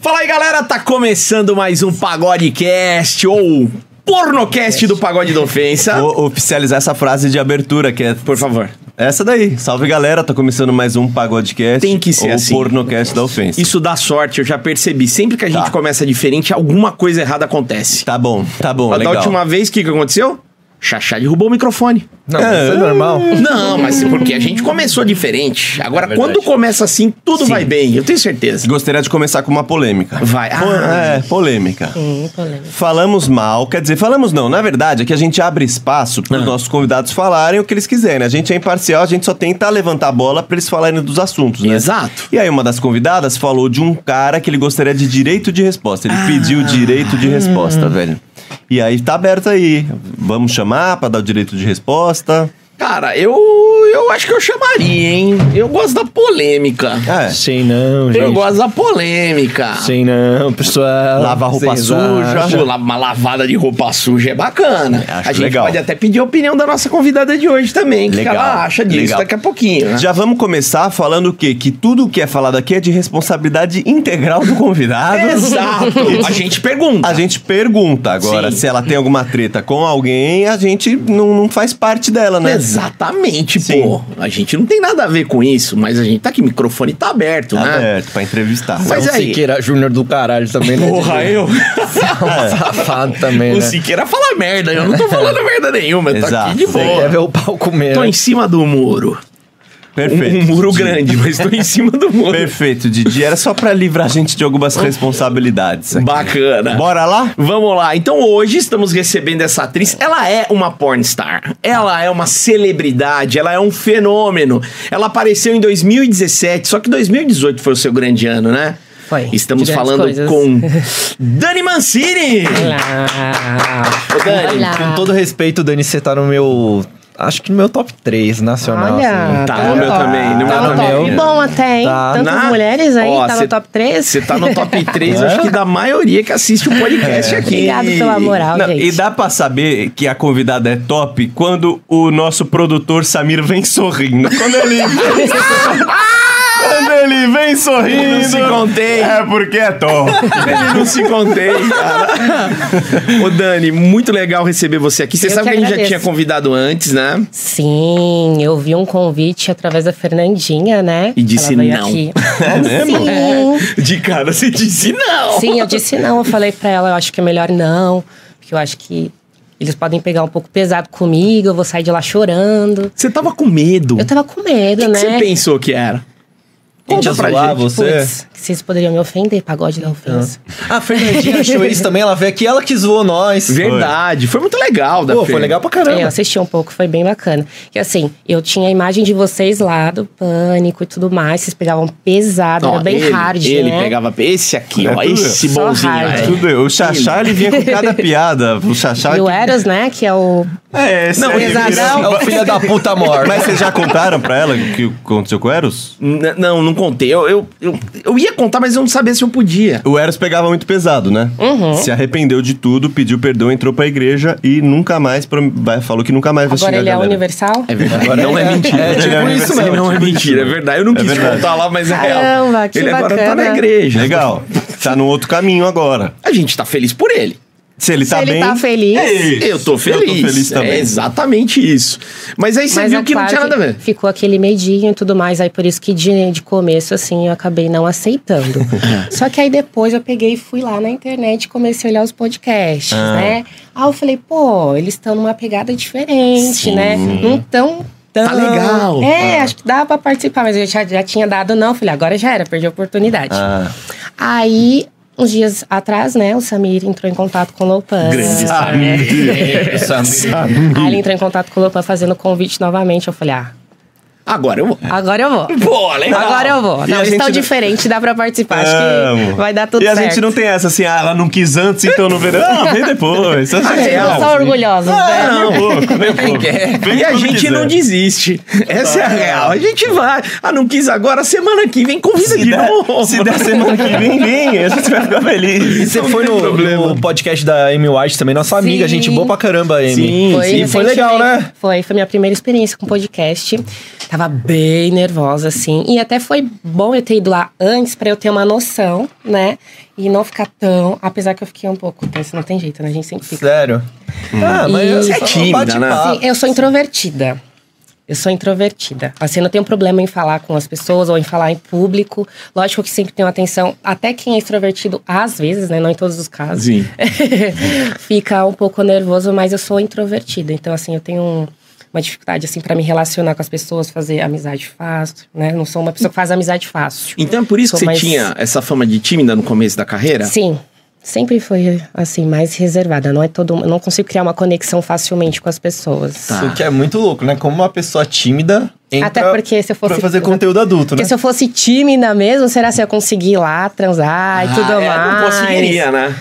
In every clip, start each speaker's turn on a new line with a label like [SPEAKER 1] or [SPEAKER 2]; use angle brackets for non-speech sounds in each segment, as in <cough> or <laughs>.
[SPEAKER 1] Fala aí, galera, tá começando mais um Pagodecast ou Pornocast do Pagode da Ofensa.
[SPEAKER 2] Vou oficializar essa frase de abertura, que é
[SPEAKER 1] Por favor.
[SPEAKER 2] essa daí. Salve galera, tá começando mais um Pagodecast.
[SPEAKER 1] Tem que ser
[SPEAKER 2] ou
[SPEAKER 1] assim.
[SPEAKER 2] Pornocast da Ofensa.
[SPEAKER 1] Isso dá sorte, eu já percebi. Sempre que a gente
[SPEAKER 2] Tá.
[SPEAKER 1] começa diferente, alguma coisa errada acontece.
[SPEAKER 2] Tá bom, tá bom,
[SPEAKER 1] Da
[SPEAKER 2] legal.
[SPEAKER 1] última vez, o que, que aconteceu? Xaxá derrubou o microfone.
[SPEAKER 3] Não, isso é normal.
[SPEAKER 1] Não, mas é porque a gente começou diferente. Agora,
[SPEAKER 2] É
[SPEAKER 1] quando começa assim, tudo vai bem, eu tenho certeza.
[SPEAKER 2] Gostaria de começar com uma polêmica.
[SPEAKER 1] Vai.
[SPEAKER 2] Po-
[SPEAKER 1] Ah.
[SPEAKER 2] é, polêmica.
[SPEAKER 4] Sim, polêmica.
[SPEAKER 2] Falamos mal, quer dizer, falamos não. Na verdade, é que a gente abre espaço para os
[SPEAKER 1] Ah.
[SPEAKER 2] nossos convidados falarem o que eles quiserem. A gente é imparcial, a gente só tenta levantar a bola para eles falarem dos assuntos, né?
[SPEAKER 1] Exato.
[SPEAKER 2] E aí uma das convidadas falou de um cara que ele gostaria de direito de resposta. Ele pediu
[SPEAKER 1] Ah.
[SPEAKER 2] direito de
[SPEAKER 1] Hum.
[SPEAKER 2] resposta, velho. E aí tá aberto aí. Vamos chamar pra dar o direito de resposta.
[SPEAKER 1] Cara, eu, eu acho que eu chamaria, hein? Eu gosto da polêmica.
[SPEAKER 2] É.
[SPEAKER 3] Sim, não, gente.
[SPEAKER 1] Eu gosto da polêmica.
[SPEAKER 3] Sim, não, pessoal.
[SPEAKER 2] Lavar roupa
[SPEAKER 3] Vocês
[SPEAKER 2] suja.
[SPEAKER 3] acham?
[SPEAKER 1] Pô, la- uma lavada de roupa suja é bacana.
[SPEAKER 2] acho
[SPEAKER 1] a gente
[SPEAKER 2] legal.
[SPEAKER 1] pode até pedir a opinião da nossa convidada de hoje também, que
[SPEAKER 2] Legal,
[SPEAKER 1] ela acha disso
[SPEAKER 2] legal.
[SPEAKER 1] daqui a pouquinho. né?
[SPEAKER 2] Já vamos começar falando o quê? Que tudo o que é falado aqui é de responsabilidade integral do <laughs> convidado.
[SPEAKER 1] <laughs> É Exato. a gente pergunta.
[SPEAKER 2] A gente pergunta agora
[SPEAKER 1] Sim.
[SPEAKER 2] se ela tem alguma treta com alguém, a gente não, não faz parte dela, né?
[SPEAKER 1] Exatamente,
[SPEAKER 2] Sim.
[SPEAKER 1] pô. A gente não tem nada a ver com isso, mas a gente tá aqui, o microfone tá aberto,
[SPEAKER 2] Tá
[SPEAKER 1] né?
[SPEAKER 2] aberto pra entrevistar.
[SPEAKER 1] Mas-
[SPEAKER 3] Mas
[SPEAKER 1] e aí?
[SPEAKER 3] aí. É um Siqueira Júnior do caralho também,
[SPEAKER 2] <laughs>
[SPEAKER 3] né? É um
[SPEAKER 1] eu.
[SPEAKER 3] Safado também,
[SPEAKER 1] O
[SPEAKER 3] né?
[SPEAKER 1] Siqueira fala merda, eu não tô falando
[SPEAKER 2] <laughs>
[SPEAKER 1] merda nenhuma, eu tô aqui
[SPEAKER 2] Exato.
[SPEAKER 1] de
[SPEAKER 2] Você
[SPEAKER 1] boa.
[SPEAKER 3] Quer ver o né? palco mesmo.
[SPEAKER 1] Tô em cima do muro. Um,
[SPEAKER 2] Perfeito.
[SPEAKER 1] um muro
[SPEAKER 2] Di-
[SPEAKER 1] grande, mas tô em cima do muro.
[SPEAKER 2] <laughs> Perfeito, Didi. Era só pra livrar a gente de algumas responsabilidades. aqui.
[SPEAKER 1] Bacana.
[SPEAKER 2] Bora lá?
[SPEAKER 1] Vamos lá, então hoje estamos recebendo essa atriz. Ela é uma pornstar, ela é uma celebridade, ela é um fenômeno. Ela apareceu em 2017, só que 2018 foi o seu grande ano, né?
[SPEAKER 4] Foi.
[SPEAKER 1] Estamos
[SPEAKER 4] Grandes
[SPEAKER 1] falando
[SPEAKER 4] coisas. <laughs>
[SPEAKER 1] com Dani Mancini.
[SPEAKER 4] Olá.
[SPEAKER 1] Ô, Dani,
[SPEAKER 4] Olá.
[SPEAKER 3] Com todo respeito, Dani, você tá no meu. Acho que no meu top 3 nacional.
[SPEAKER 4] Olha.
[SPEAKER 3] assim.
[SPEAKER 1] Tá no meu
[SPEAKER 4] top.
[SPEAKER 1] também, no
[SPEAKER 3] meu
[SPEAKER 4] tá no
[SPEAKER 3] também.
[SPEAKER 4] top. Bom até, hein?
[SPEAKER 3] Tá.
[SPEAKER 4] Tantas
[SPEAKER 1] na-
[SPEAKER 4] mulheres aí,
[SPEAKER 1] Ó,
[SPEAKER 4] tá
[SPEAKER 1] cê-
[SPEAKER 4] no top 3.
[SPEAKER 1] Você tá no top 3, acho que
[SPEAKER 4] <laughs>
[SPEAKER 1] da maioria que assiste o podcast aqui.
[SPEAKER 4] É. Obrigado pela moral,
[SPEAKER 2] Não,
[SPEAKER 4] gente.
[SPEAKER 2] e dá pra saber que a convidada é top quando o nosso produtor Samir vem sorrindo. Quando ele vem, quando ele vem sorrindo.
[SPEAKER 1] Não se contém.
[SPEAKER 2] É porque é top.
[SPEAKER 1] Ele não se contém, cara. Ô, Dani, muito legal receber você aqui. Você
[SPEAKER 4] Eu
[SPEAKER 1] sabe que,
[SPEAKER 4] que
[SPEAKER 1] a gente já
[SPEAKER 4] agradeço.
[SPEAKER 1] tinha convidado antes, né?
[SPEAKER 4] Sim, eu vi um convite através da Fernandinha, né?
[SPEAKER 1] E disse
[SPEAKER 4] Ela veio
[SPEAKER 1] não.
[SPEAKER 4] Aqui.
[SPEAKER 2] É mesmo?
[SPEAKER 4] <laughs> Sim.
[SPEAKER 1] De cara, você disse não.
[SPEAKER 4] Sim, eu disse não. Eu falei pra ela, eu acho que é melhor não. Porque eu acho que eles podem pegar um pouco pesado comigo, eu vou sair de lá chorando.
[SPEAKER 1] Você tava com medo.
[SPEAKER 4] Eu tava com medo,
[SPEAKER 1] O que
[SPEAKER 4] né?
[SPEAKER 1] você pensou que era? Conta
[SPEAKER 3] Ia
[SPEAKER 1] pra
[SPEAKER 3] zoar
[SPEAKER 1] gente.
[SPEAKER 3] você.
[SPEAKER 4] Putz, que vocês pododeriam me ofender, pagode
[SPEAKER 1] Então.
[SPEAKER 4] da ofensa.
[SPEAKER 3] A Fernandinha achou isso também, ela veio aqui, ela que zoou nós.
[SPEAKER 1] Verdade. Foi muito legal da
[SPEAKER 3] Pô,
[SPEAKER 1] Fer.
[SPEAKER 3] foi legal pra
[SPEAKER 4] É, eu
[SPEAKER 1] assim,
[SPEAKER 3] caramba.
[SPEAKER 4] assisti um pouco, foi bem bacana. Que assim, eu tinha a imagem de vocês lá, do pânico e tudo mais. Vocês pegavam pesado,
[SPEAKER 1] Ó,
[SPEAKER 4] era bem
[SPEAKER 1] ele,
[SPEAKER 4] hard,
[SPEAKER 1] Ele
[SPEAKER 4] né?
[SPEAKER 1] pegava esse aqui,
[SPEAKER 2] É
[SPEAKER 1] ó.
[SPEAKER 2] tudo-
[SPEAKER 1] Esse
[SPEAKER 4] Só
[SPEAKER 1] bonzinho. né?
[SPEAKER 4] hard.
[SPEAKER 1] aí.
[SPEAKER 2] Tudo eu. O Xaxá, ele vinha com cada piada. O Xaxá...
[SPEAKER 4] E o Eros, né? Que é o.
[SPEAKER 2] É, esse
[SPEAKER 1] Não,
[SPEAKER 2] aí,
[SPEAKER 1] exato.
[SPEAKER 2] virou-
[SPEAKER 3] É o filho da puta morta.
[SPEAKER 2] Mas vocês já contaram pra ela o que aconteceu com o Eros?
[SPEAKER 1] N- Não, não contei. Eu, eu, eu, eu ia contar, mas eu não sabia se eu podia.
[SPEAKER 2] O Eros pegava muito pesado, né?
[SPEAKER 4] Uhum.
[SPEAKER 2] Se arrependeu de tudo, pediu perdão, entrou pra igreja e nunca mais prom- vai- falou que nunca mais vai
[SPEAKER 4] Agora
[SPEAKER 2] xingar
[SPEAKER 4] ele é
[SPEAKER 2] a galera.
[SPEAKER 4] universal?
[SPEAKER 1] É verdade.
[SPEAKER 3] Agora
[SPEAKER 1] não é,
[SPEAKER 3] é-
[SPEAKER 1] mentira.
[SPEAKER 3] é tipo
[SPEAKER 1] Ele
[SPEAKER 3] isso
[SPEAKER 1] universal,
[SPEAKER 3] mesmo,
[SPEAKER 1] Não é
[SPEAKER 2] tipo
[SPEAKER 1] mentira,
[SPEAKER 2] isso.
[SPEAKER 1] é verdade. Eu não
[SPEAKER 2] É
[SPEAKER 1] quis
[SPEAKER 2] verdade.
[SPEAKER 1] contar lá, mas é real.
[SPEAKER 4] Caramba, que
[SPEAKER 1] ele agora tá
[SPEAKER 4] bacana.
[SPEAKER 1] na igreja.
[SPEAKER 2] Legal. Tá num outro caminho agora.
[SPEAKER 1] A gente tá feliz por ele.
[SPEAKER 2] Se ele tá
[SPEAKER 4] ele
[SPEAKER 2] bem.
[SPEAKER 4] tá feliz.
[SPEAKER 2] é isso.
[SPEAKER 1] Eu tô feliz.
[SPEAKER 2] Eu tô feliz também.
[SPEAKER 1] É exatamente isso. Mas aí você
[SPEAKER 4] Mas
[SPEAKER 1] viu
[SPEAKER 4] é
[SPEAKER 1] que não
[SPEAKER 4] claro
[SPEAKER 1] tinha nada a ver.
[SPEAKER 4] Ficou aquele medinho e tudo mais. Aí por isso que de, de começo, assim, eu acabei
[SPEAKER 1] <laughs>
[SPEAKER 4] não aceitando. Só que aí depois eu peguei e fui lá na internet e comecei a olhar os podcasts,
[SPEAKER 1] Ah.
[SPEAKER 4] né? Aí eu falei, pô, eles estão numa pegada diferente,
[SPEAKER 2] Sim.
[SPEAKER 4] né? Não tão.
[SPEAKER 1] Tá
[SPEAKER 4] tão-
[SPEAKER 1] legal. Ah.
[SPEAKER 4] É, acho que dava pra participar, mas eu já, já tinha dado não. Falei, agora já era, perdi a oportunidade.
[SPEAKER 2] Ah,
[SPEAKER 4] Aí, uns dias atrás, né, o Samir entrou em contato com o Lopan.
[SPEAKER 1] Grande
[SPEAKER 2] Ah,
[SPEAKER 4] Aí ele entrou em contato com o Lopan fazendo convite novamente. Eu falei, ah,
[SPEAKER 1] Agora eu vou.
[SPEAKER 4] agora eu vou.
[SPEAKER 1] Pô, legal.
[SPEAKER 4] Agora eu vou.
[SPEAKER 2] E a
[SPEAKER 4] Não,
[SPEAKER 2] gente
[SPEAKER 4] estão
[SPEAKER 2] não-
[SPEAKER 4] diferente, dá pra participar. Acho que
[SPEAKER 2] amo.
[SPEAKER 4] vai dar tudo
[SPEAKER 2] E a
[SPEAKER 4] certo.
[SPEAKER 2] gente não tem essa assim, ah, ela não quis antes, então não verão. Não, vem depois. Isso é
[SPEAKER 1] Ah,
[SPEAKER 4] <laughs> Vocês não
[SPEAKER 1] real.
[SPEAKER 2] legal.
[SPEAKER 4] são orgulhosos, né?
[SPEAKER 2] Não, pouco, nem pouco.
[SPEAKER 4] É.
[SPEAKER 2] Vem
[SPEAKER 1] E a
[SPEAKER 2] quando
[SPEAKER 1] gente
[SPEAKER 2] quiser.
[SPEAKER 1] não desiste. Essa é a real. A gente vai. Ah, não quis agora, semana que vem, convida de novo.
[SPEAKER 2] Se der semana que vem, vem. A gente vai ficar feliz.
[SPEAKER 3] Você foi
[SPEAKER 1] tem problema.
[SPEAKER 3] no, no podcast da Amy White também, nossa
[SPEAKER 4] Sim.
[SPEAKER 3] amiga, gente boa pra caramba, Amy.
[SPEAKER 2] Sim,
[SPEAKER 3] E foi legal,
[SPEAKER 4] recentemente-
[SPEAKER 3] né?
[SPEAKER 4] Foi, foi minha primeira experiência com podcast. Tava bem nervosa, assim. E até foi bom eu ter ido lá antes pra eu ter uma noção, né? E não ficar tão. Apesar que eu fiquei um pouco tensa, não tem jeito, né? A gente sempre fica.
[SPEAKER 3] Sério? Ah,
[SPEAKER 4] E-
[SPEAKER 3] eu
[SPEAKER 4] Você
[SPEAKER 1] é
[SPEAKER 3] só
[SPEAKER 1] tímida,
[SPEAKER 3] bate
[SPEAKER 1] né?
[SPEAKER 3] papo.
[SPEAKER 4] Sim, eu sou introvertida. Eu sou introvertida. Assim, eu não tenho problema em falar com as pessoas ou em falar em público. Lógico que sempre tenho atenção. Até quem é extrovertido, às vezes, né? Não em todos os casos.
[SPEAKER 1] Sim.
[SPEAKER 4] <laughs> fica um pouco nervoso, mas eu sou introvertida. Então, assim, eu tenho um- uma dificuldade, assim, para me relacionar com as pessoas, fazer amizade fácil, né? Não sou uma pessoa que faz amizade fácil.
[SPEAKER 1] Então é por isso
[SPEAKER 4] Sou
[SPEAKER 1] que você
[SPEAKER 4] mais-
[SPEAKER 1] tinha essa fama de tímida no começo da carreira?
[SPEAKER 4] Sim. Sempre foi, assim, mais reservada. Não é todo... eu Não consigo criar uma conexão facilmente com as pessoas.
[SPEAKER 1] Tá.
[SPEAKER 3] Isso que é muito louco, né? Como uma pessoa tímida entra
[SPEAKER 4] Até porque se eu fosse...
[SPEAKER 3] pra fazer conteúdo adulto, né? <laughs>
[SPEAKER 4] Porque se eu fosse tímida mesmo, será que eu ia conseguir ir lá transar e tudo
[SPEAKER 1] Ah, é,
[SPEAKER 4] mais?
[SPEAKER 1] Não conseguiria, né?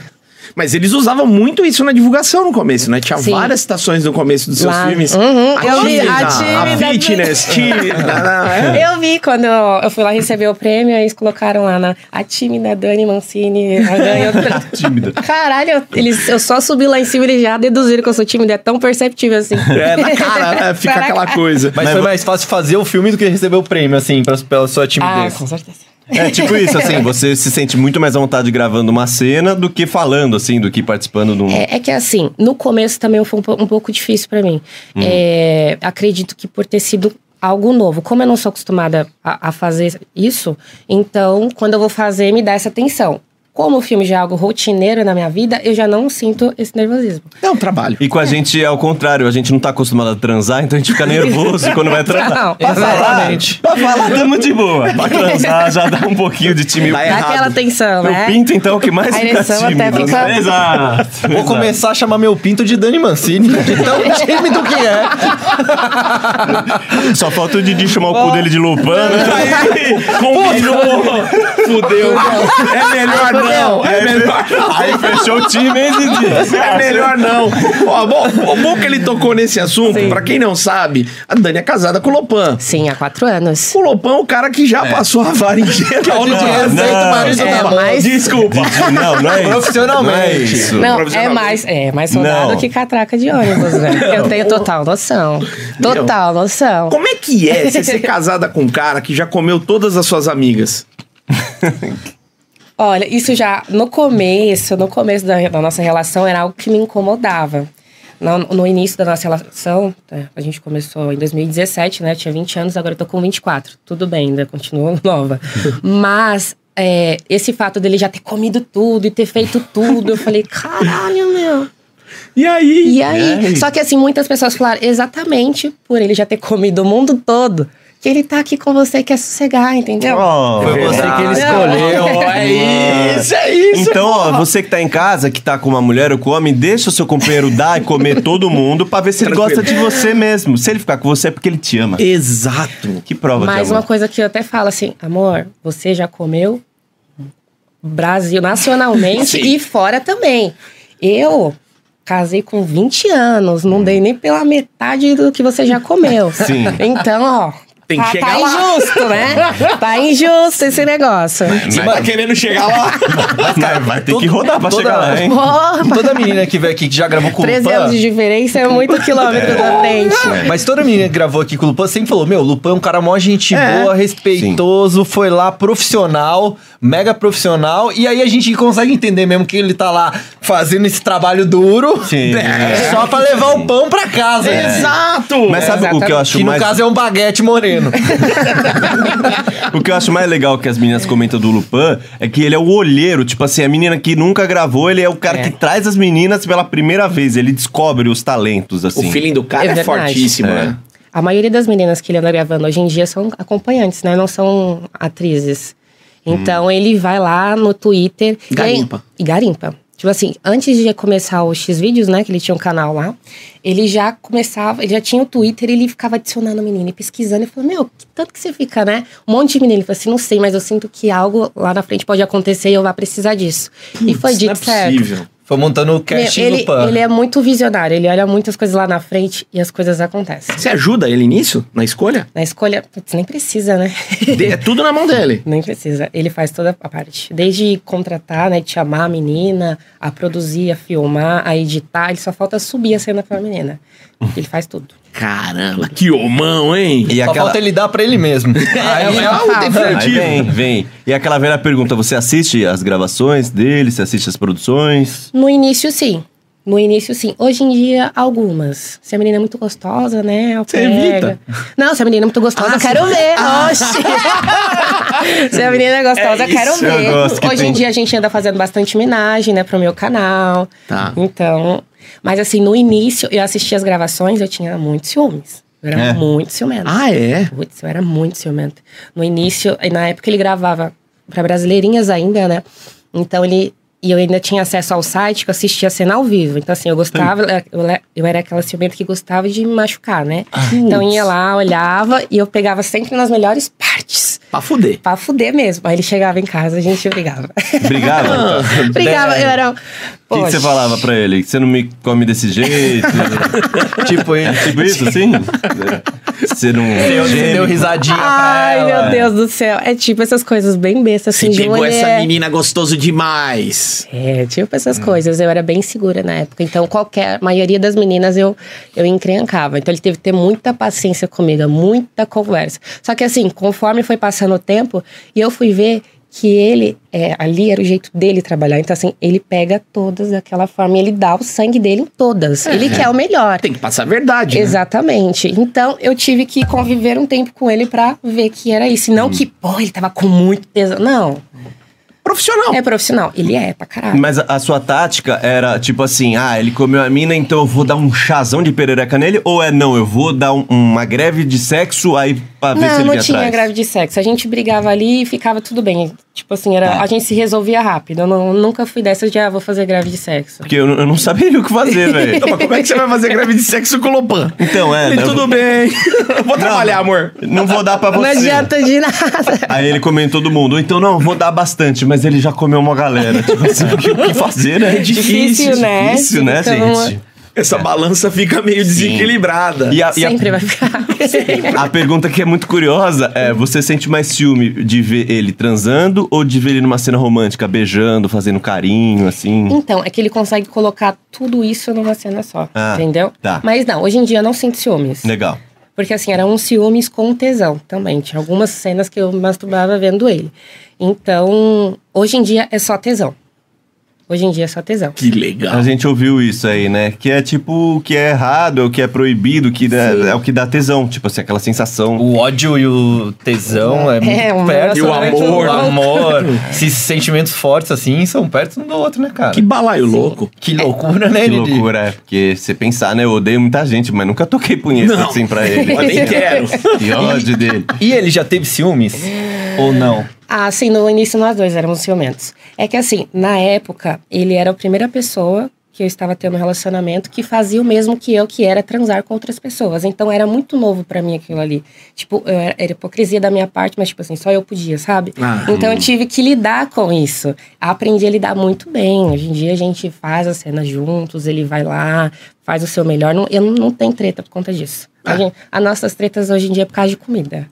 [SPEAKER 1] Mas eles usavam muito isso na divulgação no começo, né? Tinha
[SPEAKER 4] Sim.
[SPEAKER 1] várias citações no começo dos seus
[SPEAKER 4] Lá.
[SPEAKER 1] filmes.
[SPEAKER 4] Uhum,
[SPEAKER 1] a,
[SPEAKER 4] eu né? vi,
[SPEAKER 1] tímida,
[SPEAKER 4] a
[SPEAKER 1] a
[SPEAKER 4] tímida. <laughs>
[SPEAKER 1] fitness, tímida.
[SPEAKER 4] <laughs> Eu vi quando eu fui lá receber o prêmio, eles colocaram lá na a tímida Dani Mancini. ela ganhou-
[SPEAKER 1] <laughs>
[SPEAKER 2] Tímida.
[SPEAKER 4] Caralho, eu- eles, eu só subi lá em cima e eles já deduziram que eu sou tímida. É tão
[SPEAKER 1] <laughs>
[SPEAKER 4] perceptível assim.
[SPEAKER 1] É, na cara, né? Fica
[SPEAKER 4] Tá na
[SPEAKER 1] aquela coisa.
[SPEAKER 3] Mas, foi mais fácil fazer o filme do que receber o prêmio, assim, pra, pela sua
[SPEAKER 4] Ah,
[SPEAKER 3] timidez.
[SPEAKER 4] com certeza.
[SPEAKER 2] É tipo isso, assim, você se sente muito mais à vontade gravando uma cena do que falando, assim, do que participando de um.
[SPEAKER 4] É, é que assim, no começo também foi um, po- um pouco difícil pra mim. É, acredito que por ter sido algo novo. Como eu não sou acostumada a, a fazer isso, então quando eu vou fazer, me dá essa atenção. Como o filme já é algo rotineiro na minha vida, eu já não sinto esse nervosismo.
[SPEAKER 1] É um trabalho.
[SPEAKER 2] E com a gente é ao contrário, a gente não tá acostumado a transar, então a gente fica nervoso quando vai transar.
[SPEAKER 4] Não,
[SPEAKER 2] Pra falar, pra falar, tamo de
[SPEAKER 4] <laughs>
[SPEAKER 2] boa. Pra transar já dá um pouquinho de time.
[SPEAKER 1] Dá
[SPEAKER 4] dá aquela
[SPEAKER 1] errado.
[SPEAKER 4] atenção,
[SPEAKER 2] Eu
[SPEAKER 4] né?
[SPEAKER 2] pinto, então, que mais
[SPEAKER 4] A
[SPEAKER 2] fica
[SPEAKER 4] ereção até
[SPEAKER 2] tímido.
[SPEAKER 4] fica-
[SPEAKER 2] né? Exato.
[SPEAKER 3] Vou
[SPEAKER 2] exato.
[SPEAKER 3] começar a chamar meu pinto de Dani Mancini, <laughs> de tão tímido que é.
[SPEAKER 2] Só falta o Didi chamar o cu dele de Lupin. né?
[SPEAKER 1] Combinou. Fudeu. É melhor não. É melhor não.
[SPEAKER 2] Aí fechou o time, hein, Didi?
[SPEAKER 1] É melhor não. Ó, bom, bom que ele tocou nesse assunto. Pra quem não sabe, a Dani é casada com o Lopan.
[SPEAKER 4] Sim, há quatro anos.
[SPEAKER 1] O Lopão é o cara que já passou a vara em geral.
[SPEAKER 3] Não,
[SPEAKER 1] no-
[SPEAKER 3] aceita o
[SPEAKER 2] não,
[SPEAKER 3] marido
[SPEAKER 4] é,
[SPEAKER 3] da mão.
[SPEAKER 4] mas-
[SPEAKER 1] Desculpa.
[SPEAKER 2] Didi, não, não é isso.
[SPEAKER 3] Profissionalmente.
[SPEAKER 2] Não é isso.
[SPEAKER 4] Não, é
[SPEAKER 1] profissionalmente.
[SPEAKER 4] mais, é mais soldado
[SPEAKER 2] Não.
[SPEAKER 4] que catraca de ônibus, né? Eu tenho total noção. Total noção.
[SPEAKER 1] Como é que é você ser casada com um cara que já comeu todas as suas amigas?
[SPEAKER 4] Olha, isso já no começo, no começo da, da nossa relação, era algo que me incomodava. No, no início da nossa relação, né, a gente começou em 2017, né? Tinha 20 anos, agora eu tô com 24. Tudo bem, ainda continuo <laughs> nova. Mas é, esse fato dele já ter comido tudo e ter feito tudo, eu falei, caralho, meu.
[SPEAKER 1] E aí?
[SPEAKER 4] E aí? Só que assim, muitas pessoas falaram exatamente por ele já ter comido o mundo todo, que ele tá aqui com você e quer sossegar, entendeu?
[SPEAKER 2] Oh.
[SPEAKER 3] Foi você que ele escolheu.
[SPEAKER 1] <laughs> É isso, é isso.
[SPEAKER 2] Então, ó, você que tá em casa, que tá com uma mulher ou com um homem, deixa o seu companheiro dar e comer todo mundo pra ver se ele
[SPEAKER 1] Tranquilo.
[SPEAKER 2] gosta de você mesmo. Se ele ficar com você é porque ele te ama.
[SPEAKER 1] Exato.
[SPEAKER 2] Que prova
[SPEAKER 4] Mais
[SPEAKER 2] de
[SPEAKER 4] uma
[SPEAKER 2] amor.
[SPEAKER 4] coisa que eu até falo assim, amor, você já comeu Brasil nacionalmente
[SPEAKER 1] <laughs> Sim.
[SPEAKER 4] e fora também. Eu casei com 20 anos, não dei nem pela metade do que você
[SPEAKER 1] <laughs>
[SPEAKER 4] já comeu.
[SPEAKER 2] Sim.
[SPEAKER 4] Então, ó,
[SPEAKER 1] Tem que
[SPEAKER 4] tá,
[SPEAKER 1] chegar
[SPEAKER 4] tá
[SPEAKER 1] lá. <laughs>
[SPEAKER 4] injusto, né? Tá injusto esse negócio.
[SPEAKER 1] Você tá querendo chegar lá?
[SPEAKER 2] Mas vai ter que rodar pra
[SPEAKER 3] Toda-
[SPEAKER 2] chegar lá, hein?
[SPEAKER 4] Porra,
[SPEAKER 3] Toda menina que veio aqui que já gravou com o
[SPEAKER 4] 13
[SPEAKER 3] Pan,
[SPEAKER 4] Ah, anos de diferença é muito quilômetro da frente.
[SPEAKER 3] Mas toda menina que gravou aqui com o Lupan sempre falou: Meu, o Lupan é um cara mó gente boa, respeitoso, foi lá profissional, mega profissional. E aí a gente consegue entender mesmo que ele tá lá fazendo esse trabalho duro
[SPEAKER 2] Sim. É.
[SPEAKER 3] né, só pra levar o pão pra casa. né?
[SPEAKER 1] Exato.
[SPEAKER 2] Mas sabe o que eu acho
[SPEAKER 3] Que no
[SPEAKER 2] mais
[SPEAKER 3] caso é um baguete moreno.
[SPEAKER 2] O que eu acho mais legal que as meninas comentam do Lupan é que ele é o olheiro, tipo assim, a menina que nunca gravou, ele é o cara
[SPEAKER 4] É.
[SPEAKER 2] que traz as meninas pela primeira vez, ele descobre os talentos, assim.
[SPEAKER 1] O feeling do cara
[SPEAKER 4] É
[SPEAKER 1] é,
[SPEAKER 4] verdade.
[SPEAKER 1] fortíssimo, né?
[SPEAKER 4] A maioria das meninas que ele anda gravando hoje em dia são acompanhantes, né? Não são atrizes. Então ele vai lá no Twitter. e
[SPEAKER 1] Hum.
[SPEAKER 4] aí-
[SPEAKER 1] Garimpa.
[SPEAKER 4] E, garimpa. Tipo assim, antes de começar o X vídeos, né? Que ele tinha um canal lá, ele já começava, ele já tinha o Twitter, ele ficava adicionando o menino e pesquisando. e falou, meu, que tanto que você fica, né? Um monte de menino. Ele falou assim, não sei, mas eu sinto que algo lá na frente pode acontecer e eu vou precisar disso. e foi
[SPEAKER 1] Isso não
[SPEAKER 4] dito
[SPEAKER 1] é
[SPEAKER 4] certo.
[SPEAKER 1] possível.
[SPEAKER 3] Foi montando o
[SPEAKER 4] Meu,
[SPEAKER 3] casting
[SPEAKER 4] ele,
[SPEAKER 3] Lupan.
[SPEAKER 4] ele é muito visionário, ele olha muitas coisas lá na frente e as coisas acontecem.
[SPEAKER 1] Você ajuda ele nisso? Na escolha?
[SPEAKER 4] Na escolha, putz, nem precisa, né?
[SPEAKER 1] De-
[SPEAKER 4] <laughs>
[SPEAKER 1] É tudo na mão dele.
[SPEAKER 4] nem precisa. Ele faz toda a parte. Desde contratar, né? De chamar a menina, a produzir, a filmar, a editar. Ele só falta subir a cena pra menina. Ele faz tudo.
[SPEAKER 1] Caramba, que homão, hein?
[SPEAKER 2] E
[SPEAKER 3] Só falta ele dar pra ele
[SPEAKER 4] <laughs>
[SPEAKER 3] mesmo.
[SPEAKER 4] É,
[SPEAKER 3] Aí é
[SPEAKER 1] mas
[SPEAKER 3] já
[SPEAKER 1] não,
[SPEAKER 3] falta.
[SPEAKER 1] definitivamente.
[SPEAKER 2] Aí vem, vem. E aquela velha pergunta: você assiste as gravações dele? Você assiste as produções?
[SPEAKER 4] No início, sim. No início, sim. Hoje em dia, algumas. Se a menina é muito gostosa, né? eu
[SPEAKER 1] Você
[SPEAKER 4] pego.
[SPEAKER 1] evita?
[SPEAKER 4] Não, se a menina é muito gostosa, eu quero ver. Oxi! se a menina é gostosa,
[SPEAKER 1] É
[SPEAKER 4] eu quero
[SPEAKER 1] isso,
[SPEAKER 2] eu
[SPEAKER 4] ver.
[SPEAKER 2] gosto que
[SPEAKER 4] Hoje
[SPEAKER 2] tem.
[SPEAKER 4] em dia, a gente anda fazendo bastante homenagem, né? Pro meu canal.
[SPEAKER 1] Tá.
[SPEAKER 4] Então... Mas assim, no início, eu assistia as gravações, eu tinha muitos ciúmes. Eu era
[SPEAKER 2] É.
[SPEAKER 4] muito ciumenta.
[SPEAKER 1] Ah, é?
[SPEAKER 4] Putz, eu era muito ciumenta. No início, e na época ele gravava pra brasileirinhas ainda, né? Então ele. E eu ainda tinha acesso ao site que eu assistia a cena ao vivo. Então, assim, eu gostava, eu, le- eu era aquela ciumenta que gostava de me machucar, né?
[SPEAKER 2] Ah,
[SPEAKER 4] então eu ia lá, olhava e eu pegava sempre nas melhores partes.
[SPEAKER 1] Pra fuder.
[SPEAKER 4] Pra fuder mesmo. Aí ele chegava em casa, a
[SPEAKER 2] <laughs>
[SPEAKER 4] gente brigava.
[SPEAKER 2] Brigava? É. O
[SPEAKER 4] brigava, eu era.
[SPEAKER 2] que que, você falava pra ele? Que você não me come desse jeito?
[SPEAKER 3] Tipo, ele
[SPEAKER 2] tipo isso, assim? Você não.
[SPEAKER 3] deu,
[SPEAKER 2] geme?
[SPEAKER 3] deu risadinha pra
[SPEAKER 4] Ai,
[SPEAKER 3] ela.
[SPEAKER 2] Ah,
[SPEAKER 4] meu Deus do céu. É tipo essas coisas bem bestas,
[SPEAKER 1] Você
[SPEAKER 4] assim, de
[SPEAKER 1] pegou
[SPEAKER 4] mulher.
[SPEAKER 1] essa menina gostoso demais.
[SPEAKER 4] É, tipo essas coisas. Eu era bem segura na época. Então, qualquer, a maioria das meninas eu, eu encrencava. Então, ele teve que ter muita paciência comigo, muita conversa. Só que, assim, conforme foi passando o tempo, e eu fui ver que ele, é, ali era o jeito dele trabalhar. Então, assim, ele pega todas daquela forma e ele dá o sangue dele em todas. Ele quer o melhor.
[SPEAKER 1] Tem que passar a verdade. né?
[SPEAKER 4] Exatamente. Então eu tive que conviver um tempo com ele pra ver que era isso. E Não que, pô, ele tava com muito peso. Não.
[SPEAKER 1] Profissional.
[SPEAKER 4] É profissional. Ele é pra caralho.
[SPEAKER 2] Mas a, a sua tática era tipo assim: ah, ele comeu a mina, então eu vou dar um chazão de perereca nele? Ou é não, eu vou dar um- uma greve de sexo aí pra ver se
[SPEAKER 4] Não,
[SPEAKER 2] ele
[SPEAKER 4] não
[SPEAKER 2] vem
[SPEAKER 4] tinha
[SPEAKER 2] atrás?
[SPEAKER 4] grave de sexo. A gente brigava ali e ficava tudo bem. Tipo assim, era,
[SPEAKER 2] Tá.
[SPEAKER 4] a gente se resolvia rápido. Eu não- nunca fui dessa de, ah, vou fazer grave de sexo.
[SPEAKER 2] Porque eu, não- eu não sabia o que fazer,
[SPEAKER 4] <laughs>
[SPEAKER 2] velho.
[SPEAKER 1] Então, mas como é que você vai fazer greve de sexo com o Lopan?
[SPEAKER 2] Então, é,
[SPEAKER 1] Ele,
[SPEAKER 2] né?
[SPEAKER 1] Tudo bem. <laughs> Vou trabalhar, amor.
[SPEAKER 2] Não vou dar pra você.
[SPEAKER 4] Não adianta de nada.
[SPEAKER 2] Aí ele comeu em todo mundo. Então, não, vou dar bastante, mas ele já comeu uma galera. Tipo assim, <laughs> o que, o que fazer, né? É
[SPEAKER 4] Difícil, né?
[SPEAKER 2] Difícil, né,
[SPEAKER 4] Então,
[SPEAKER 2] gente?
[SPEAKER 1] Essa balança fica meio desequilibrada.
[SPEAKER 2] E a, Ah, e a-
[SPEAKER 4] Sempre vai ficar.
[SPEAKER 2] <laughs> a pergunta que é muito curiosa é: você sente mais ciúme de ver ele transando ou de ver ele numa cena romântica, beijando, fazendo carinho, assim?
[SPEAKER 4] Então, é que ele consegue colocar tudo isso numa cena só.
[SPEAKER 2] Ah,
[SPEAKER 4] entendeu?
[SPEAKER 2] tá.
[SPEAKER 4] Mas não, hoje em dia eu não sinto ciúmes.
[SPEAKER 2] Legal.
[SPEAKER 4] Porque assim, eram uns ciúmes com tesão também. Tinha algumas cenas que eu masturbava vendo ele. Então, hoje em dia é só tesão. Hoje em dia é só tesão.
[SPEAKER 1] Que
[SPEAKER 2] A
[SPEAKER 1] legal.
[SPEAKER 2] gente ouviu isso aí, né? Que é tipo o que é errado, é o que é proibido, que dá-
[SPEAKER 4] Sim.
[SPEAKER 2] é o que dá tesão. Tipo assim, aquela sensação.
[SPEAKER 3] O ódio e o tesão é,
[SPEAKER 4] É,
[SPEAKER 3] muito
[SPEAKER 4] um-
[SPEAKER 3] perto.
[SPEAKER 1] E o
[SPEAKER 3] né?
[SPEAKER 1] amor.
[SPEAKER 3] O amor. Esses sentimentos fortes, assim, são perto um do outro, né, cara?
[SPEAKER 2] é-
[SPEAKER 1] Que balaio louco.
[SPEAKER 3] Que
[SPEAKER 4] É.
[SPEAKER 3] loucura, né,
[SPEAKER 2] Que
[SPEAKER 3] Didi?
[SPEAKER 2] loucura, é. Porque você pensar, né? Eu odeio muita gente, mas nunca toquei punheta
[SPEAKER 1] Não.
[SPEAKER 2] assim
[SPEAKER 1] <laughs>
[SPEAKER 2] pra ele.
[SPEAKER 1] Mas nem quero.
[SPEAKER 2] Que ódio dele.
[SPEAKER 3] E ele já teve ciúmes? Ou não?
[SPEAKER 4] Ah, sim, no início nós dois éramos ciumentos. É que assim, na época, ele era a primeira pessoa que eu estava tendo um relacionamento que fazia o mesmo que eu, que era transar com outras pessoas. Então era muito novo pra mim aquilo ali. Tipo, eu era, era hipocrisia da minha parte, mas tipo assim, só eu podia, sabe?
[SPEAKER 1] Ah,
[SPEAKER 4] então eu tive que lidar com isso. Aprendi a lidar muito bem. Hoje em dia a gente faz a cena juntos, ele vai lá, faz o seu melhor. Não, eu não, não tenho treta por conta disso. A gente- as nossas tretas hoje em dia é por causa de comida.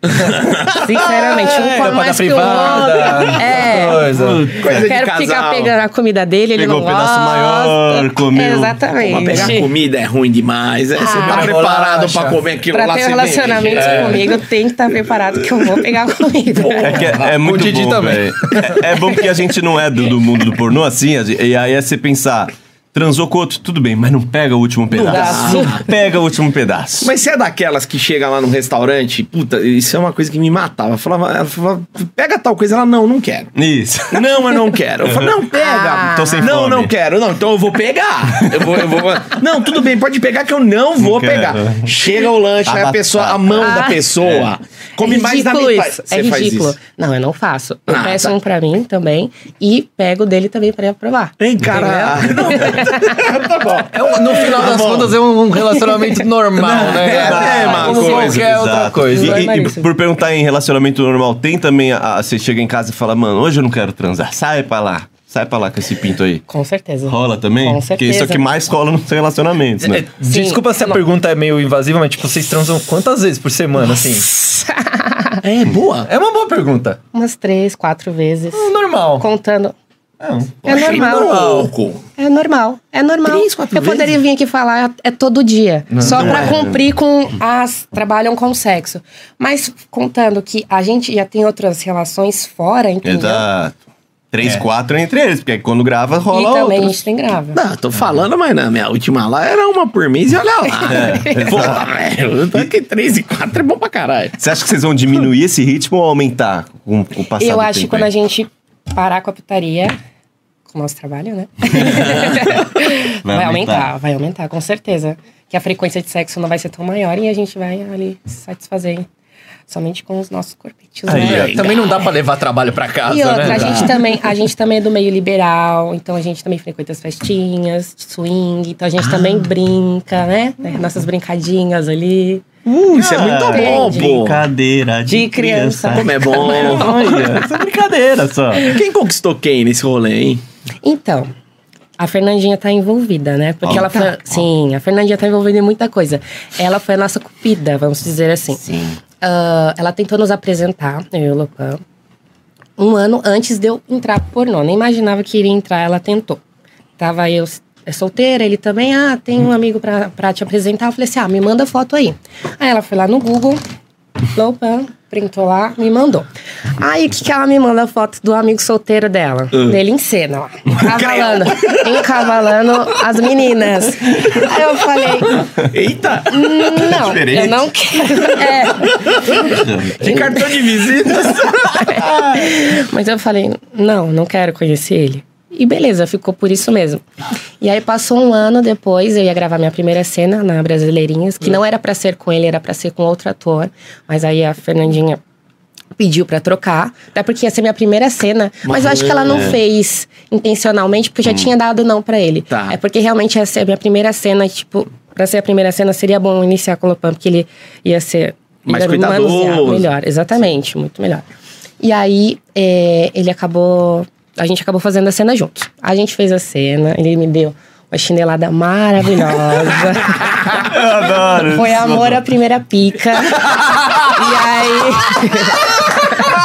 [SPEAKER 4] Sinceramente,
[SPEAKER 3] É,
[SPEAKER 4] um come
[SPEAKER 3] não paga
[SPEAKER 4] mais que o
[SPEAKER 3] privada, <laughs>
[SPEAKER 4] outro. É.
[SPEAKER 3] coisa.
[SPEAKER 1] Coisa
[SPEAKER 4] Eu quero
[SPEAKER 1] de
[SPEAKER 4] ficar
[SPEAKER 1] casal.
[SPEAKER 4] pegando a comida dele, ele
[SPEAKER 2] Pegou
[SPEAKER 4] não
[SPEAKER 2] um pedaço
[SPEAKER 4] gosta.
[SPEAKER 2] maior, comeu.
[SPEAKER 4] Exatamente.
[SPEAKER 1] Mas pegar comida é ruim demais. né? Você tá
[SPEAKER 4] né? Ah.
[SPEAKER 1] preparado pra
[SPEAKER 3] Bolacha.
[SPEAKER 1] comer aquilo
[SPEAKER 4] pra
[SPEAKER 1] lá?
[SPEAKER 4] ter
[SPEAKER 1] você
[SPEAKER 4] um
[SPEAKER 1] vem-
[SPEAKER 4] relacionamento
[SPEAKER 1] É.
[SPEAKER 4] comigo, tem que estar preparado que eu vou pegar a comida.
[SPEAKER 2] É, que é, é
[SPEAKER 3] O
[SPEAKER 2] muito
[SPEAKER 3] Didi
[SPEAKER 2] bom,
[SPEAKER 3] também.
[SPEAKER 2] velho. É, é bom porque a gente não é do, do mundo do pornô assim, a gente- e aí é você pensar, transou com outro, tudo bem, mas não pega o último pedaço.
[SPEAKER 4] dá.
[SPEAKER 2] Não pega o último pedaço.
[SPEAKER 1] Mas você é daquelas que chega lá no restaurante, puta, isso é uma coisa que me matava. Eu Falava, ela falava, pega tal coisa, ela, não, não quero.
[SPEAKER 2] Isso.
[SPEAKER 1] Não, eu não quero. Eu falo, não, pega.
[SPEAKER 4] Ah.
[SPEAKER 2] Tô sem
[SPEAKER 1] não,
[SPEAKER 2] fome.
[SPEAKER 1] não quero. Não, então eu vou pegar. Eu vou, eu vou. Não, tudo bem, pode pegar que eu não vou
[SPEAKER 2] quero.
[SPEAKER 1] pegar. Chega o lanche,
[SPEAKER 2] Tá
[SPEAKER 1] aí a
[SPEAKER 2] batata.
[SPEAKER 1] pessoa, a mão da
[SPEAKER 4] Ah.
[SPEAKER 1] pessoa. Come
[SPEAKER 4] é
[SPEAKER 1] mais da
[SPEAKER 4] ridículo
[SPEAKER 1] metade.
[SPEAKER 4] isso.
[SPEAKER 1] Você
[SPEAKER 4] É
[SPEAKER 1] faz
[SPEAKER 4] ridículo.
[SPEAKER 1] isso.
[SPEAKER 4] Não, eu não faço. Eu
[SPEAKER 1] Ah,
[SPEAKER 4] peço
[SPEAKER 1] tá.
[SPEAKER 4] um pra mim também e pego dele também pra eu provar.
[SPEAKER 1] Hein, cara? Não, tá bom.
[SPEAKER 3] É um- no final das
[SPEAKER 1] bom.
[SPEAKER 3] contas, é um <laughs> relacionamento normal, né?
[SPEAKER 1] é a mesma
[SPEAKER 3] Como
[SPEAKER 1] coisa,
[SPEAKER 3] qualquer outra
[SPEAKER 2] Exato.
[SPEAKER 3] coisa.
[SPEAKER 2] E-
[SPEAKER 4] Vai,
[SPEAKER 2] E, e
[SPEAKER 4] Marisa.
[SPEAKER 2] por perguntar em relacionamento normal, tem também. a- a- Você chega em casa e fala, mano, hoje eu não quero transar. Sai pra lá. Sai pra lá com esse pinto aí.
[SPEAKER 4] Com certeza.
[SPEAKER 2] Rola também?
[SPEAKER 4] Com
[SPEAKER 2] Porque isso é o que
[SPEAKER 4] certeza.
[SPEAKER 2] mais rola nos relacionamentos, né?
[SPEAKER 3] É, Desculpa se a
[SPEAKER 4] Não.
[SPEAKER 3] pergunta é meio invasiva, mas tipo, vocês transam quantas vezes por semana, assim?
[SPEAKER 1] É boa.
[SPEAKER 3] É uma boa pergunta.
[SPEAKER 4] Umas três, quatro vezes.
[SPEAKER 3] Ah, Normal.
[SPEAKER 4] Contando.
[SPEAKER 3] Não.
[SPEAKER 4] É
[SPEAKER 1] Achei
[SPEAKER 4] normal.
[SPEAKER 1] pouco.
[SPEAKER 4] É normal, é normal.
[SPEAKER 1] Três, quatro
[SPEAKER 4] eu poderia
[SPEAKER 1] vezes?
[SPEAKER 4] vir aqui falar é todo dia, só
[SPEAKER 1] Não
[SPEAKER 4] pra
[SPEAKER 1] é.
[SPEAKER 4] cumprir com as trabalham com sexo. Mas contando que a gente já tem outras relações fora,
[SPEAKER 3] É,
[SPEAKER 4] entendeu?
[SPEAKER 2] Exato. Três, quatro entre eles, porque quando grava
[SPEAKER 4] E
[SPEAKER 2] rola
[SPEAKER 4] também é a
[SPEAKER 2] outras.
[SPEAKER 4] gente tem grávida.
[SPEAKER 1] Não, tô falando, mas na minha última lá era uma por mês e olha lá. <laughs> Porra, velho. Tá que três e quatro é bom pra caralho.
[SPEAKER 2] Você acha que vocês vão diminuir esse ritmo ou aumentar com, com o passar
[SPEAKER 4] eu
[SPEAKER 2] do
[SPEAKER 4] acho que
[SPEAKER 2] tempo
[SPEAKER 4] quando
[SPEAKER 2] aí?
[SPEAKER 4] a gente parar com a putaria, com o nosso
[SPEAKER 2] <laughs>
[SPEAKER 4] trabalho, né? vai,
[SPEAKER 2] aumentar.
[SPEAKER 4] aumentar. vai aumentar, com certeza. Que a frequência de sexo não vai ser tão maior e a gente vai ali se satisfazer somente com os nossos corpetinhos.
[SPEAKER 2] Aí,
[SPEAKER 4] né?
[SPEAKER 2] ó.
[SPEAKER 3] É, também não dá pra levar trabalho pra casa,
[SPEAKER 4] E outra,
[SPEAKER 3] né?
[SPEAKER 4] a gente, tá também, a gente também é do meio liberal, então a gente também frequenta as festinhas, swing, então a gente também brinca, né? Né? Nossas brincadinhas ali.
[SPEAKER 1] Hum, isso é muito
[SPEAKER 2] Ah,
[SPEAKER 1] bom,
[SPEAKER 4] entendi.
[SPEAKER 1] pô.
[SPEAKER 2] Brincadeira
[SPEAKER 4] É De criança. né?
[SPEAKER 1] Como é bom.
[SPEAKER 2] Olha, essa é brincadeira só.
[SPEAKER 1] Quem conquistou quem nesse rolê, hein?
[SPEAKER 4] Então, a Fernandinha tá envolvida, né? Porque ela foi. Sim, a Fernandinha tá envolvida em muita coisa. Ela foi a nossa cupida, vamos dizer assim. Sim. ela tentou nos apresentar, eu e o Lopan, um ano antes de eu entrar pro pornô. Nem imaginava que iria entrar, ela tentou. Tava eu s- é solteira, ele também, ah, tem um amigo pra, pra te apresentar. Eu falei assim, ah, me manda foto aí. Aí ela foi lá no Google, Lopan, printou lá, me mandou. Aí o que, que ela me manda a foto do amigo solteiro dela? Dele em cena, lá. Encavalando, encavalando as meninas. Aí eu falei,
[SPEAKER 1] Eita!
[SPEAKER 4] Hum, não,
[SPEAKER 2] Diferente.
[SPEAKER 4] eu não quero. É.
[SPEAKER 1] Que cartão de visitas!
[SPEAKER 4] <laughs> Mas eu falei, não, não quero conhecer ele. E beleza, ficou por isso mesmo. E aí passou um ano depois, eu ia gravar minha primeira cena na Brasileirinhas, que não era pra ser com ele, era pra ser com outro ator. Mas aí a Fernandinha pediu pra trocar, até porque ia ser minha primeira cena, mas eu acho que ela não
[SPEAKER 1] Uhum.
[SPEAKER 4] fez intencionalmente, porque eu já tinha dado não pra ele.
[SPEAKER 1] Tá.
[SPEAKER 4] É porque realmente ia ser a minha primeira cena, e, tipo, pra ser a primeira cena seria bom iniciar com o Lopan, porque ele ia ser
[SPEAKER 1] Mais
[SPEAKER 4] Ainda
[SPEAKER 1] cuidadoso.
[SPEAKER 4] manusear Melhor, exatamente, muito melhor. E aí, é, ele acabou. A gente acabou fazendo a cena juntos. A gente fez a cena, ele me deu uma
[SPEAKER 1] <laughs>
[SPEAKER 4] chinelada maravilhosa.
[SPEAKER 2] Eu adoro.
[SPEAKER 4] Foi amor à primeira
[SPEAKER 1] <laughs>
[SPEAKER 4] pica. e aí.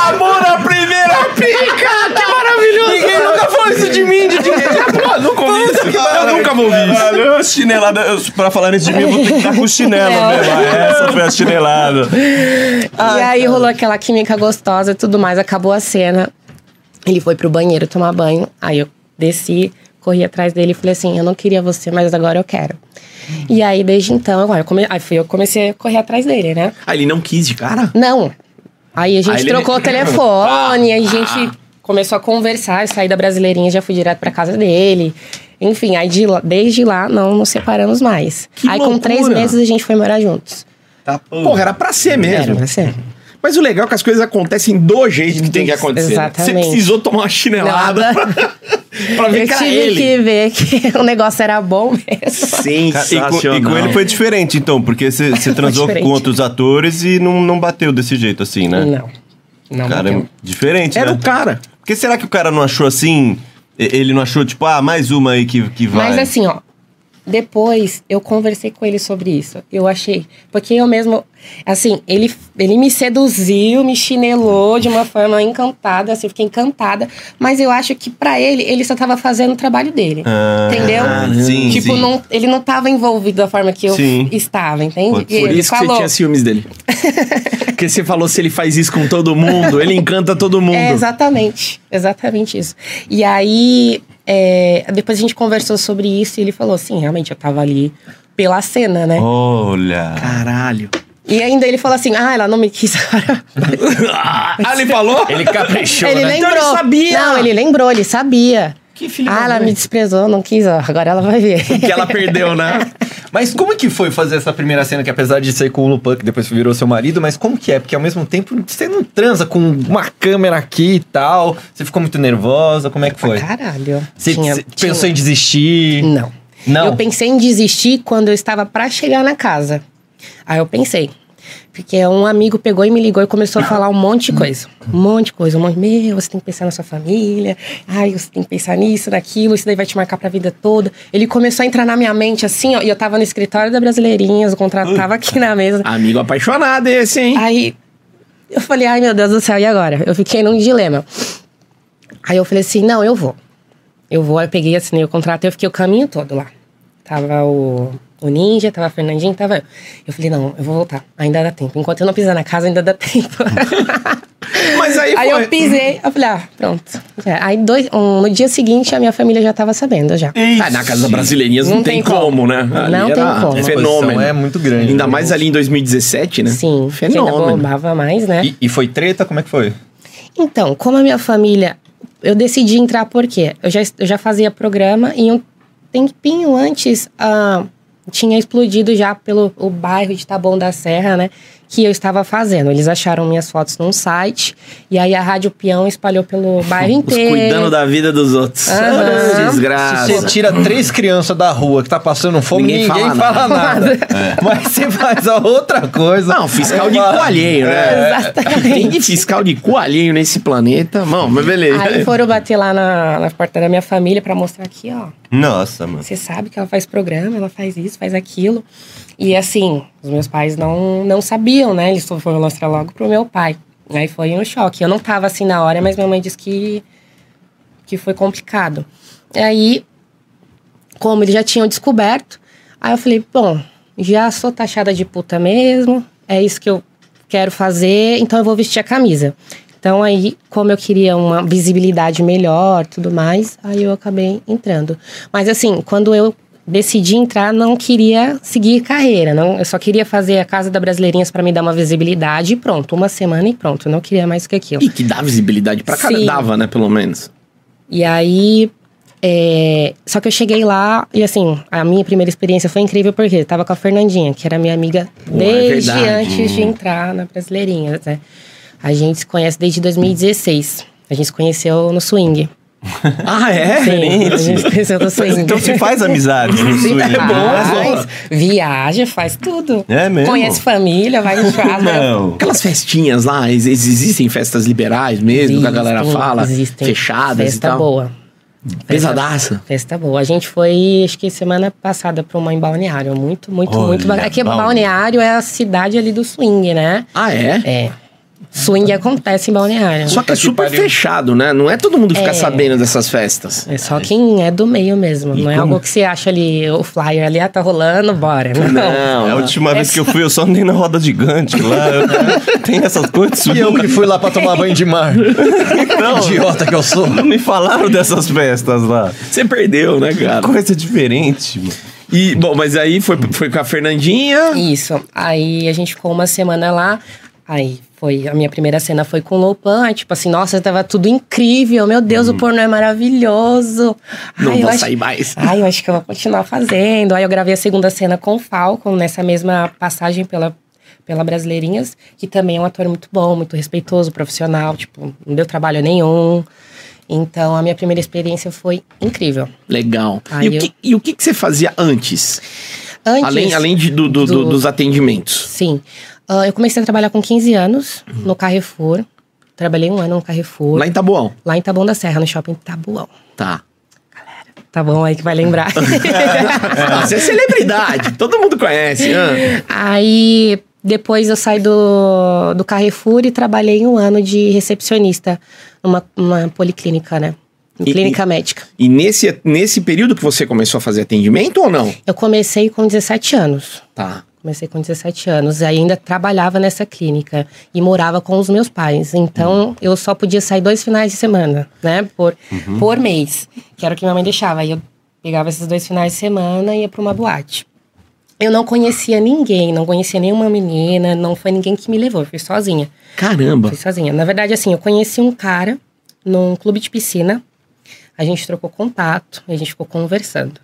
[SPEAKER 2] Amor à primeira pica! Que maravilhoso! Ninguém nunca falou isso de mim, de
[SPEAKER 1] <laughs>
[SPEAKER 2] ninguém. Pô, nunca ouvi isso. eu nunca vou ouvir isso. Caralho, chinelada. Eu, pra falar nisso de mim, eu vou ter que estar com chinelo
[SPEAKER 4] Não.
[SPEAKER 2] mesmo. Ah, Essa foi a chinelada.
[SPEAKER 4] e aí rolou aquela química gostosa e tudo mais. Acabou a cena. Ele foi pro banheiro tomar banho. Aí eu desci, corri atrás dele e falei assim: Eu não queria você, mas agora eu quero. E aí, desde então, agora, eu come... aí fui eu que comecei a correr atrás dele, né?
[SPEAKER 1] Ah, ele não quis de cara?
[SPEAKER 4] Não. Aí a gente
[SPEAKER 1] Aí ele- Ah.
[SPEAKER 4] trocou o telefone, a gente começou a conversar, eu saí da brasileirinha, já fui direto pra casa dele. Enfim, aí de lá- desde lá não nos separamos mais.
[SPEAKER 1] Que
[SPEAKER 4] aí com
[SPEAKER 1] loucura.
[SPEAKER 4] três meses a gente foi morar juntos.
[SPEAKER 2] Tá, porra.
[SPEAKER 1] Porra, era pra ser
[SPEAKER 4] Era
[SPEAKER 1] mesmo.
[SPEAKER 4] pra ser.
[SPEAKER 1] Mas o legal é que as coisas acontecem do jeito que tem que acontecer. né? Você
[SPEAKER 4] Exatamente.
[SPEAKER 1] precisou tomar uma chinelada pra, <laughs> pra ver
[SPEAKER 4] Eu
[SPEAKER 1] que era
[SPEAKER 4] tive
[SPEAKER 1] ele.
[SPEAKER 4] que ver que <laughs> o negócio era bom mesmo.
[SPEAKER 2] Cara, E com,
[SPEAKER 1] Sensacional.
[SPEAKER 2] e com ele foi diferente, então, porque
[SPEAKER 4] <laughs>
[SPEAKER 2] você você transou
[SPEAKER 4] diferente.
[SPEAKER 2] com outros atores e não, não bateu desse jeito, assim, né?
[SPEAKER 4] Não. Não
[SPEAKER 2] Cara, é
[SPEAKER 4] bateu.
[SPEAKER 2] diferente,
[SPEAKER 1] Era
[SPEAKER 2] né?
[SPEAKER 1] o cara.
[SPEAKER 2] Porque será que o cara não achou assim? E- Ele não achou, tipo, ah, mais uma aí que, que vai.
[SPEAKER 4] Mas assim, ó. Depois eu conversei com ele sobre isso. Eu achei. Porque eu mesmo. Assim, ele, ele me seduziu, me chinelou de uma forma encantada, assim, eu fiquei encantada. Mas eu acho que pra ele, ele só tava fazendo o trabalho dele.
[SPEAKER 2] Ah,
[SPEAKER 4] entendeu?
[SPEAKER 2] sim,
[SPEAKER 4] tipo,
[SPEAKER 2] sim.
[SPEAKER 4] Não, ele não tava envolvido da forma que eu
[SPEAKER 2] Sim.
[SPEAKER 4] estava, entende?
[SPEAKER 2] Pode ser.
[SPEAKER 4] E
[SPEAKER 1] Por
[SPEAKER 4] ele
[SPEAKER 1] isso que você tinha ciúmes dele.
[SPEAKER 4] <laughs>
[SPEAKER 1] Porque você falou, se ele faz isso com todo mundo, ele encanta todo mundo.
[SPEAKER 4] É, exatamente. Exatamente isso. E aí, é, depois a gente conversou sobre isso e ele falou assim: realmente, eu tava ali pela cena,
[SPEAKER 1] Oh.
[SPEAKER 4] né?
[SPEAKER 2] Olha.
[SPEAKER 1] <laughs> Caralho.
[SPEAKER 4] E ainda ele falou assim: ah, ela não me quis.
[SPEAKER 1] Ah, ele falou?
[SPEAKER 3] Ele <laughs> caprichou,
[SPEAKER 4] ele
[SPEAKER 3] né?
[SPEAKER 4] lembrou.
[SPEAKER 1] Então ele sabia.
[SPEAKER 4] Não, ele lembrou, ele sabia.
[SPEAKER 1] Que filho da
[SPEAKER 4] ah, ela
[SPEAKER 1] mãe.
[SPEAKER 4] me desprezou, não quis, ó. Agora ela vai
[SPEAKER 1] <laughs>
[SPEAKER 4] ver.
[SPEAKER 1] Que ela perdeu, né?
[SPEAKER 3] Mas como é que foi fazer essa primeira cena, que apesar de ser com o Lupan, que depois virou seu marido, mas como que é? Porque ao mesmo tempo você não transa com uma câmera aqui e tal. Você ficou muito nervosa, como é que foi?
[SPEAKER 4] Caralho.
[SPEAKER 3] Você
[SPEAKER 4] Tinha-
[SPEAKER 3] você
[SPEAKER 4] tinha- um
[SPEAKER 3] pensou em desistir?
[SPEAKER 4] Não.
[SPEAKER 3] Não?
[SPEAKER 4] Eu pensei em desistir quando eu estava pra chegar na casa. Aí eu pensei. Porque um amigo pegou e me ligou e começou a falar um monte de coisa. Um monte de coisa. Um monte, meu, você tem que pensar na sua família. Ai, você tem que pensar nisso, naquilo. Isso daí vai te marcar pra vida toda. Ele começou a entrar na minha mente assim, ó. E eu tava no escritório da Brasileirinhas, o contrato tava aqui na mesa.
[SPEAKER 1] Amigo apaixonado esse, hein?
[SPEAKER 4] Aí eu falei, ai meu Deus do céu, e agora? Eu fiquei num dilema. Aí eu falei assim, não, eu vou. Eu vou, eu peguei, assinei o contrato, eu fiquei o caminho todo lá. Tava o, o Ninja, tava a Fernandinho, tava eu. Eu falei, não, eu vou voltar, ainda dá tempo. Enquanto eu não pisar na casa, ainda dá tempo.
[SPEAKER 1] <laughs> Mas aí,
[SPEAKER 4] Aí
[SPEAKER 1] foi.
[SPEAKER 4] eu pisei, eu falei, ah, pronto. É, aí dois, um, no dia seguinte a minha família já tava sabendo já.
[SPEAKER 1] Ah, na casa das brasileirinhas não,
[SPEAKER 4] Não
[SPEAKER 1] tem
[SPEAKER 4] tem
[SPEAKER 1] como, né?
[SPEAKER 4] Não
[SPEAKER 1] era
[SPEAKER 4] tem como.
[SPEAKER 1] um Fenômeno.
[SPEAKER 3] Exposição é muito grande.
[SPEAKER 1] Ainda mais ali em 2017, né?
[SPEAKER 4] Sim, que ainda
[SPEAKER 1] Fenômeno.
[SPEAKER 4] bombava mais, né?
[SPEAKER 3] E, e foi treta? Como é que foi?
[SPEAKER 4] Então, como a minha família, eu decidi entrar porque eu já, eu já fazia programa e um tempinho antes ah, tinha explodido já pelo o bairro de Taboão da Serra, né? Que eu estava fazendo. Eles acharam minhas fotos num site e aí a Rádio Peão espalhou pelo
[SPEAKER 1] <laughs>
[SPEAKER 4] bairro
[SPEAKER 1] Os
[SPEAKER 4] inteiro.
[SPEAKER 1] cuidando da vida dos outros.
[SPEAKER 4] Aham.
[SPEAKER 1] Desgraça.
[SPEAKER 3] Se você tira três crianças da rua que tá passando fome,
[SPEAKER 1] Ninguém
[SPEAKER 3] ninguém,
[SPEAKER 1] fala
[SPEAKER 3] fala,
[SPEAKER 1] nada. É.
[SPEAKER 3] nada. Mas você faz a outra coisa.
[SPEAKER 1] Não, fiscal de cu
[SPEAKER 3] Fala.
[SPEAKER 4] <laughs>
[SPEAKER 1] alheio, né?
[SPEAKER 4] Exatamente.
[SPEAKER 1] Tem de fiscal de cu alheio nesse planeta. Mano, mas beleza. <laughs>
[SPEAKER 4] Aí foram bater lá na, na porta da minha família pra mostrar aqui, ó.
[SPEAKER 2] Nossa, mano.
[SPEAKER 4] Você sabe que ela faz programa, ela faz isso, faz aquilo. E assim, os meus pais não, não sabiam, né? Eles só foram mostrar logo pro meu pai. Aí foi um choque. Eu não tava assim na hora, mas minha mãe disse que, que foi complicado. E aí, como eles já tinham descoberto, aí eu falei, bom, já sou taxada de puta mesmo, é isso que eu quero fazer, então eu vou vestir a camisa. Então aí, como eu queria uma visibilidade melhor, tudo mais, aí eu acabei entrando. Mas assim, quando eu decidi entrar, não queria seguir carreira, não, eu só queria fazer a Casa da Brasileirinhas para me dar uma visibilidade e pronto, uma semana e pronto, eu não queria mais que aquilo.
[SPEAKER 1] E que dá visibilidade pra cara.
[SPEAKER 4] Sim.
[SPEAKER 1] Dava, né, pelo menos.
[SPEAKER 4] E aí. é, só que eu cheguei lá e assim, a minha primeira experiência foi incrível porque eu tava com a Fernandinha, que era minha amiga
[SPEAKER 1] Pô, é
[SPEAKER 4] desde
[SPEAKER 1] verdade.
[SPEAKER 4] antes de entrar na Brasileirinha, né? A gente se conhece desde 2016. A gente se conheceu no swing.
[SPEAKER 1] Ah, é?
[SPEAKER 4] Sim, a gente se conheceu no swing.
[SPEAKER 2] Então se faz é amizade né? no swing.
[SPEAKER 4] Faz, viaja, faz tudo.
[SPEAKER 2] É mesmo?
[SPEAKER 4] Conhece família, vai no churrasco.
[SPEAKER 2] Não.
[SPEAKER 1] Aquelas festinhas lá, ex- ex- existem festas liberais mesmo, que a galera
[SPEAKER 4] Existem-
[SPEAKER 1] fala,
[SPEAKER 4] existem
[SPEAKER 1] fechadas
[SPEAKER 4] Festa
[SPEAKER 1] e tal.
[SPEAKER 4] boa.
[SPEAKER 1] Pesadaça.
[SPEAKER 4] Festa boa. A gente foi, acho que semana passada, pra uma em Balneário. Muito, muito,
[SPEAKER 2] Olha,
[SPEAKER 4] muito bacana. É que Balneário é a cidade ali do swing, né?
[SPEAKER 1] Ah, é?
[SPEAKER 4] É. Swing acontece em Balneário.
[SPEAKER 1] Só que é super fechado, né? Não é todo mundo que fica sabendo dessas festas.
[SPEAKER 4] É só quem é do meio mesmo. não é algo que você acha ali, o flyer ali, ah, tá rolando, bora. Não.
[SPEAKER 2] É a
[SPEAKER 1] né?
[SPEAKER 2] última vez que eu fui, eu só andei na roda gigante lá.
[SPEAKER 1] <laughs>
[SPEAKER 2] eu- Tem essas coisas?
[SPEAKER 3] E eu que fui lá pra tomar banho de mar. Idiota que eu sou.
[SPEAKER 2] Não me falaram dessas festas lá.
[SPEAKER 1] Você perdeu, né, cara?
[SPEAKER 2] Coisa diferente, mano.
[SPEAKER 1] E, bom, mas aí foi, foi com a Fernandinha.
[SPEAKER 4] Isso. Aí a gente ficou uma semana lá. Aí foi a minha primeira cena foi com o Lopan. Aí, tipo assim, nossa, tava tudo incrível. Meu Deus, o pornô é maravilhoso.
[SPEAKER 1] Hum. Não
[SPEAKER 4] Ai, eu
[SPEAKER 1] vou
[SPEAKER 4] acho-
[SPEAKER 1] sair mais.
[SPEAKER 4] <laughs> Ai, eu acho que eu vou continuar fazendo. Aí eu gravei a segunda cena com o Falcon, nessa mesma passagem pela, pela Brasileirinhas, que também é um ator muito bom, muito respeitoso, profissional, tipo, não deu trabalho nenhum. Então, a minha primeira experiência foi incrível.
[SPEAKER 1] Legal.
[SPEAKER 4] Aí
[SPEAKER 1] e, o
[SPEAKER 4] eu-
[SPEAKER 1] que, e o que que você fazia antes?
[SPEAKER 4] Antes,
[SPEAKER 1] além além de, do- do- do-
[SPEAKER 4] do-
[SPEAKER 1] dos atendimentos.
[SPEAKER 4] Sim. Ah, eu comecei a trabalhar com 15 anos no Carrefour. Trabalhei um ano no Carrefour.
[SPEAKER 1] Lá em Taboão.
[SPEAKER 4] lá em Taboão da Serra, no shopping Taboão. <laughs>
[SPEAKER 1] Tá.
[SPEAKER 4] Tá bom aí que
[SPEAKER 1] <laughs>
[SPEAKER 4] vai lembrar.
[SPEAKER 1] Ah, você é celebridade. Todo mundo conhece. ah.
[SPEAKER 4] Aí depois eu saí do, do Carrefour e trabalhei um ano de recepcionista numa, numa policlínica, né?
[SPEAKER 1] E-
[SPEAKER 4] Clínica médica.
[SPEAKER 1] E nesse, nesse período que você começou a fazer atendimento ou não?
[SPEAKER 4] Eu comecei com 17 anos.
[SPEAKER 1] Tá.
[SPEAKER 4] Comecei com 17 anos e ainda trabalhava nessa clínica e morava com os meus pais. Então eu só podia sair dois finais de semana, né? Por, por mês, que era o que minha mãe deixava. Aí eu pegava esses dois finais de semana e ia pra uma boate. Eu não conhecia ninguém, não conhecia nenhuma menina, não foi ninguém que me levou, eu fui sozinha.
[SPEAKER 1] Caramba.
[SPEAKER 4] Fui sozinha. Na verdade, assim, eu conheci um cara num clube de piscina. A gente trocou contato, a gente ficou conversando.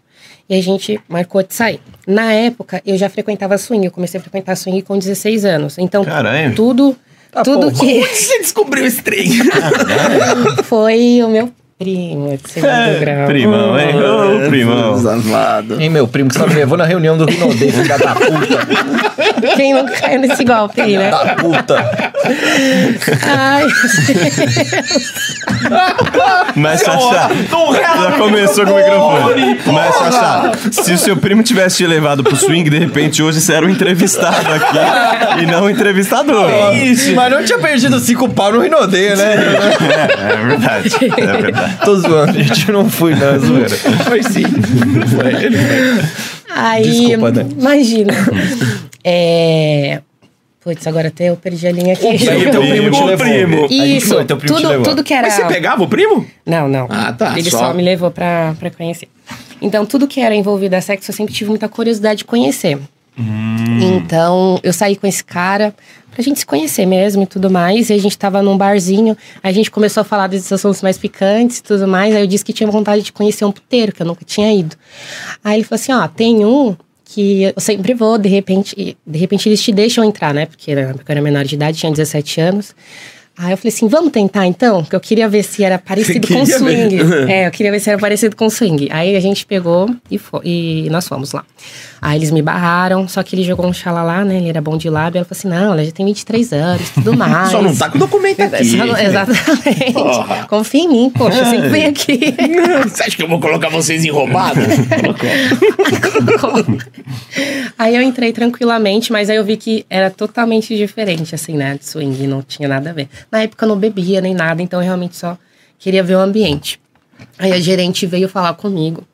[SPEAKER 4] E a gente marcou de sair. Na época, eu já frequentava swing. Eu comecei a frequentar swing com 16 anos. Então,
[SPEAKER 2] Caralho. Tá
[SPEAKER 4] tudo, tudo
[SPEAKER 3] porra.
[SPEAKER 4] que <laughs>
[SPEAKER 1] Você descobriu esse trem.
[SPEAKER 4] foi o meu primo de segundo grau.
[SPEAKER 2] É, Primão, hein?
[SPEAKER 1] <laughs>
[SPEAKER 2] Ô, primão.
[SPEAKER 1] Safado.
[SPEAKER 3] Hein, meu primo que você tá me levou na reunião do Rinodê, filha da puta,
[SPEAKER 4] Quem nunca caiu nesse golpe aí, né?
[SPEAKER 3] da puta.
[SPEAKER 4] Ai,
[SPEAKER 2] Mas, Xaxá,
[SPEAKER 1] é.
[SPEAKER 2] já começou com o microfone. Mas, Xaxá, se o seu primo tivesse te levado pro swing, de repente hoje você era o entrevistado aqui e não o entrevistador.
[SPEAKER 1] É
[SPEAKER 3] Mas não tinha perdido cinco pau no Rinodê, né?
[SPEAKER 2] É, é verdade. É verdade.
[SPEAKER 3] <laughs> Tô zoando, gente. Eu não fui, não. É zoeira.
[SPEAKER 1] Foi sim.
[SPEAKER 4] Aí,
[SPEAKER 3] Desculpa, Dani.
[SPEAKER 4] imagina. é... Putz, agora até eu perdi a linha aqui. <laughs>
[SPEAKER 1] primo,
[SPEAKER 2] então.
[SPEAKER 3] Teu primo te
[SPEAKER 1] o
[SPEAKER 3] levou. <laughs>
[SPEAKER 1] primo.
[SPEAKER 3] A gente
[SPEAKER 4] Isso,
[SPEAKER 3] foi, teu então, primo te
[SPEAKER 4] tudo,
[SPEAKER 3] levou.
[SPEAKER 4] tudo que era...
[SPEAKER 1] Mas você pegava o primo?
[SPEAKER 4] Não, não.
[SPEAKER 1] Ah, tá,
[SPEAKER 4] Ele
[SPEAKER 1] só-
[SPEAKER 4] só, me levou pra, pra conhecer. Então, tudo que era envolvido a sexo, eu sempre tive muita curiosidade de conhecer.
[SPEAKER 1] Uhum.
[SPEAKER 4] Então, eu saí com esse cara pra gente se conhecer mesmo e tudo mais. E a gente tava num barzinho, a gente começou a falar desses assuntos mais picantes e tudo mais. Aí eu disse que tinha vontade de conhecer um puteiro, que eu nunca tinha ido. Aí ele falou assim: ó, tem um que eu sempre vou, de repente, e de repente eles te deixam entrar, né? Porque na época eu era menor de idade, tinha 17 anos. Aí eu falei assim, vamos tentar então? Que eu queria ver se era parecido com
[SPEAKER 1] queria
[SPEAKER 4] swing.
[SPEAKER 1] <laughs> ver?
[SPEAKER 4] É, eu queria ver se era parecido com swing. Aí a gente pegou e, fo- e nós fomos lá. Aí eles me barraram, só que ele jogou um xalalá, né? Ele era bom de lábio. Ela falou assim, não, ela já tem 23 anos,
[SPEAKER 1] <laughs>
[SPEAKER 4] tudo mais.
[SPEAKER 1] Só não tá com o
[SPEAKER 4] <laughs>
[SPEAKER 1] documento aqui.
[SPEAKER 4] Só não- Exatamente. Confia em mim, poxa, eu sempre
[SPEAKER 1] <laughs>
[SPEAKER 4] venho aqui. <laughs>
[SPEAKER 1] Você acha que eu vou colocar vocês em roubada?
[SPEAKER 4] aí eu entrei tranquilamente, mas aí eu vi que era totalmente diferente, assim, né? De swing, não tinha nada a ver. Na época eu não bebia nem nada, então eu realmente só queria ver o ambiente. Aí a gerente veio falar comigo.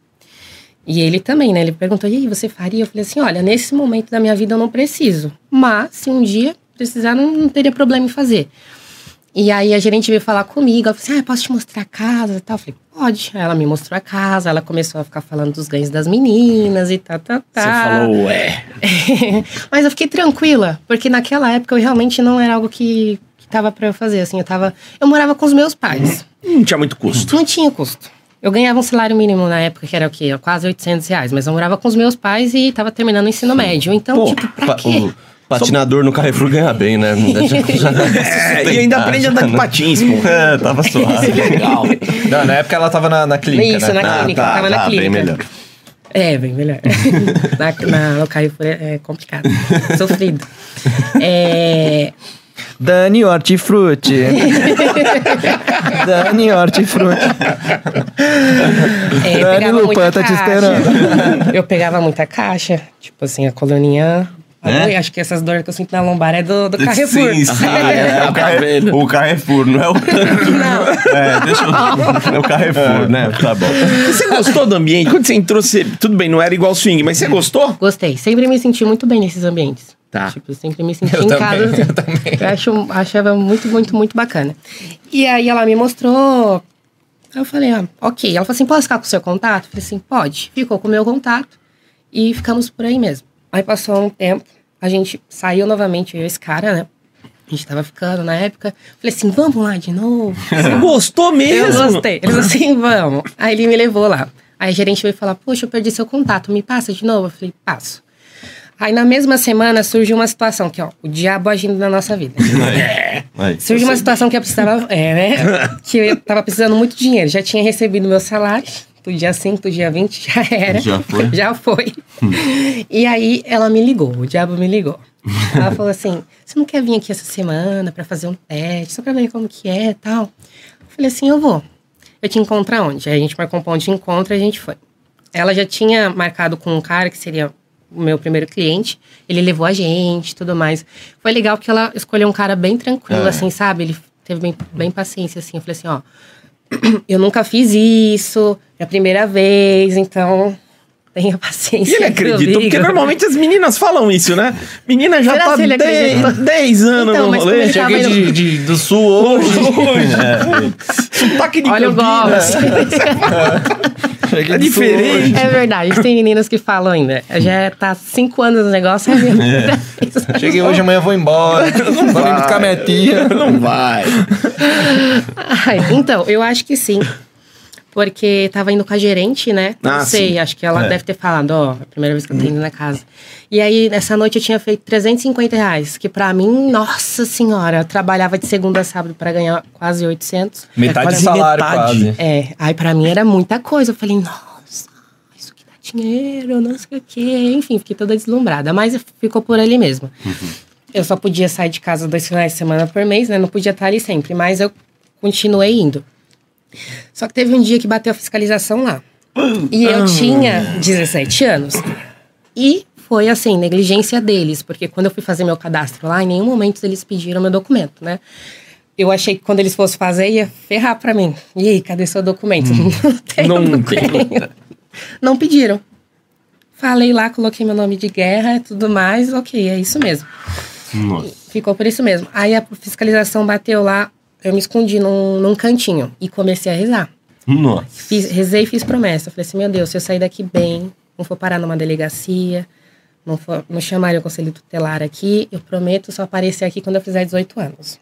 [SPEAKER 4] E ele também, né? Ele perguntou: e aí, você faria? Eu falei assim: olha, nesse momento da minha vida eu não preciso. Mas se um dia precisar, não, não teria problema em fazer. E aí a gerente veio falar comigo, ela falou assim, ah, posso te mostrar a casa e tal? Eu falei, pode. Aí Ela me mostrou a casa, ela começou a ficar falando dos ganhos das meninas e tá, tal, tal, tal.
[SPEAKER 1] Você falou, ué.
[SPEAKER 4] <laughs> Mas eu fiquei tranquila, porque naquela época eu realmente não era algo que, que tava pra eu fazer, assim, eu tava... Eu morava com os meus pais,
[SPEAKER 1] Não tinha muito custo.
[SPEAKER 4] não tinha custo. Eu ganhava um salário mínimo na época, que era o quê? Quase 800 reais, mas eu morava com os meus pais e tava terminando o ensino médio, então, tipo, pra
[SPEAKER 2] Pa-
[SPEAKER 4] quê?
[SPEAKER 2] o patinador no Carrefour ganha bem, né? Já- já-
[SPEAKER 1] É, e ainda aprende a andar de patins, pô.
[SPEAKER 2] É, tava
[SPEAKER 1] <laughs>
[SPEAKER 2] suave.
[SPEAKER 1] Legal.
[SPEAKER 3] Não, né? na época ela tava na, na clínica.
[SPEAKER 4] Isso,
[SPEAKER 3] né?
[SPEAKER 4] na clínica,
[SPEAKER 1] tá,
[SPEAKER 4] tava na
[SPEAKER 2] Ah,
[SPEAKER 4] clínica.
[SPEAKER 2] bem melhor.
[SPEAKER 4] É, bem melhor. <laughs> na, na, no Carrefour é é complicado. Sofrido. É,
[SPEAKER 3] Dani Hortifruti. <laughs> Dani Hortifruti.
[SPEAKER 4] é,
[SPEAKER 3] Dani
[SPEAKER 4] pegava
[SPEAKER 3] Lupan
[SPEAKER 4] muita
[SPEAKER 3] tá te
[SPEAKER 4] caixa.
[SPEAKER 3] esperando.
[SPEAKER 4] Eu pegava muita caixa. Tipo assim, a coluninha... Ai, Acho que essas dores que eu sinto na lombar é do, do Carrefour.
[SPEAKER 2] Né? Sim,
[SPEAKER 4] <laughs>
[SPEAKER 2] sim.
[SPEAKER 3] Ah,
[SPEAKER 2] É, o, Carre... o Carrefour,
[SPEAKER 3] né?
[SPEAKER 2] não é o tanto.
[SPEAKER 4] Não.
[SPEAKER 2] É, deixa eu. É o Carrefour, né? Tá bom.
[SPEAKER 1] Você gostou do ambiente? Quando você entrou, você... tudo bem, não era igual swing, mas você gostou?
[SPEAKER 4] Gostei. Sempre me senti muito bem nesses ambientes.
[SPEAKER 1] Tá.
[SPEAKER 4] Tipo, sempre me senti
[SPEAKER 3] Eu
[SPEAKER 4] em
[SPEAKER 3] também,
[SPEAKER 4] casa. assim.
[SPEAKER 3] eu também.
[SPEAKER 4] <laughs> Eu acho, achava muito, muito, muito bacana. E aí ela me mostrou. Eu falei, ah, ok. Ela falou assim: posso ficar com o seu contato? Eu falei assim: pode. Ficou com o meu contato e ficamos por aí mesmo. Aí passou um tempo, a gente saiu novamente, eu e esse cara, né? A gente tava ficando na época. Falei assim: vamos lá de
[SPEAKER 3] <laughs>
[SPEAKER 4] novo.
[SPEAKER 1] Você gostou
[SPEAKER 4] Eu
[SPEAKER 1] mesmo?
[SPEAKER 4] gostei. Ele falou assim, vamos. Aí ele me levou lá. Aí a gerente veio falar, poxa, eu perdi seu contato, me passa de novo? Eu falei, passo. Aí na mesma semana surgiu uma situação que, ó, o diabo agindo na nossa vida.
[SPEAKER 2] Aí.
[SPEAKER 4] Surgiu uma situação que eu precisava, é, né? Que eu tava precisando muito dinheiro. Já tinha recebido meu salário, do dia 5, do dia 20, <laughs> já era.
[SPEAKER 2] Já foi?
[SPEAKER 4] <laughs> Já foi. E aí ela me ligou, o diabo me ligou. Ela falou assim: você não quer vir aqui essa semana pra fazer um teste, só pra ver como que é e tal? Eu falei assim: eu vou. Eu te encontro aonde? Aí a gente marcou um ponto de encontro e a gente foi. Ela já tinha marcado com um cara que seria o meu primeiro cliente. Ele levou a gente tudo mais. Foi legal porque ela escolheu um cara bem tranquilo,
[SPEAKER 2] É.
[SPEAKER 4] assim, sabe? Ele teve bem, bem paciência, assim. Eu falei assim, ó, eu nunca fiz isso, é a primeira vez, então tenha paciência.
[SPEAKER 1] E ele acreditou, porque
[SPEAKER 4] comigo."
[SPEAKER 1] normalmente as meninas falam isso, né? Menina já
[SPEAKER 4] Será
[SPEAKER 1] tá
[SPEAKER 4] se ele
[SPEAKER 1] 10,
[SPEAKER 4] acreditou?
[SPEAKER 1] 10 anos
[SPEAKER 4] Então,
[SPEAKER 1] no
[SPEAKER 4] mas como
[SPEAKER 1] rolê.
[SPEAKER 4] ele tava
[SPEAKER 1] Cheguei de
[SPEAKER 4] indo-
[SPEAKER 3] De, de- do sul hoje.
[SPEAKER 1] É. sotaque de
[SPEAKER 4] <laughs> Olha o
[SPEAKER 1] Campinas.
[SPEAKER 4] golpe.
[SPEAKER 3] Cheguei
[SPEAKER 1] É
[SPEAKER 3] do sul
[SPEAKER 1] diferente.
[SPEAKER 3] hoje.
[SPEAKER 4] É verdade, tem meninas que falam ainda. Já tá cinco anos no negócio, é a primeira vez.
[SPEAKER 3] Cheguei hoje, amanhã vou <laughs> embora. Vou me buscar minha tia.
[SPEAKER 1] Não vai.
[SPEAKER 4] Ai, então, eu acho que sim. Porque tava indo com a gerente, né? Não
[SPEAKER 1] Ah,
[SPEAKER 4] sei,
[SPEAKER 1] sim.
[SPEAKER 4] acho que ela deve ter falado, ó, é a primeira vez que eu tô indo na casa. E aí, nessa noite, eu tinha feito 350 reais, que pra mim, nossa senhora, eu trabalhava de segunda a sábado pra ganhar quase 800.
[SPEAKER 3] Metade do
[SPEAKER 1] quase
[SPEAKER 3] salário,
[SPEAKER 1] metade.
[SPEAKER 3] quase.
[SPEAKER 4] É, aí pra mim era muita coisa. Eu falei, nossa, isso que dá dinheiro, não sei o quê. Enfim, fiquei toda deslumbrada, mas ficou por ali mesmo. Eu só podia sair de casa dois finais de semana por mês, né? Não podia estar ali sempre, mas eu continuei indo. Só que teve um dia que bateu a fiscalização lá. E eu tinha 17 anos. E foi assim, negligência deles, porque quando eu fui fazer meu cadastro lá, em nenhum momento eles pediram meu documento, né? Eu achei que quando eles fossem fazer, ia ferrar pra mim. E aí, cadê seu documento? <laughs> não tenho
[SPEAKER 1] Não
[SPEAKER 4] documento. Não pediram. Falei lá, coloquei meu nome de guerra e tudo mais. Ok, é isso mesmo. Ficou por isso mesmo. Aí a fiscalização bateu lá, eu me escondi num, num cantinho e comecei a rezar.
[SPEAKER 2] Nossa.
[SPEAKER 4] Fiz- rezei e fiz promessa. Falei assim, meu Deus, se eu sair daqui bem, não for parar numa delegacia, não, for, não chamarem o conselho tutelar aqui, eu prometo só aparecer aqui quando eu fizer 18 anos.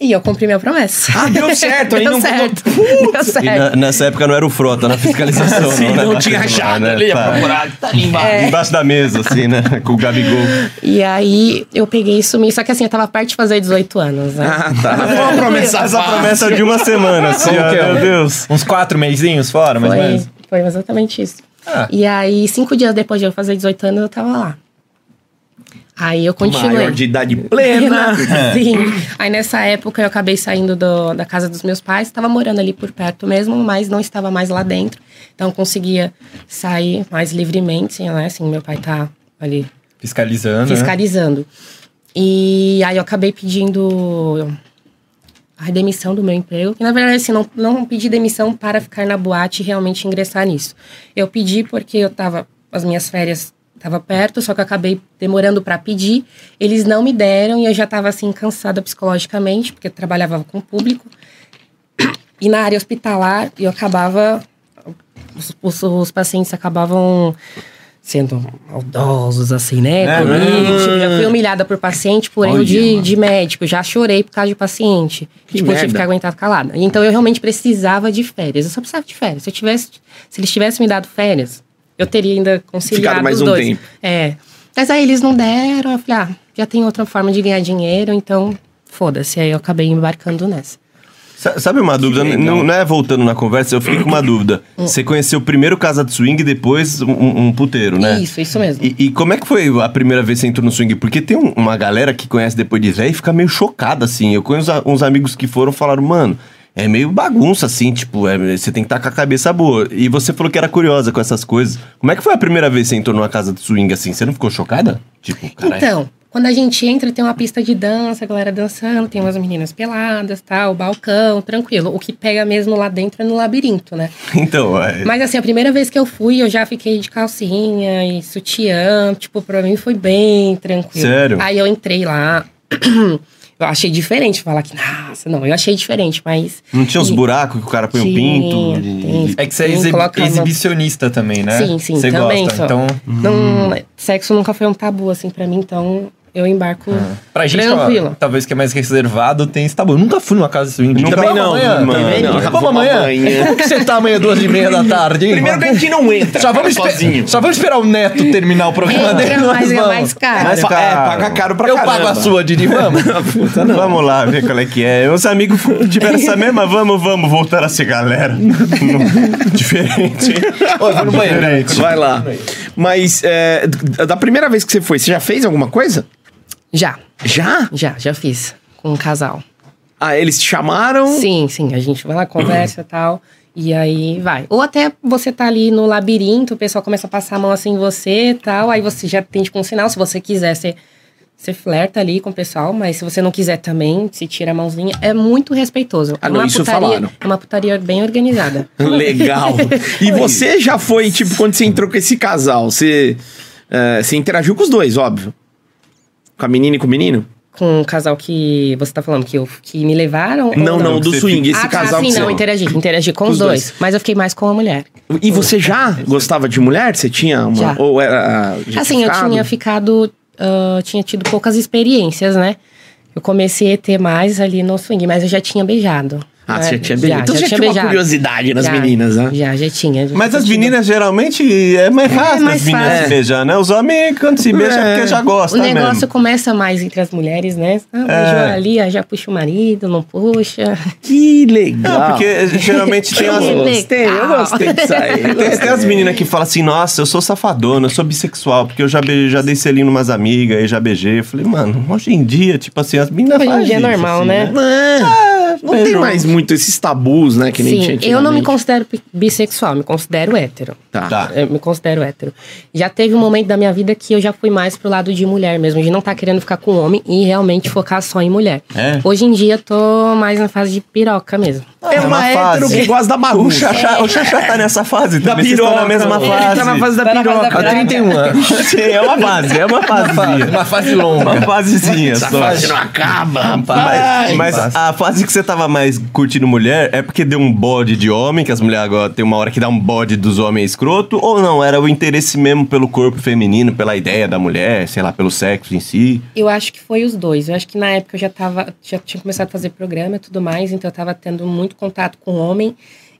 [SPEAKER 4] E eu cumpri minha promessa.
[SPEAKER 1] Ah, deu certo, aí
[SPEAKER 4] <laughs> deu
[SPEAKER 1] não-
[SPEAKER 4] certo. Deu
[SPEAKER 1] Putz!
[SPEAKER 4] certo.
[SPEAKER 3] E na- nessa época não era o Frota na fiscalização.
[SPEAKER 1] Sim,
[SPEAKER 3] né?
[SPEAKER 1] não tinha achado ali,
[SPEAKER 3] Tá.
[SPEAKER 1] apurado, tá ali embaixo.
[SPEAKER 4] É.
[SPEAKER 3] Embaixo da mesa, assim, né? Com o Gabigol.
[SPEAKER 4] E aí eu peguei e sumi. Só que assim, eu tava perto de fazer 18 anos, né?
[SPEAKER 1] Ah, tá. Foi uma promessa
[SPEAKER 2] Essa
[SPEAKER 1] fácil.
[SPEAKER 2] promessa de uma semana, assim,
[SPEAKER 3] Como
[SPEAKER 2] ó,
[SPEAKER 3] que é?
[SPEAKER 2] meu Deus.
[SPEAKER 3] Uns quatro meizinhos fora, mais ou
[SPEAKER 4] Foi,
[SPEAKER 3] menos.
[SPEAKER 4] foi exatamente isso.
[SPEAKER 3] Ah.
[SPEAKER 4] E aí, cinco dias depois de eu fazer 18 anos, eu tava lá. Aí eu continuei.
[SPEAKER 1] Maior de idade plena.
[SPEAKER 4] <laughs> Sim. Aí nessa época eu acabei saindo do- da casa dos meus pais, estava morando ali por perto mesmo, mas não estava mais lá dentro. Então conseguia sair mais livremente, assim, né? Assim, meu pai tá ali
[SPEAKER 3] Fiscalizando. né?
[SPEAKER 4] fiscalizando. E aí eu acabei pedindo a demissão do meu emprego. Que, na verdade, assim, não, não pedi demissão para ficar na boate e realmente ingressar nisso. Eu pedi porque eu tava. As minhas férias tava perto, só que eu acabei demorando para pedir. Eles não me deram e eu já tava assim, cansada psicologicamente, porque eu trabalhava com o público. E na área hospitalar, eu acabava. Os, os- os pacientes acabavam sendo maldosos, assim, né?
[SPEAKER 3] É,
[SPEAKER 4] Comigo.
[SPEAKER 3] né?
[SPEAKER 4] Tipo, Já fui humilhada por paciente, por erro
[SPEAKER 1] Hum. Olha,
[SPEAKER 4] de,
[SPEAKER 1] mano.
[SPEAKER 4] de médico. Já chorei por causa de paciente.
[SPEAKER 1] Que
[SPEAKER 4] tipo, eu
[SPEAKER 1] merda.
[SPEAKER 4] tive que aguentar calada. Então, eu realmente precisava de férias. Eu só precisava de férias. Se, eu tivesse, se eles tivessem me dado férias, eu teria ainda conciliado
[SPEAKER 1] mais
[SPEAKER 4] os
[SPEAKER 1] um
[SPEAKER 4] dois.
[SPEAKER 1] tempo.
[SPEAKER 4] É. Mas aí eles não deram. Eu falei, ah, já tem outra forma de ganhar dinheiro, então foda-se. Aí eu acabei embarcando nessa.
[SPEAKER 2] Sa- Sabe uma dúvida?
[SPEAKER 1] legal.
[SPEAKER 2] Não, não é voltando na conversa, eu fiquei
[SPEAKER 4] <coughs>
[SPEAKER 2] com uma dúvida.
[SPEAKER 4] Hum.
[SPEAKER 2] Você conheceu primeiro casa de swing e depois um, um puteiro, né?
[SPEAKER 4] Isso, isso mesmo.
[SPEAKER 2] E, e como é que foi a primeira vez que você entrou no swing? Porque tem um- uma galera que conhece depois de velho e fica meio chocada, assim. Eu conheço a- uns amigos que foram e falaram, mano, é meio bagunça, assim, tipo, é- você tem que estar com a cabeça boa. E você falou que era curiosa com essas coisas. Como é que foi a primeira vez que você entrou numa casa de swing, assim? Você não ficou chocada? Tipo, caralho.
[SPEAKER 4] Então, quando a gente entra, tem uma pista de dança, a galera dançando, tem umas meninas peladas, tal, balcão, tranquilo. O que pega mesmo lá dentro é no labirinto, né?
[SPEAKER 2] <laughs> Então, é...
[SPEAKER 4] Mas assim, a primeira vez que eu fui, eu já fiquei de calcinha e sutiã. Tipo, pra mim foi bem tranquilo.
[SPEAKER 2] Sério?
[SPEAKER 4] Aí eu entrei lá. <clears throat> Eu achei diferente falar que, nossa, não, eu achei diferente, mas.
[SPEAKER 2] não tinha uns
[SPEAKER 4] e-
[SPEAKER 2] buracos que o cara põe um
[SPEAKER 4] Tinha,
[SPEAKER 2] pinto? e-
[SPEAKER 4] tem.
[SPEAKER 2] e-
[SPEAKER 3] É que você é
[SPEAKER 4] Sim,
[SPEAKER 3] exibi-
[SPEAKER 4] coloca uma-
[SPEAKER 3] exibicionista também, né?
[SPEAKER 4] Sim, sim,
[SPEAKER 3] Você
[SPEAKER 4] também
[SPEAKER 3] gosta.
[SPEAKER 4] sou.
[SPEAKER 3] Então,
[SPEAKER 4] Não, sexo nunca foi um tabu, assim, pra mim, então eu embarco
[SPEAKER 3] Ah. pra gente,
[SPEAKER 4] tranquilo.
[SPEAKER 3] ó, talvez que é mais reservado, tem esse tabu. Eu nunca fui numa casa de swing.
[SPEAKER 1] Nunca
[SPEAKER 3] Vamos
[SPEAKER 1] não,
[SPEAKER 3] amanhã.
[SPEAKER 1] mano.
[SPEAKER 3] Também
[SPEAKER 1] Não,
[SPEAKER 3] não.
[SPEAKER 1] eu
[SPEAKER 3] Vamos
[SPEAKER 1] vou
[SPEAKER 3] amanhã.
[SPEAKER 1] amanhã.
[SPEAKER 3] Como que você tá amanhã, duas e meia da tarde? hein?
[SPEAKER 1] Primeiro que a gente não entra.
[SPEAKER 3] Só vamos,
[SPEAKER 1] cara,
[SPEAKER 3] esper-
[SPEAKER 1] sozinho.
[SPEAKER 3] só vamos esperar o Neto terminar o programa
[SPEAKER 4] Entra,
[SPEAKER 3] dele.
[SPEAKER 4] mas
[SPEAKER 3] nós
[SPEAKER 4] é
[SPEAKER 3] vamos.
[SPEAKER 4] mais caro.
[SPEAKER 1] Mas
[SPEAKER 3] Mais
[SPEAKER 1] pa- é,
[SPEAKER 3] caro.
[SPEAKER 1] paga caro pra
[SPEAKER 3] Eu
[SPEAKER 1] caramba.
[SPEAKER 3] pago a sua, Didi, vamos?
[SPEAKER 1] <laughs>
[SPEAKER 2] Vamos lá ver qual é que é. Os amigos tiveram essa mesma, vamos, vamos voltar a ser galera. Não- Diferente.
[SPEAKER 3] Ô, eu vou no banheiro.
[SPEAKER 1] Vai lá. Mas é, d- da primeira vez que você foi, você já fez alguma coisa?
[SPEAKER 4] Já,
[SPEAKER 1] Já?
[SPEAKER 4] já, já fiz. Com um casal.
[SPEAKER 1] Ah, eles te chamaram?
[SPEAKER 4] Sim, sim, a gente vai lá, conversa e tal. E aí vai. Ou até você tá ali no labirinto, o pessoal começa a passar a mão assim em você e tal. Aí você já tem tipo um sinal. Se você quiser, você, você flerta ali com o pessoal, mas se você não quiser também, se tira a mãozinha. É muito respeitoso.
[SPEAKER 1] Ah,
[SPEAKER 4] é
[SPEAKER 1] não,
[SPEAKER 4] uma
[SPEAKER 1] isso
[SPEAKER 4] putaria,
[SPEAKER 1] falaram.
[SPEAKER 4] É uma putaria
[SPEAKER 3] <laughs>
[SPEAKER 4] bem organizada. <laughs>
[SPEAKER 1] Legal. E você já foi, tipo, quando você entrou com esse casal, você, é, você interagiu com os dois, óbvio. Com a menina e com o menino?
[SPEAKER 4] Com o casal que você tá falando, que, eu, que me levaram. ou
[SPEAKER 1] Não, não, do
[SPEAKER 2] você
[SPEAKER 1] swing,
[SPEAKER 4] Ah,
[SPEAKER 1] esse
[SPEAKER 4] tá,
[SPEAKER 1] casal
[SPEAKER 4] sim,
[SPEAKER 1] que você...
[SPEAKER 4] não, interagi, interagi com,
[SPEAKER 1] os
[SPEAKER 4] os
[SPEAKER 1] dois.
[SPEAKER 4] dois, Mas eu fiquei mais com a mulher.
[SPEAKER 1] E você já gostava de mulher? Você tinha uma...
[SPEAKER 4] Já.
[SPEAKER 1] Ou era... ah, já
[SPEAKER 4] Assim, eu
[SPEAKER 1] ficado?
[SPEAKER 4] tinha ficado. ah, tinha tido poucas experiências, né? Eu comecei a ter mais ali no swing, mas eu já tinha beijado.
[SPEAKER 1] Ah,
[SPEAKER 4] né?
[SPEAKER 1] você já tinha beijado. Então você já tinha uma curiosidade nas
[SPEAKER 4] Já,
[SPEAKER 1] meninas, né?
[SPEAKER 4] Já, já tinha. já
[SPEAKER 2] Mas
[SPEAKER 4] tinha
[SPEAKER 2] as
[SPEAKER 4] tido.
[SPEAKER 2] meninas geralmente é mais fácil
[SPEAKER 4] mais
[SPEAKER 2] as meninas
[SPEAKER 4] fácil.
[SPEAKER 2] se beijar, né? Os homens, quando se beijam, é
[SPEAKER 1] É.
[SPEAKER 2] porque já
[SPEAKER 4] O
[SPEAKER 2] gostam
[SPEAKER 4] negócio
[SPEAKER 2] mesmo.
[SPEAKER 4] começa mais entre as mulheres, né? Ah, beijou
[SPEAKER 2] É.
[SPEAKER 4] ali, aí já puxa o marido, não puxa.
[SPEAKER 1] Que legal.
[SPEAKER 2] Não, porque eh,
[SPEAKER 1] <laughs>
[SPEAKER 2] geralmente tem
[SPEAKER 1] Eu
[SPEAKER 2] as.
[SPEAKER 4] Que legal.
[SPEAKER 1] gostei, eu gostei disso aí.
[SPEAKER 2] Tem, tem as meninas que falam assim, nossa, eu sou safadona, eu sou bissexual, porque eu já, be- já dei selinho umas amigas e já beijei. Eu falei, mano, hoje em dia, tipo assim, as meninas
[SPEAKER 4] Hoje em
[SPEAKER 2] fazem
[SPEAKER 4] dia é
[SPEAKER 2] isso,
[SPEAKER 4] normal,
[SPEAKER 2] assim,
[SPEAKER 4] né?
[SPEAKER 1] Não,
[SPEAKER 2] Ah,
[SPEAKER 1] Não tem mais muito esses tabus, né? Que nem tinha
[SPEAKER 4] Sim, eu não me
[SPEAKER 1] antigamente.
[SPEAKER 4] considero bi- bissexual, me considero hétero.
[SPEAKER 1] Tá.
[SPEAKER 3] Tá.
[SPEAKER 4] Eu me considero hétero. Já teve um momento da minha vida que eu já fui mais pro lado de mulher mesmo, de não estar querendo ficar com homem e realmente focar só em mulher.
[SPEAKER 2] É?
[SPEAKER 4] Hoje em dia eu tô mais na fase de piroca mesmo.
[SPEAKER 1] É uma hétero
[SPEAKER 2] Tá,
[SPEAKER 1] que gosta da
[SPEAKER 2] <laughs> O
[SPEAKER 1] bagunça.
[SPEAKER 2] Xaxá, o Xaxá tá nessa fase
[SPEAKER 1] Da
[SPEAKER 2] também. Vocês estão na
[SPEAKER 1] piroca.
[SPEAKER 2] mesma
[SPEAKER 1] Ele
[SPEAKER 2] fase.
[SPEAKER 1] tá na fase da piroca. um.
[SPEAKER 3] Há 31 anos.
[SPEAKER 2] <laughs> Sim, é uma fase, é uma fase.
[SPEAKER 3] Uma fase longa.
[SPEAKER 2] Uma fasezinha
[SPEAKER 1] Essa
[SPEAKER 2] só.
[SPEAKER 1] fase não acaba, rapaz.
[SPEAKER 2] Mas, mas
[SPEAKER 3] fase.
[SPEAKER 2] a fase que você tava mais curtindo mulher é porque deu um bode de homem, que as mulheres agora tem uma hora que dá um bode dos homens escroto, ou não? Era o interesse mesmo pelo corpo feminino, pela ideia da mulher, sei lá, pelo sexo em si.
[SPEAKER 4] Eu acho que foi os dois. Eu acho que na época eu já tava, já tinha começado a fazer programa e tudo mais, então eu tava tendo muito contato com o homem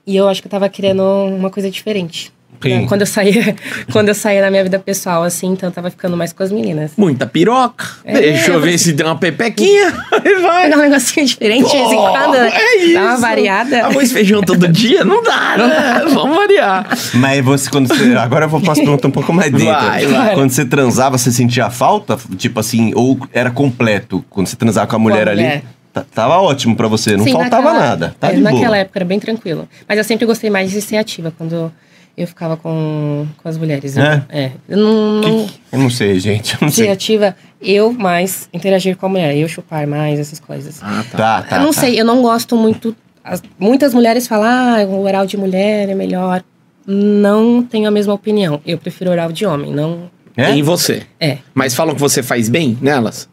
[SPEAKER 4] e eu acho que eu tava querendo uma coisa diferente.
[SPEAKER 2] Sim.
[SPEAKER 4] Quando eu saía, <laughs> quando eu saía na minha vida pessoal, assim, então eu tava ficando mais com as meninas.
[SPEAKER 1] Muita piroca.
[SPEAKER 4] É.
[SPEAKER 1] Deixa eu ver se tem uma pepequinha. E vai.
[SPEAKER 4] Pegar um negocinho diferente de vez em quando. né?
[SPEAKER 1] É isso.
[SPEAKER 4] Dá uma variada.
[SPEAKER 1] Arroz e feijão todo dia? Não dá, né? Vamos variar.
[SPEAKER 2] Mas você, quando <laughs> você. Agora eu vou passar pergunta um pouco mais dentro.
[SPEAKER 1] Vai, vai.
[SPEAKER 2] Quando você transava, você sentia falta? Tipo assim, ou era completo? Quando você transava com a mulher, ali.
[SPEAKER 4] mulher.
[SPEAKER 2] ta- Tava ótimo pra você, não
[SPEAKER 4] Sim,
[SPEAKER 2] faltava
[SPEAKER 4] naquela-
[SPEAKER 2] nada. Tá
[SPEAKER 4] é,
[SPEAKER 2] de boa.
[SPEAKER 4] naquela época era bem tranquilo. Mas eu sempre gostei mais de ser ativa quando eu ficava com, com as mulheres.
[SPEAKER 2] É?
[SPEAKER 4] É. Eu não, não
[SPEAKER 2] Eu não sei, gente. Eu não
[SPEAKER 4] ser
[SPEAKER 2] sei.
[SPEAKER 4] ativa, eu mais interagir com a mulher, eu chupar mais, essas coisas.
[SPEAKER 2] Tá, tá.
[SPEAKER 4] eu não
[SPEAKER 2] tá.
[SPEAKER 4] sei, eu não gosto muito. as- muitas mulheres falam, ah, o oral de mulher é melhor. Não tenho a mesma opinião. Eu prefiro oral de homem, não.
[SPEAKER 2] É?
[SPEAKER 1] E você?
[SPEAKER 4] É.
[SPEAKER 1] Mas falam que você faz bem nelas?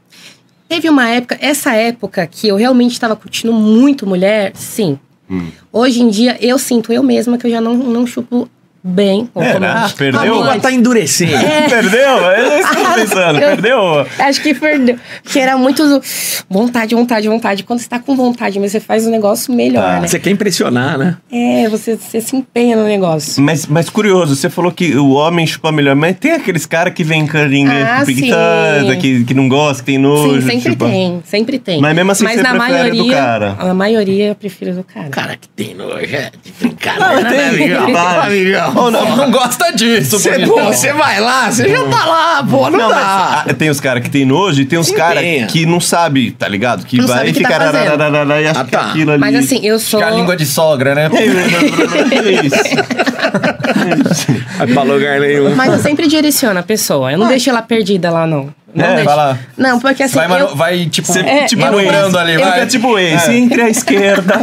[SPEAKER 4] Teve uma época, essa época que eu realmente estava curtindo muito mulher, sim.
[SPEAKER 2] Hum.
[SPEAKER 4] Hoje em dia, eu sinto eu mesma que eu já não, não chupo bem. Ah, ou como-
[SPEAKER 2] Era?
[SPEAKER 1] A
[SPEAKER 2] É, né? Perdeu?
[SPEAKER 1] língua tá endurecendo.
[SPEAKER 4] É.
[SPEAKER 2] Perdeu? Eu estou tá pensando.
[SPEAKER 4] Eu-
[SPEAKER 2] Perdeu?
[SPEAKER 4] Acho que perdeu. Porque era muito zo- vontade, vontade, vontade. Quando você tá com vontade, mas você faz um negócio melhor,
[SPEAKER 2] Tá.
[SPEAKER 4] né?
[SPEAKER 1] Você quer impressionar, né?
[SPEAKER 4] É, você, você se empenha no negócio.
[SPEAKER 2] Mas, mas curioso, você falou que o homem chupa melhor, mas tem aqueles caras que vem carinha
[SPEAKER 4] Ah,
[SPEAKER 2] piquitada,
[SPEAKER 4] sim.
[SPEAKER 2] tipo, que, que não gosta, que tem nojo.
[SPEAKER 4] Sim, sempre
[SPEAKER 2] tipo.
[SPEAKER 4] tem, sempre tem.
[SPEAKER 2] Mas mesmo assim você
[SPEAKER 4] na
[SPEAKER 2] prefere
[SPEAKER 4] maioria,
[SPEAKER 2] do cara.
[SPEAKER 4] A maioria eu prefiro do cara.
[SPEAKER 1] Cara que tem nojo, é de brincadeira,
[SPEAKER 2] Não, tem-
[SPEAKER 1] né, amigão?
[SPEAKER 2] Vai.
[SPEAKER 1] Amigão,
[SPEAKER 3] Ou não, não gosta disso,
[SPEAKER 1] Você, pô,
[SPEAKER 3] bonitão.
[SPEAKER 1] você vai lá, você já tá lá, pô, não,
[SPEAKER 2] Não, mas
[SPEAKER 1] dá.
[SPEAKER 2] ah, tem os caras que tem nojo e tem os
[SPEAKER 1] Sim,
[SPEAKER 2] caras
[SPEAKER 1] tem.
[SPEAKER 2] que não sabe, tá ligado? Que
[SPEAKER 4] Não
[SPEAKER 2] vai
[SPEAKER 4] sabe
[SPEAKER 2] e
[SPEAKER 4] o que tá
[SPEAKER 2] fica
[SPEAKER 4] fazendo.
[SPEAKER 2] ararararara e acha
[SPEAKER 1] Ah,
[SPEAKER 2] que
[SPEAKER 1] tá.
[SPEAKER 2] aquilo ali.
[SPEAKER 4] Mas assim,
[SPEAKER 2] <laughs>
[SPEAKER 4] eu sou.
[SPEAKER 3] Que é a língua de sogra, né?
[SPEAKER 2] É isso.
[SPEAKER 1] Vai pra lugar nenhum.
[SPEAKER 4] Mas eu sempre direciono a pessoa. Eu não deixo ela perdida lá, não. Não
[SPEAKER 2] É,
[SPEAKER 4] deixo.
[SPEAKER 3] vai lá.
[SPEAKER 4] Não, porque assim.
[SPEAKER 3] vai, mano-
[SPEAKER 4] eu-
[SPEAKER 3] vai, tipo,
[SPEAKER 2] Você
[SPEAKER 4] É,
[SPEAKER 2] tipo
[SPEAKER 4] eu-
[SPEAKER 2] esse.
[SPEAKER 3] manobrando ali,
[SPEAKER 2] Você
[SPEAKER 3] vai.
[SPEAKER 2] é tipo esse, entre a esquerda.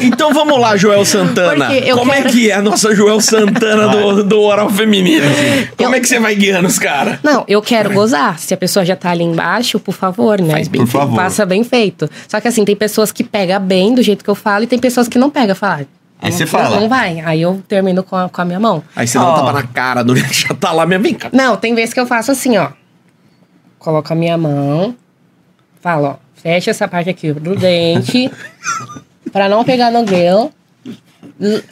[SPEAKER 1] Então vamos lá, Joel Santana.
[SPEAKER 4] Porque eu
[SPEAKER 1] Como é
[SPEAKER 4] quero-
[SPEAKER 1] que é a nossa Joel Santana do, do oral feminino? Como é que você vai guiando os caras?
[SPEAKER 4] Não, eu quero gozar. Se a pessoa já tá ali embaixo, por favor, né?
[SPEAKER 1] Faz bem
[SPEAKER 2] Por feito. favor.
[SPEAKER 4] Faça bem feito. Só que assim, tem pessoas que pega bem do jeito que eu falo e tem pessoas que não pega. Fala. ah,
[SPEAKER 2] Aí
[SPEAKER 4] não-
[SPEAKER 2] você fala.
[SPEAKER 4] Não vai. Aí eu termino com a, com a minha mão.
[SPEAKER 1] Aí você dá um tapa na cara do <laughs> já tá lá mesmo. Vem cá.
[SPEAKER 4] Não, tem vezes que eu faço assim, ó. Coloco a minha mão. Falo, ó. Fecha essa parte aqui
[SPEAKER 2] <laughs>
[SPEAKER 4] do dente. pra não pegar no grelo.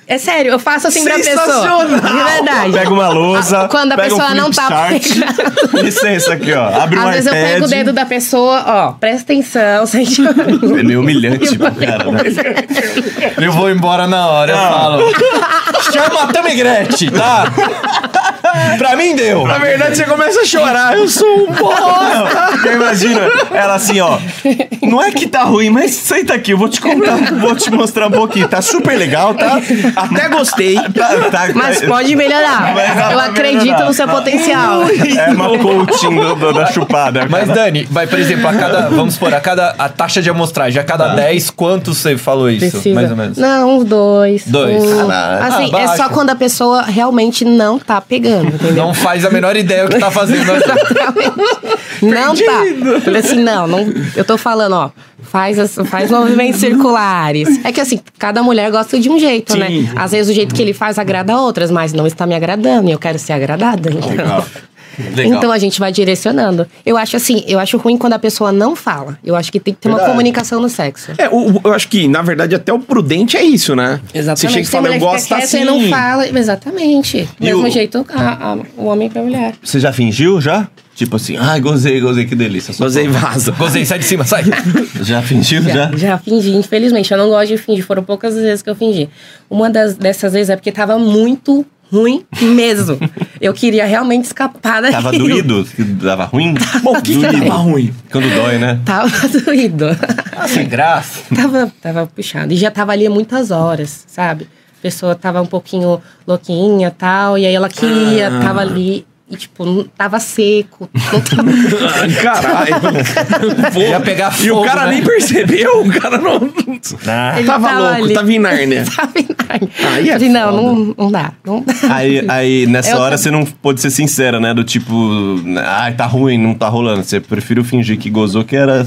[SPEAKER 4] É sério, eu faço assim pra pessoa. De verdade. Ah,
[SPEAKER 2] Pega uma lousa.
[SPEAKER 4] Quando a
[SPEAKER 2] pega um
[SPEAKER 4] pessoa não tá
[SPEAKER 2] flipchart. Licença aqui, ó. Abre um
[SPEAKER 4] Às vezes eu
[SPEAKER 2] iPad.
[SPEAKER 4] pego o dedo da pessoa, ó, presta atenção, <laughs> sente.
[SPEAKER 2] É meio
[SPEAKER 4] <laughs>
[SPEAKER 2] humilhante pro cara, né?
[SPEAKER 3] <laughs> Eu vou embora na hora, eu falo. Chama a Tammy Gretchen, tá? pra mim deu.
[SPEAKER 1] Na verdade, você começa a chorar. Eu sou um bosta.
[SPEAKER 2] Não, imagina, ela assim, ó. Não é que tá ruim, mas senta aqui, eu vou te contar, vou te mostrar um pouquinho. Tá super legal, tá?
[SPEAKER 1] Até gostei.
[SPEAKER 2] Tá- tá-
[SPEAKER 4] Mas
[SPEAKER 2] tá-
[SPEAKER 4] pode
[SPEAKER 2] <laughs>
[SPEAKER 4] melhorar.
[SPEAKER 2] Mas dá
[SPEAKER 4] eu
[SPEAKER 2] pra
[SPEAKER 4] acredito
[SPEAKER 2] melhorar.
[SPEAKER 4] no seu potencial.
[SPEAKER 2] É uma coaching do- do- da chupada.
[SPEAKER 3] Mas, Dani, vai, por exemplo, a cada. Vamos supor, a cada. A taxa de amostragem, a cada 10, quantos você falou isso?
[SPEAKER 4] Precisa.
[SPEAKER 3] Mais ou menos.
[SPEAKER 4] Não, uns dois.
[SPEAKER 3] Dois.
[SPEAKER 4] um.
[SPEAKER 2] Caralho.
[SPEAKER 4] Assim,
[SPEAKER 3] Ah,
[SPEAKER 4] é
[SPEAKER 3] baixo.
[SPEAKER 4] só quando a pessoa realmente não tá pegando, entendeu?
[SPEAKER 3] Não faz a menor ideia o que tá fazendo.
[SPEAKER 4] Não, tá. Eu falei assim, não, não. Eu tô falando, ó. Faz, as- faz movimentos circulares. É que assim, cada mulher gosta de um jeito, né? Às vezes o jeito que ele faz agrada a outras, mas não está me agradando e eu quero ser agradada. Então. Então a gente vai direcionando. Eu acho assim, eu acho ruim quando a pessoa não fala. Eu acho que tem que ter uma comunicação no sexo.
[SPEAKER 1] É, o- o- eu acho que, na verdade, até o prudente é isso, né? Você chega e
[SPEAKER 4] Tem
[SPEAKER 1] fala, eu
[SPEAKER 4] mulher que
[SPEAKER 1] gosto
[SPEAKER 4] fica quieta
[SPEAKER 1] assim.
[SPEAKER 4] e não fala. Exatamente.
[SPEAKER 2] E
[SPEAKER 4] Do mesmo
[SPEAKER 2] o-
[SPEAKER 4] jeito a- a- o homem pra mulher.
[SPEAKER 2] Você já fingiu, já? Tipo assim, ai, gozei, gozei, que delícia. Só-
[SPEAKER 1] Gozei e vaza.
[SPEAKER 3] Gozei, sai de cima, sai.
[SPEAKER 2] Já fingiu, já?
[SPEAKER 4] Já fingi, infelizmente. Eu não gosto de fingir. Foram poucas as vezes que eu fingi. Uma das, dessas vezes é porque tava muito ruim mesmo. Eu queria realmente escapar daquilo.
[SPEAKER 2] Tava doído? Que Dava ruim?
[SPEAKER 1] Bom, o que, que
[SPEAKER 2] Doído.
[SPEAKER 1] tava ruim?
[SPEAKER 2] Quando dói, né?
[SPEAKER 4] Tava <laughs> doído.
[SPEAKER 3] Sem graça.
[SPEAKER 4] tava, tava puxado. E já tava ali muitas horas, sabe? A pessoa tava um pouquinho louquinha tal. E aí ela queria, tava ali. E, tipo, não- tava seco.
[SPEAKER 1] <laughs> Caralho.
[SPEAKER 3] Ia pegar fogo,
[SPEAKER 1] e o cara
[SPEAKER 3] né?
[SPEAKER 1] nem percebeu, o cara não.
[SPEAKER 2] Ah.
[SPEAKER 4] Ele
[SPEAKER 1] tava louco, tava em Nárnia.
[SPEAKER 4] <laughs> Tava em Nárnia.
[SPEAKER 1] Aí é
[SPEAKER 4] Falei, não, não, não dá. Não dá.
[SPEAKER 2] Aí, aí nessa
[SPEAKER 4] Eu-
[SPEAKER 2] hora você não pôde ser sincera, né? Do tipo, ai, tá ruim, não tá rolando. Você prefiro fingir que gozou que era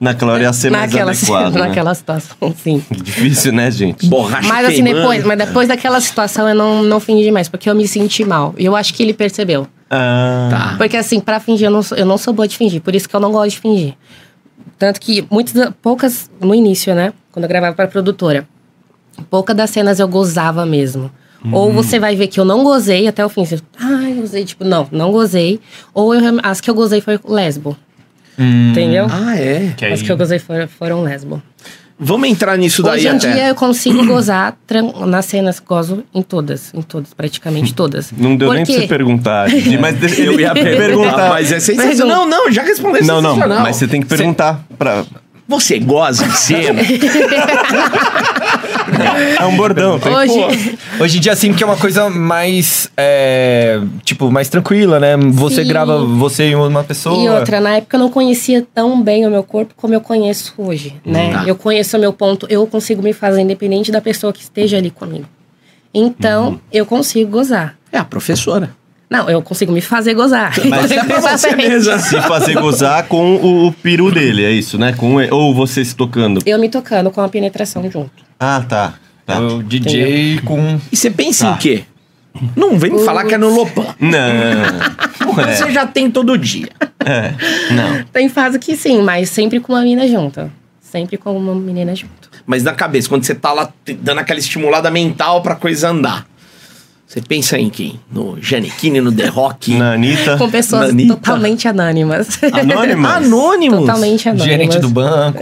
[SPEAKER 2] naquela hora ia ser é mais
[SPEAKER 4] naquela, <laughs>
[SPEAKER 2] adequado. né?
[SPEAKER 4] naquela situação, sim.
[SPEAKER 2] Difícil, né, gente?
[SPEAKER 1] Borracha
[SPEAKER 4] Mas assim,
[SPEAKER 1] queimando.
[SPEAKER 4] depois, mas depois daquela situação eu não, não fingi mais, porque eu me senti mal. E eu acho que ele percebeu.
[SPEAKER 2] Ah,
[SPEAKER 1] Tá.
[SPEAKER 4] Porque assim, pra fingir, eu não, sou, eu não sou boa de fingir, por isso que eu não gosto de fingir. Tanto que muitas, poucas, no início, né? Quando eu gravava pra produtora, poucas das cenas eu gozava mesmo.
[SPEAKER 1] Uhum.
[SPEAKER 4] Ou você vai ver que eu não gozei até o fim. Você, ai, gozei. Tipo, não, não gozei. Ou eu realme- as que eu gozei foi lesbo. Entendeu?
[SPEAKER 1] Ah, é.
[SPEAKER 4] As que eu gozei foram, foram lesbo.
[SPEAKER 1] Vamos entrar nisso daí
[SPEAKER 4] Hoje em
[SPEAKER 1] até.
[SPEAKER 4] um dia eu consigo <clears throat> gozar tran- nas cenas, gozo em todas, em todas, praticamente todas.
[SPEAKER 2] Hum. Não deu nem pra
[SPEAKER 4] Porque-
[SPEAKER 2] você
[SPEAKER 4] <laughs>
[SPEAKER 2] perguntar, Didi, mas deixa
[SPEAKER 1] Eu
[SPEAKER 2] <laughs>
[SPEAKER 1] ia perguntar, mas é sensacional. Não, não, já respondeu
[SPEAKER 2] Não, não,
[SPEAKER 1] sensacional.
[SPEAKER 2] mas você tem que perguntar. Pra...
[SPEAKER 1] Você goza de
[SPEAKER 4] <laughs>
[SPEAKER 1] cena?
[SPEAKER 2] É um bordão, tem que...
[SPEAKER 4] Hoje,
[SPEAKER 3] Hoje em dia, assim, que é uma coisa mais. é, tipo, mais tranquila, né? Você
[SPEAKER 4] Sim.
[SPEAKER 3] grava você e uma pessoa.
[SPEAKER 4] <laughs> e outra, na época eu não conhecia tão bem o meu corpo como eu conheço hoje,
[SPEAKER 2] Hum,
[SPEAKER 4] né?
[SPEAKER 1] Tá.
[SPEAKER 4] Eu conheço o meu ponto, eu consigo me fazer independente da pessoa que esteja ali comigo. Então,
[SPEAKER 2] Uhum.
[SPEAKER 4] eu consigo gozar.
[SPEAKER 1] é a professora.
[SPEAKER 4] Não, eu consigo me fazer gozar.
[SPEAKER 2] <laughs> Mas
[SPEAKER 1] é pra você
[SPEAKER 4] Exatamente.
[SPEAKER 1] mesma.
[SPEAKER 2] Se fazer gozar com o, o peru dele, é isso, né? Com ele- Ou você se tocando.
[SPEAKER 4] Eu me tocando com a penetração junto.
[SPEAKER 2] Ah, tá. tá.
[SPEAKER 3] É O DJ com.
[SPEAKER 1] E você pensa em
[SPEAKER 3] Tá.
[SPEAKER 1] quê? Não vem me falar que é no Lopan.
[SPEAKER 2] Não.
[SPEAKER 1] Porra, Você já tem todo dia.
[SPEAKER 2] É, não.
[SPEAKER 4] Tem fase que sim, mas sempre com uma menina junto. Sempre com uma menina junto.
[SPEAKER 1] Mas na cabeça, quando você tá lá te- dando aquela estimulada mental pra coisa andar, você pensa em quem? No Janequine, no The Rock?
[SPEAKER 2] Na Anitta.
[SPEAKER 4] Com pessoas
[SPEAKER 1] Nanita.
[SPEAKER 4] totalmente anônimas.
[SPEAKER 1] É
[SPEAKER 2] Anônimos?
[SPEAKER 1] Anônimos? <laughs>
[SPEAKER 4] Totalmente anônimas.
[SPEAKER 3] Gerente do
[SPEAKER 4] <laughs>
[SPEAKER 3] banco.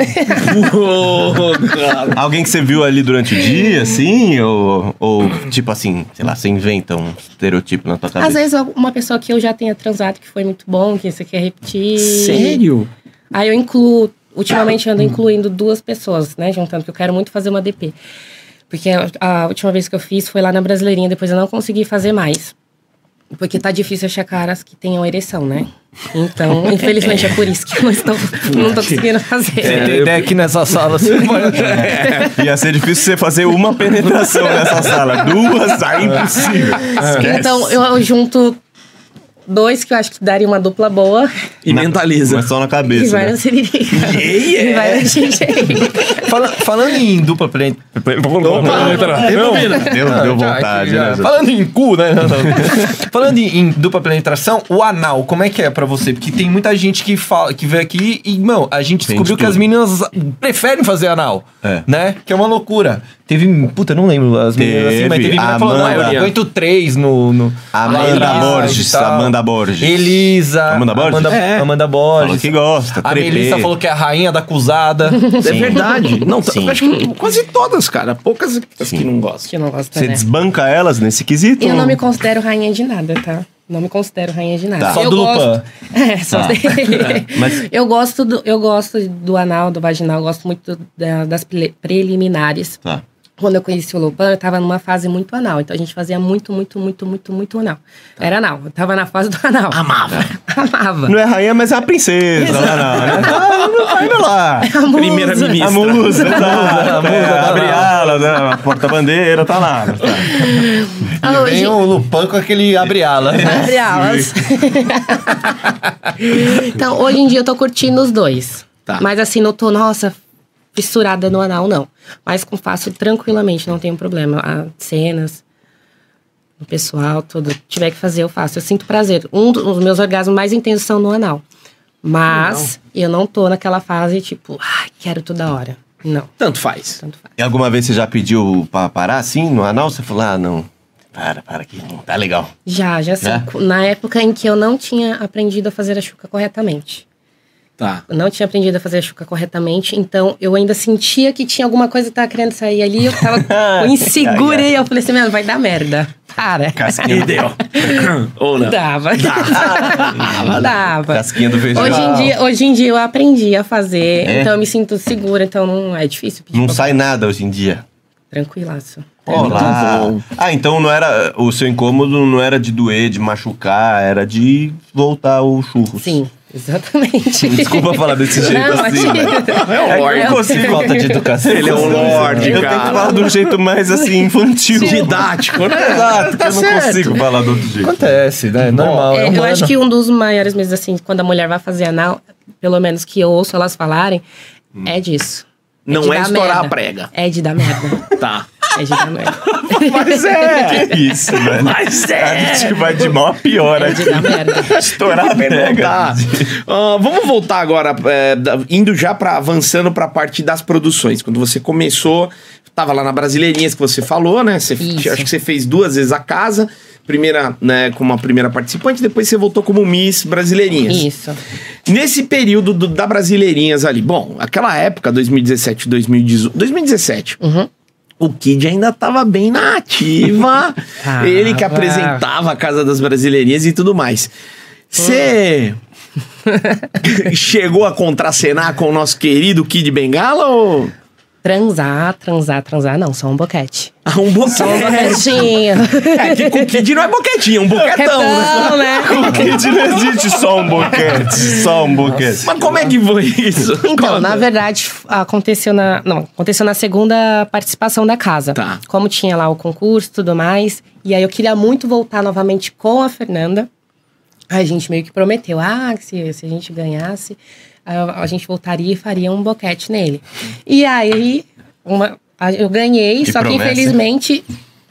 [SPEAKER 1] Pô, cara.
[SPEAKER 2] Alguém que você viu ali durante o dia, assim? Ou, ou tipo assim, sei lá, você inventa um estereotipo na tua cabeça?
[SPEAKER 4] Às vezes uma pessoa que eu já tenha transado que foi muito bom, que você quer repetir.
[SPEAKER 1] Sério?
[SPEAKER 4] Aí eu incluo, ultimamente eu ando incluindo duas pessoas, né, juntando, porque eu quero muito fazer uma DP. Porque a, a última vez que eu fiz foi lá na Brasileirinha, depois eu não consegui fazer mais. Porque tá difícil achar caras que tenham ereção, né? Então, infelizmente, é por isso que eu não estou não tô conseguindo fazer.
[SPEAKER 1] É.
[SPEAKER 3] Você tem ideia que nessa sala assim, você pode.
[SPEAKER 2] Ia ser difícil você fazer uma penetração nessa sala. Duas,
[SPEAKER 3] É.
[SPEAKER 2] aí impossível.
[SPEAKER 4] Então, eu, eu junto dois que eu acho que daria uma dupla boa
[SPEAKER 1] E mentaliza.
[SPEAKER 2] Mas só na
[SPEAKER 4] e
[SPEAKER 2] cabeça.
[SPEAKER 4] vai
[SPEAKER 2] Né?
[SPEAKER 4] no Siririca.
[SPEAKER 1] Yeah,
[SPEAKER 4] E vai no xixi.
[SPEAKER 3] <laughs> Fala- falando em dupla plane-
[SPEAKER 2] Deu,
[SPEAKER 3] Ah,
[SPEAKER 2] deu vontade, né?
[SPEAKER 3] Falando em cu, né?
[SPEAKER 2] <laughs>
[SPEAKER 3] Não, não. Falando em, em dupla penetração, o anal, como é que é pra você? Porque tem muita gente que fala, que vem aqui e, mano, a gente
[SPEAKER 2] Tem
[SPEAKER 3] descobriu
[SPEAKER 2] de
[SPEAKER 3] que as
[SPEAKER 2] tudo.
[SPEAKER 3] meninas preferem fazer anal,
[SPEAKER 2] É.
[SPEAKER 3] né? Que é uma loucura. Teve, puta, eu não lembro as meninas assim, mas
[SPEAKER 2] Teve,
[SPEAKER 3] teve menina falando, não,
[SPEAKER 2] Amanda.
[SPEAKER 3] eu aguento três no... no
[SPEAKER 2] Amanda
[SPEAKER 3] Elisa
[SPEAKER 2] Borges,
[SPEAKER 3] e tal.
[SPEAKER 2] Amanda Borges.
[SPEAKER 3] Elisa.
[SPEAKER 2] Amanda Borges?
[SPEAKER 3] Amanda,
[SPEAKER 2] É.
[SPEAKER 3] Amanda
[SPEAKER 2] Falou
[SPEAKER 3] Borges.
[SPEAKER 2] que gosta,
[SPEAKER 3] A
[SPEAKER 2] trepê.
[SPEAKER 3] Melissa falou que é a rainha
[SPEAKER 2] <laughs>
[SPEAKER 3] da acusada.
[SPEAKER 1] É verdade. Não, t-
[SPEAKER 2] Sim.
[SPEAKER 1] eu acho que quase todas, cara. Poucas as que não gostam.
[SPEAKER 4] Que eu não gosto,
[SPEAKER 2] Você
[SPEAKER 4] né?
[SPEAKER 2] desbanca elas nesse quesito?
[SPEAKER 4] Eu não me considero rainha de nada, tá? Não me considero rainha de nada.
[SPEAKER 2] Tá.
[SPEAKER 3] Só
[SPEAKER 4] eu
[SPEAKER 3] do Lupin.
[SPEAKER 4] gosto. É, só
[SPEAKER 2] <laughs> Tá.
[SPEAKER 4] dele.
[SPEAKER 2] Mas-
[SPEAKER 4] Eu gosto do, eu gosto do anal, do vaginal, eu gosto muito da- das pre- preliminares.
[SPEAKER 2] Tá.
[SPEAKER 4] Quando eu conheci o Lupan, eu tava numa fase muito anal. Então a gente fazia muito, muito, muito, muito, muito anal.
[SPEAKER 2] Tá.
[SPEAKER 4] Era anal. Eu tava na fase do anal.
[SPEAKER 1] Amava.
[SPEAKER 4] Amava.
[SPEAKER 2] Não é rainha, mas é a princesa. Lá, lá, né? Ah, vai lá.
[SPEAKER 4] Amava.
[SPEAKER 1] Primeira
[SPEAKER 2] A
[SPEAKER 1] ministra.
[SPEAKER 3] <laughs>
[SPEAKER 2] musa, tá,
[SPEAKER 3] a musa,
[SPEAKER 2] é,
[SPEAKER 3] tá lá.
[SPEAKER 2] abre ala, né? a porta-bandeira, tá lá. tá.
[SPEAKER 4] Ah,
[SPEAKER 3] Vem
[SPEAKER 4] gente,
[SPEAKER 3] o Lupan com aquele abre-ala, né?
[SPEAKER 2] É.
[SPEAKER 4] Abre alas. <laughs> então, hoje em dia eu tô curtindo os dois.
[SPEAKER 1] Tá.
[SPEAKER 4] Mas assim, não tô, nossa, fissurada no anal, não. Mas com- faço tranquilamente, não tenho problema. As cenas, o pessoal, tudo. Tiver que fazer, eu faço. Eu sinto prazer. Um do- dos meus orgasmos mais intensos são no anal. Mas eu não tô naquela fase, tipo, ai, quero toda hora. Não,
[SPEAKER 1] Tanto faz.
[SPEAKER 4] tanto faz.
[SPEAKER 2] E alguma vez você já pediu pra parar assim no anal? Você falou, ah, não. Para, para que não tá legal.
[SPEAKER 4] Já, já sei.
[SPEAKER 2] É?
[SPEAKER 4] Na época em que eu não tinha aprendido a fazer a chuca corretamente. <laughs>
[SPEAKER 1] Tá.
[SPEAKER 4] Eu não tinha aprendido a fazer a chuca corretamente, então eu ainda sentia que tinha alguma coisa que tava querendo sair ali, eu tava eu insegura e eu falei assim, mano, vai dar merda. cara.
[SPEAKER 1] Casquinha. E deu. Ou não.
[SPEAKER 4] Dava. Dava. Dava.
[SPEAKER 3] Casquinha do feijão.
[SPEAKER 4] Hoje em, dia, hoje em dia eu aprendi a fazer, então eu me sinto segura, então não é difícil
[SPEAKER 2] <laughs>
[SPEAKER 4] pedir.
[SPEAKER 2] Não
[SPEAKER 4] pra-
[SPEAKER 2] sai nada hoje em dia.
[SPEAKER 4] Tranquilaço.
[SPEAKER 2] Olá. Ah, então não era. O seu incômodo não era de doer, de machucar, era de voltar o churros.
[SPEAKER 4] Sim,
[SPEAKER 2] <laughs>
[SPEAKER 4] exatamente. <laughs>
[SPEAKER 2] Desculpa falar desse jeito
[SPEAKER 4] Não,
[SPEAKER 2] assim.
[SPEAKER 4] <laughs> imagina. um
[SPEAKER 1] É o
[SPEAKER 2] É
[SPEAKER 1] Lorde.
[SPEAKER 2] impossível.
[SPEAKER 3] Falta de educação.
[SPEAKER 1] Ele é um lorde,
[SPEAKER 2] Eu tenho que
[SPEAKER 1] cara.
[SPEAKER 2] falar de um jeito mais assim, infantil.
[SPEAKER 1] Didático, né?
[SPEAKER 2] Exato,
[SPEAKER 1] Tá
[SPEAKER 2] eu não
[SPEAKER 1] certo.
[SPEAKER 2] consigo falar do outro jeito.
[SPEAKER 3] Acontece, né? É normal.
[SPEAKER 4] É,
[SPEAKER 3] é
[SPEAKER 4] eu
[SPEAKER 3] humano.
[SPEAKER 4] acho que um dos maiores medos, assim, quando a mulher vai fazer anal, pelo menos que eu ouço elas falarem, é disso. de
[SPEAKER 1] Não é
[SPEAKER 4] dar
[SPEAKER 1] estourar
[SPEAKER 4] merda.
[SPEAKER 1] a prega.
[SPEAKER 4] É de dar merda.
[SPEAKER 1] Tá.
[SPEAKER 4] É de dar merda.
[SPEAKER 1] <laughs> Mas é.
[SPEAKER 2] Que isso, velho.
[SPEAKER 1] Mas
[SPEAKER 2] A
[SPEAKER 1] é.
[SPEAKER 2] gente vai de mal a pior
[SPEAKER 4] É de
[SPEAKER 2] aqui.
[SPEAKER 4] dar merda.
[SPEAKER 1] <laughs>
[SPEAKER 2] Estourar a
[SPEAKER 1] Tá.
[SPEAKER 2] pega.
[SPEAKER 1] Ah, vamos voltar agora, é, da- indo já para avançando para a parte das produções. Quando você começou, tava lá na Brasileirinhas que você falou, né? Você,
[SPEAKER 4] Isso.
[SPEAKER 1] acho que você fez duas vezes a casa, primeira, né, como a primeira participante, depois você voltou como Miss Brasileirinhas.
[SPEAKER 4] Isso.
[SPEAKER 1] Nesse período do- da Brasileirinhas ali, bom, aquela época, 2017, 2018, 2017.
[SPEAKER 4] Uhum.
[SPEAKER 1] O Kid ainda tava bem na
[SPEAKER 4] <laughs>
[SPEAKER 1] ativa.
[SPEAKER 4] Tava.
[SPEAKER 1] ele que apresentava a Casa das Brasileirinhas e tudo mais. Você <laughs>
[SPEAKER 4] Uhum.
[SPEAKER 1] chegou a contracenar com o nosso querido Kid Bengala ou
[SPEAKER 4] Transar, transar, transar, não, só um boquete.
[SPEAKER 1] Ah, um boquete?
[SPEAKER 4] Boquetinho.
[SPEAKER 1] É, que com o Kid não é boquetinho, é um boquetão. né?
[SPEAKER 4] Boquetão, né?
[SPEAKER 2] Kid não existe só um boquete. Só um boquete.
[SPEAKER 1] Mas como é que foi isso?
[SPEAKER 4] Então,
[SPEAKER 1] Conta.
[SPEAKER 4] na verdade, f- aconteceu na. Não, aconteceu na segunda participação da casa.
[SPEAKER 1] Tá.
[SPEAKER 4] Como tinha lá o concurso e tudo mais. E aí eu queria muito voltar novamente com a Fernanda. Aí a gente meio que prometeu, ah, se, se a gente ganhasse, a, a gente voltaria e faria um boquete nele. E aí, uma, a- eu ganhei,
[SPEAKER 2] Que
[SPEAKER 4] só
[SPEAKER 2] promessa,
[SPEAKER 4] que
[SPEAKER 2] hein?
[SPEAKER 4] infelizmente.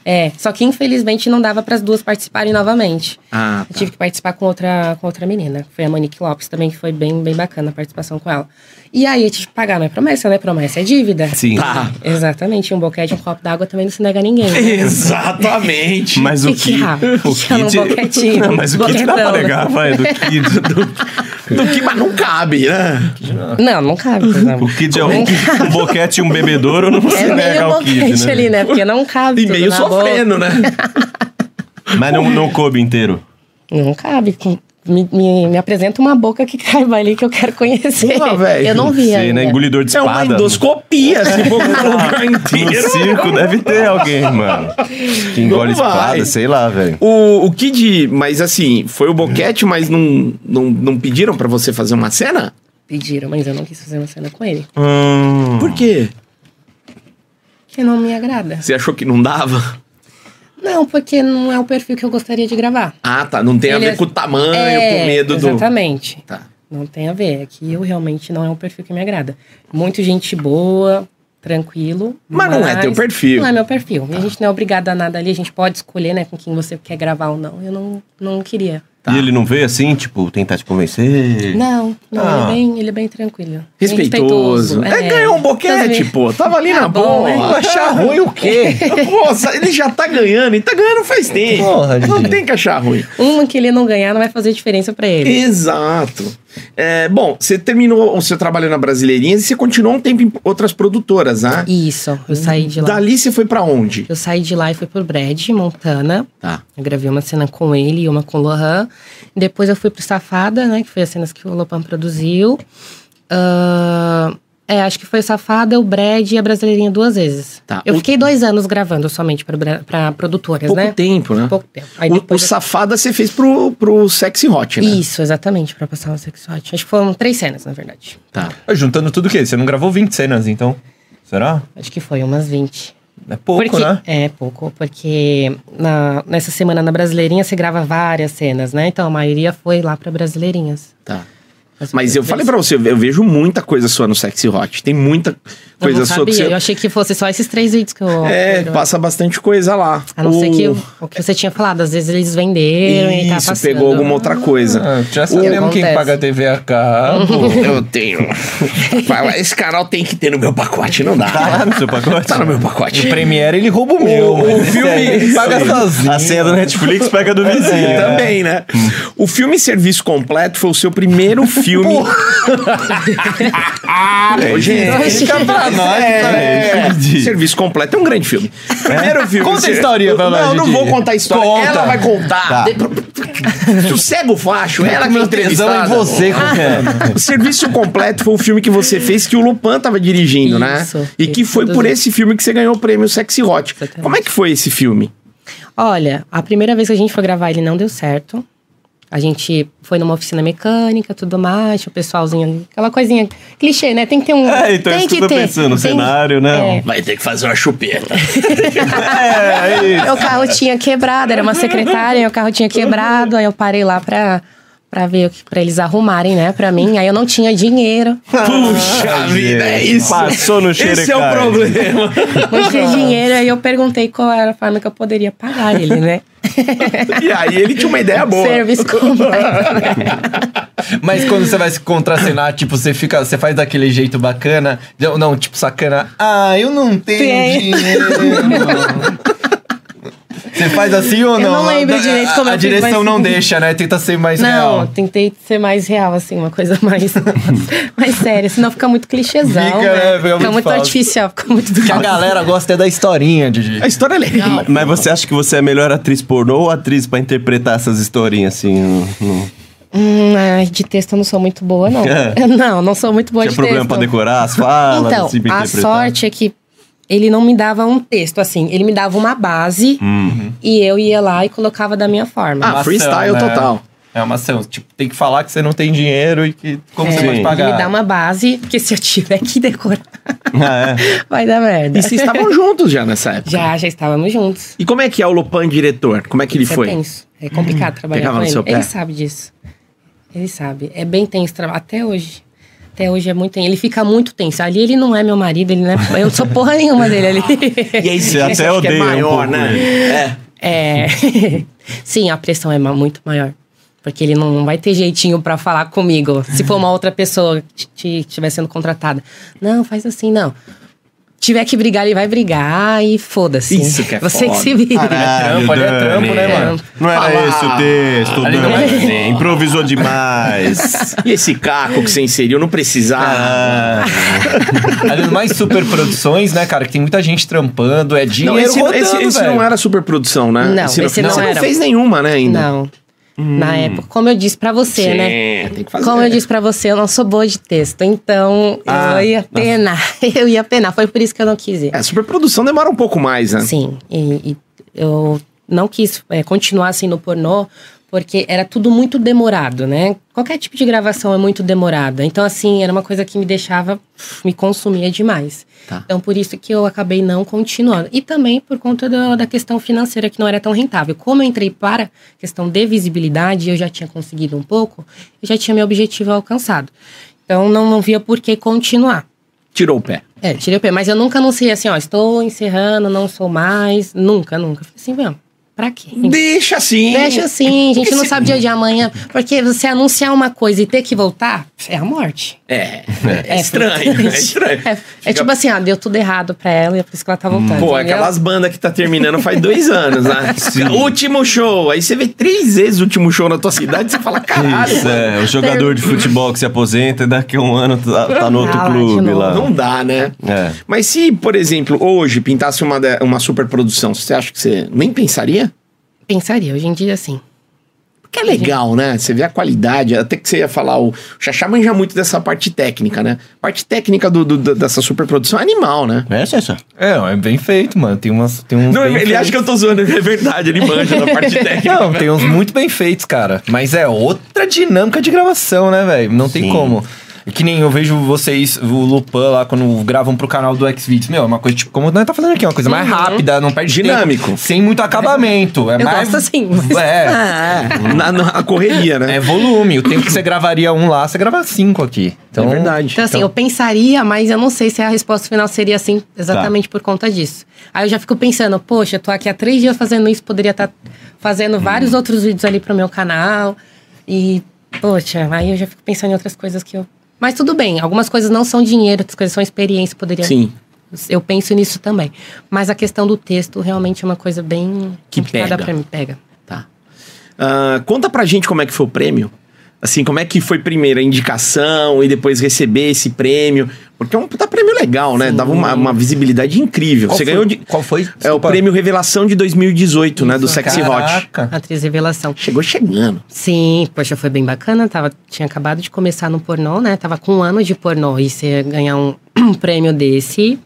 [SPEAKER 4] É, só que infelizmente não dava para as duas participarem novamente.
[SPEAKER 1] Ah,
[SPEAKER 4] Eu tive que participar com outra, com outra menina. que Foi a Monique Lopes também, que foi bem, bem bacana a participação com ela. E aí eu tive que pagar, não é promessa, né? Promessa é dívida.
[SPEAKER 2] Sim.
[SPEAKER 1] Tá.
[SPEAKER 4] Exatamente, um boquete, um copo d'água também não se nega a
[SPEAKER 2] <laughs>
[SPEAKER 4] ninguém. né?
[SPEAKER 1] <laughs> Exatamente.
[SPEAKER 2] Mas o
[SPEAKER 4] Tem que
[SPEAKER 2] Kid.
[SPEAKER 4] errar.
[SPEAKER 2] O
[SPEAKER 4] Chama um
[SPEAKER 2] Kid.
[SPEAKER 4] boquetinho.
[SPEAKER 2] Não, mas o Kid dá pra
[SPEAKER 4] Boquetão, né?
[SPEAKER 2] negar, vai. Do Kid. do-
[SPEAKER 1] Do que, mas não cabe, né?
[SPEAKER 4] Não, não cabe. por exemplo.
[SPEAKER 2] O Kid é um, um boquete e um bebedouro, não se
[SPEAKER 4] É meio
[SPEAKER 2] nega ao
[SPEAKER 4] boquete
[SPEAKER 2] Kid, né?
[SPEAKER 4] ali, né? Porque não cabe.
[SPEAKER 1] E
[SPEAKER 4] tudo
[SPEAKER 1] meio
[SPEAKER 4] na
[SPEAKER 1] sofrendo, né?
[SPEAKER 2] Mas não, não coube inteiro.
[SPEAKER 4] boca. Não cabe. Me, me, me apresenta uma boca que <laughs> caiba ali que eu quero conhecer.
[SPEAKER 1] Porra, velho.
[SPEAKER 4] eu não vi
[SPEAKER 2] Sei,
[SPEAKER 4] ainda.
[SPEAKER 2] né? Engolidor de
[SPEAKER 1] É uma
[SPEAKER 2] espada.
[SPEAKER 1] endoscopia, <laughs> se for colocar
[SPEAKER 2] No
[SPEAKER 1] inteiro.
[SPEAKER 2] circo deve ter alguém, mano. Que engole
[SPEAKER 1] Não vai.
[SPEAKER 2] espada, sei lá, velho.
[SPEAKER 1] O, o Kid, mas assim, foi o boquete, mas não, não, não pediram pra você fazer uma cena?
[SPEAKER 4] Pediram, mas eu não quis fazer uma cena com ele.
[SPEAKER 2] Hum.
[SPEAKER 1] Por quê?
[SPEAKER 4] Que não me agrada.
[SPEAKER 1] Você achou que não dava?
[SPEAKER 4] Não, porque não é o perfil que eu gostaria de gravar.
[SPEAKER 1] Ah, tá. Não tem a
[SPEAKER 4] Ele
[SPEAKER 1] ver
[SPEAKER 4] é-
[SPEAKER 1] com o tamanho,
[SPEAKER 4] É,
[SPEAKER 1] com o medo do.
[SPEAKER 4] Exatamente.
[SPEAKER 1] Tá.
[SPEAKER 4] Não tem a ver. É que eu realmente não é um perfil que me agrada. Muito gente boa, tranquilo.
[SPEAKER 1] Mas não é teu perfil. Tá.
[SPEAKER 4] Não é meu perfil. E A gente não é obrigada a nada ali. A gente pode escolher, né, com quem você quer gravar ou não. Eu não, não queria.
[SPEAKER 1] Tá.
[SPEAKER 2] E ele não veio assim, tipo, tentar te convencer?
[SPEAKER 4] Não, não.
[SPEAKER 2] Ah.
[SPEAKER 4] Ele, é bem, ele é bem tranquilo. Bem
[SPEAKER 1] Respeitoso. É, ganhou um boquete,
[SPEAKER 4] Também.
[SPEAKER 1] pô. Tava ali
[SPEAKER 4] Tá
[SPEAKER 1] na
[SPEAKER 4] bom,
[SPEAKER 1] boa.
[SPEAKER 4] né?
[SPEAKER 1] Eu
[SPEAKER 3] Achar ruim o quê?
[SPEAKER 2] <laughs>
[SPEAKER 1] Nossa, ele já tá ganhando, e tá ganhando faz tempo.
[SPEAKER 3] Porra,
[SPEAKER 1] não
[SPEAKER 3] gente.
[SPEAKER 1] tem que achar ruim.
[SPEAKER 4] Uma Um que ele não ganhar não vai fazer diferença pra ele.
[SPEAKER 1] Exato. É, bom, você terminou o seu trabalho na Brasileirinhas e você continuou um tempo em outras produtoras, né?
[SPEAKER 4] Isso, eu saí de lá.
[SPEAKER 1] Dali você foi pra onde?
[SPEAKER 4] Eu saí de lá e fui pro Brad, Montana.
[SPEAKER 1] Tá.
[SPEAKER 4] Eu gravei uma cena com ele e uma com o Lohan. Depois eu fui pro Safada, né? Que foi as cenas que o Lopan produziu. Ahn, é, acho que foi o Safada, o Brad e a Brasileirinha duas vezes.
[SPEAKER 1] Tá.
[SPEAKER 4] Eu
[SPEAKER 1] O-
[SPEAKER 4] fiquei dois anos gravando somente pra, bra- pra produtoras,
[SPEAKER 1] Pouco
[SPEAKER 4] né?
[SPEAKER 1] tempo, né?
[SPEAKER 4] Pouco tempo. Aí
[SPEAKER 1] O, o
[SPEAKER 4] depois eu-
[SPEAKER 1] Safada você fez pro, pro Sexy Hot, né?
[SPEAKER 4] Isso, exatamente, pra passar o sexual. Acho que foram três cenas, na verdade.
[SPEAKER 1] Tá.
[SPEAKER 3] Juntando tudo o quê? Você não gravou 20 cenas, então? Será?
[SPEAKER 4] Acho que foi umas 20.
[SPEAKER 3] É pouco,
[SPEAKER 4] porque,
[SPEAKER 3] né?
[SPEAKER 4] É, pouco, porque na- nessa semana na Brasileirinha você grava várias cenas, né? Então a maioria foi lá pra Brasileirinhas.
[SPEAKER 1] Tá. Mas
[SPEAKER 4] é
[SPEAKER 1] eu falei pra você, eu vejo muita coisa sua no Sexy Hot. Tem muita
[SPEAKER 4] eu
[SPEAKER 1] coisa
[SPEAKER 4] não
[SPEAKER 1] sua
[SPEAKER 4] sabia,
[SPEAKER 1] que você.
[SPEAKER 4] eu achei que fosse só esses três vídeos que eu...
[SPEAKER 1] É, passa bastante coisa lá.
[SPEAKER 4] A não ser
[SPEAKER 1] O-
[SPEAKER 4] que o, o que você tinha falado, às vezes eles venderam e tá
[SPEAKER 1] Isso,
[SPEAKER 4] passando.
[SPEAKER 1] pegou alguma outra coisa.
[SPEAKER 3] Ah, já sabemos quem
[SPEAKER 4] acontece. Uhum.
[SPEAKER 3] paga a TV a cabo.
[SPEAKER 1] Eu tenho. Esse canal tem que ter no meu pacote, não dá.
[SPEAKER 2] Tá lá no seu pacote?
[SPEAKER 1] Tá no meu pacote.
[SPEAKER 3] O Premiere ele rouba o meu.
[SPEAKER 1] o
[SPEAKER 3] mas esse
[SPEAKER 1] filme
[SPEAKER 3] aí paga sozinho. É,
[SPEAKER 2] A senha do
[SPEAKER 3] né?
[SPEAKER 2] Netflix pega do vizinho.
[SPEAKER 1] né? Também, né? O filme Serviço Completo foi o seu primeiro filme. <laughs> ah, gente,
[SPEAKER 3] Então, Fica pra nós.
[SPEAKER 1] é, serviço completo. É um grande filme. Primeiro filme.
[SPEAKER 3] Conta a
[SPEAKER 1] você-
[SPEAKER 3] história pra nós,
[SPEAKER 1] Não, não
[SPEAKER 3] Didi.
[SPEAKER 1] vou contar a história.
[SPEAKER 3] Conta.
[SPEAKER 1] Ela vai contar.
[SPEAKER 3] Tá.
[SPEAKER 1] <laughs> De- Sossega o facho. Ela que é
[SPEAKER 3] Meu tesão
[SPEAKER 1] entrevistada.
[SPEAKER 3] é em você,
[SPEAKER 4] <laughs>
[SPEAKER 3] Cocano.
[SPEAKER 1] <laughs> O Serviço Completo foi um filme que você fez que o Lupan tava dirigindo, né?
[SPEAKER 4] Isso.
[SPEAKER 1] E que
[SPEAKER 4] Isso,
[SPEAKER 1] foi por
[SPEAKER 4] produziu.
[SPEAKER 1] esse filme que você ganhou o prêmio Sexy Hot.
[SPEAKER 4] Exatamente.
[SPEAKER 1] Como é que foi esse filme?
[SPEAKER 4] Olha, a primeira vez que a gente foi gravar ele não deu certo. A gente foi numa oficina mecânica, tudo mais, o pessoalzinho ali. Aquela coisinha clichê, né? Tem que ter um.
[SPEAKER 2] É, então
[SPEAKER 4] tem
[SPEAKER 2] isso que eu tô pensando,
[SPEAKER 4] tem-
[SPEAKER 2] cenário, né?
[SPEAKER 4] É.
[SPEAKER 1] Vai ter que fazer uma <laughs> chupeta. <laughs>
[SPEAKER 2] É, isso.
[SPEAKER 4] Meu carro tinha quebrado, era uma secretária, meu carro tinha quebrado, aí eu parei lá pra, pra ver, o que- pra eles arrumarem, né, pra mim. Aí eu não tinha dinheiro.
[SPEAKER 1] Puxa vida, é isso.
[SPEAKER 2] Passou no
[SPEAKER 1] Esse é o
[SPEAKER 2] xerecard.
[SPEAKER 1] problema.
[SPEAKER 4] Não tinha dinheiro, aí eu perguntei qual era a forma que eu poderia pagar ele, né?
[SPEAKER 1] <laughs> E aí ele tinha uma ideia boa.
[SPEAKER 4] Serviço
[SPEAKER 3] é?
[SPEAKER 4] completo.
[SPEAKER 3] Mas quando você vai se contracenar, tipo, você fica, você faz daquele jeito bacana. Não, não, tipo, sacana. Ah, eu não tenho
[SPEAKER 4] Tem.
[SPEAKER 3] dinheiro. Você faz assim ou
[SPEAKER 4] Eu
[SPEAKER 3] não?
[SPEAKER 4] não lembro
[SPEAKER 3] A-
[SPEAKER 4] direito como
[SPEAKER 3] A,
[SPEAKER 4] eu
[SPEAKER 3] a
[SPEAKER 4] fiz,
[SPEAKER 3] direção
[SPEAKER 4] mas-
[SPEAKER 3] não deixa, né? Tenta ser mais
[SPEAKER 4] Não,
[SPEAKER 3] real.
[SPEAKER 4] tentei ser mais real, assim, uma coisa mais, <laughs> mais séria. Senão fica muito clichêzão.
[SPEAKER 3] Fica,
[SPEAKER 4] né?
[SPEAKER 3] né? Fica muito
[SPEAKER 4] Fica muito
[SPEAKER 3] falso.
[SPEAKER 4] artificial, fica muito do
[SPEAKER 3] Que a galera gosta é da historinha, Didi.
[SPEAKER 1] A história é legal.
[SPEAKER 2] Mas você acha que você é a melhor atriz pornô ou atriz pra interpretar essas historinhas assim? No, no...
[SPEAKER 4] Hum, ai, de texto eu não sou muito boa, não.
[SPEAKER 2] É.
[SPEAKER 4] <laughs> Não, não sou muito boa
[SPEAKER 2] Tinha
[SPEAKER 4] de
[SPEAKER 2] problema
[SPEAKER 4] texto.
[SPEAKER 2] pra decorar as falas?
[SPEAKER 4] Então,
[SPEAKER 2] assim, pra
[SPEAKER 4] a
[SPEAKER 2] interpretar?
[SPEAKER 4] sorte é que ele não me dava um texto, assim. Ele me dava uma base
[SPEAKER 1] Hum.
[SPEAKER 4] e eu ia lá e colocava da minha forma.
[SPEAKER 1] Ah, freestyle total.
[SPEAKER 3] É uma ação. Tipo, tem que falar que você não tem dinheiro e que como
[SPEAKER 4] É,
[SPEAKER 3] você pode
[SPEAKER 2] Sim.
[SPEAKER 3] pagar.
[SPEAKER 4] Ele me dá uma base, porque se eu tiver que decorar, <laughs>
[SPEAKER 2] Ah,
[SPEAKER 3] <laughs>
[SPEAKER 2] é?
[SPEAKER 4] vai dar merda.
[SPEAKER 1] E vocês estavam juntos já nessa época.
[SPEAKER 4] <laughs> Já, já estávamos juntos.
[SPEAKER 1] E como é que é o Lupan diretor? Como é que ele
[SPEAKER 4] Isso
[SPEAKER 1] foi?
[SPEAKER 4] É, tenso. é complicado trabalhar
[SPEAKER 1] Pegava
[SPEAKER 4] com
[SPEAKER 1] no
[SPEAKER 4] ele.
[SPEAKER 1] seu pé?
[SPEAKER 4] Ele sabe disso. Ele sabe. É bem tenso trabalhar. Até hoje. Até hoje é muito tenso. Ele fica muito tenso. Ali ele não é meu marido, ele não é. Eu não sou porra nenhuma dele
[SPEAKER 1] <laughs>
[SPEAKER 4] ali.
[SPEAKER 1] E aí
[SPEAKER 2] Você até odeia um pouco
[SPEAKER 1] é né?
[SPEAKER 4] É. <laughs> Sim, a pressão é ma- muito maior. Porque ele não vai ter jeitinho pra falar comigo. Se for uma outra pessoa que te- que estiver sendo contratada. Não, faz assim, não. Tiver que brigar, ele vai brigar e foda-se.
[SPEAKER 1] Isso que é
[SPEAKER 4] Você
[SPEAKER 1] foda.
[SPEAKER 4] que se vira.
[SPEAKER 2] Caralho,
[SPEAKER 3] trampo, ele é
[SPEAKER 2] Dani.
[SPEAKER 3] trampo, né, mano?
[SPEAKER 4] É.
[SPEAKER 2] Não era
[SPEAKER 1] Fala.
[SPEAKER 2] esse o texto,
[SPEAKER 3] Ali não é
[SPEAKER 2] Dani. Improvisou
[SPEAKER 3] <laughs>
[SPEAKER 2] demais.
[SPEAKER 1] E esse caco que você inseriu não precisava.
[SPEAKER 2] Ah,
[SPEAKER 3] Além do mais super produções, né, cara? Que tem muita gente trampando, é dinheiro
[SPEAKER 1] esse,
[SPEAKER 3] rodando,
[SPEAKER 1] esse- esse
[SPEAKER 3] velho.
[SPEAKER 1] não era superprodução, né?
[SPEAKER 4] Não, esse não
[SPEAKER 1] você
[SPEAKER 4] era.
[SPEAKER 1] não fez nenhuma, né, ainda?
[SPEAKER 4] Não. Na época, como eu disse pra você,
[SPEAKER 1] Sim,
[SPEAKER 4] né?
[SPEAKER 1] tem que Hum. fazer. é.
[SPEAKER 4] Como eu disse pra você, eu não sou boa de texto, então
[SPEAKER 1] Ah.
[SPEAKER 4] eu ia penar. <laughs> Eu ia penar, foi por isso que eu não quis ir.
[SPEAKER 1] É, superprodução demora um pouco mais, né?
[SPEAKER 4] Sim, e, e eu não quis é, continuar assim no pornô, porque era tudo muito demorado, né? Qualquer tipo de gravação é muito demorada. Então, assim, era uma coisa que me deixava, me consumia demais.
[SPEAKER 1] Tá.
[SPEAKER 4] Então, por isso que eu acabei não continuando. E também por conta do- da questão financeira, que não era tão rentável. Como eu entrei para questão de visibilidade, eu já tinha conseguido um pouco, eu já tinha meu objetivo alcançado. Então, não, não via por que continuar.
[SPEAKER 1] Tirou o pé.
[SPEAKER 4] É, tirei o pé, mas eu nunca anunciei assim, ó, estou encerrando, não sou mais. Nunca, nunca. Falei assim mesmo. Pra quê?
[SPEAKER 1] Deixa assim.
[SPEAKER 4] Deixa assim, a gente não sabe dia de amanhã. Porque você anunciar uma coisa e ter que voltar, é a morte.
[SPEAKER 1] É, é
[SPEAKER 4] <laughs>
[SPEAKER 1] estranho, é
[SPEAKER 4] frustrante.
[SPEAKER 1] estranho.
[SPEAKER 4] É, é tipo assim, ah, deu tudo errado pra ela e é por isso que ela tá voltando.
[SPEAKER 1] Pô,
[SPEAKER 4] entendeu?
[SPEAKER 1] aquelas bandas que tá terminando faz
[SPEAKER 4] <laughs>
[SPEAKER 1] dois anos, né? Último show. Aí você vê três vezes o último show na tua cidade e você fala, caralho,
[SPEAKER 2] isso, é. O jogador de futebol que se aposenta e daqui a um ano tá, tá no outro
[SPEAKER 4] Ah, lá, de
[SPEAKER 2] clube
[SPEAKER 4] novo.
[SPEAKER 2] lá.
[SPEAKER 1] Não dá, né?
[SPEAKER 2] É.
[SPEAKER 1] Mas se, por exemplo, hoje pintasse uma, de- uma superprodução, você acha que você nem pensaria?
[SPEAKER 4] Pensaria, hoje em dia assim.
[SPEAKER 1] Porque é legal, né? Você vê a qualidade, até que você ia falar, o Xaxá manja muito dessa parte técnica, né? Parte técnica do, do- do- dessa superprodução é animal, né?
[SPEAKER 2] É, Cessa?
[SPEAKER 3] É, é bem feito, mano. Tem umas. Tem uns
[SPEAKER 1] Não,
[SPEAKER 3] bem
[SPEAKER 1] ele acha que eu tô zoando, é verdade, ele manja da <laughs> parte
[SPEAKER 3] feitos.
[SPEAKER 1] técnica.
[SPEAKER 3] Não, tem uns muito bem feitos, cara. Mas é outra dinâmica de gravação, né, velho? Não tem
[SPEAKER 2] Sim.
[SPEAKER 3] como. Que nem eu vejo vocês, o Lupan lá, quando gravam pro canal do Xvideos. Meu, é uma coisa tipo, como nós tá fazendo aqui, é uma coisa mais rápida, não perde tempo,
[SPEAKER 1] Dinâmico.
[SPEAKER 3] sem muito acabamento. É
[SPEAKER 4] Uhum. Eu
[SPEAKER 3] mais,
[SPEAKER 4] gosto assim, mas- <laughs>
[SPEAKER 3] É,
[SPEAKER 1] É, na, na- a correria, né?
[SPEAKER 3] é volume. O tempo que você gravaria um lá, você grava cinco aqui. Então,
[SPEAKER 1] É
[SPEAKER 4] Então, assim, eu pensaria, mas eu não sei se a resposta final seria assim,
[SPEAKER 1] Tá.
[SPEAKER 4] exatamente por conta disso. Aí eu já fico pensando, poxa, eu tô aqui há três dias fazendo isso, poderia estar
[SPEAKER 1] Hum.
[SPEAKER 4] fazendo vários outros vídeos ali pro meu canal. E, poxa, aí eu já fico pensando em outras coisas que eu. Mas tudo bem, algumas coisas não são dinheiro, outras coisas são experiência, poderia.
[SPEAKER 1] Sim.
[SPEAKER 4] Eu penso nisso também. Mas a questão do texto realmente é uma coisa bem
[SPEAKER 1] Que
[SPEAKER 4] complicada
[SPEAKER 1] pega.
[SPEAKER 4] pra mim. Pega.
[SPEAKER 1] Tá. Ah, conta pra gente como é que foi o prêmio. Assim, como é que foi primeiro a indicação e depois receber esse prêmio? Porque é um puta prêmio legal, né? Dava uma, uma visibilidade incrível.
[SPEAKER 3] Qual
[SPEAKER 1] Você
[SPEAKER 3] foi?
[SPEAKER 1] ganhou de.
[SPEAKER 3] Qual
[SPEAKER 1] É
[SPEAKER 3] foi?
[SPEAKER 1] o
[SPEAKER 3] Desculpa.
[SPEAKER 1] prêmio Revelação de 2018, né? Do Sexy Hot.
[SPEAKER 3] Caraca.
[SPEAKER 4] Atriz revelação.
[SPEAKER 1] Chegou chegando.
[SPEAKER 4] Sim, poxa, foi bem bacana. Tava, tinha acabado de começar no pornô, né? Tava com um ano de pornô. E você ganhar um, <clears throat> um prêmio desse.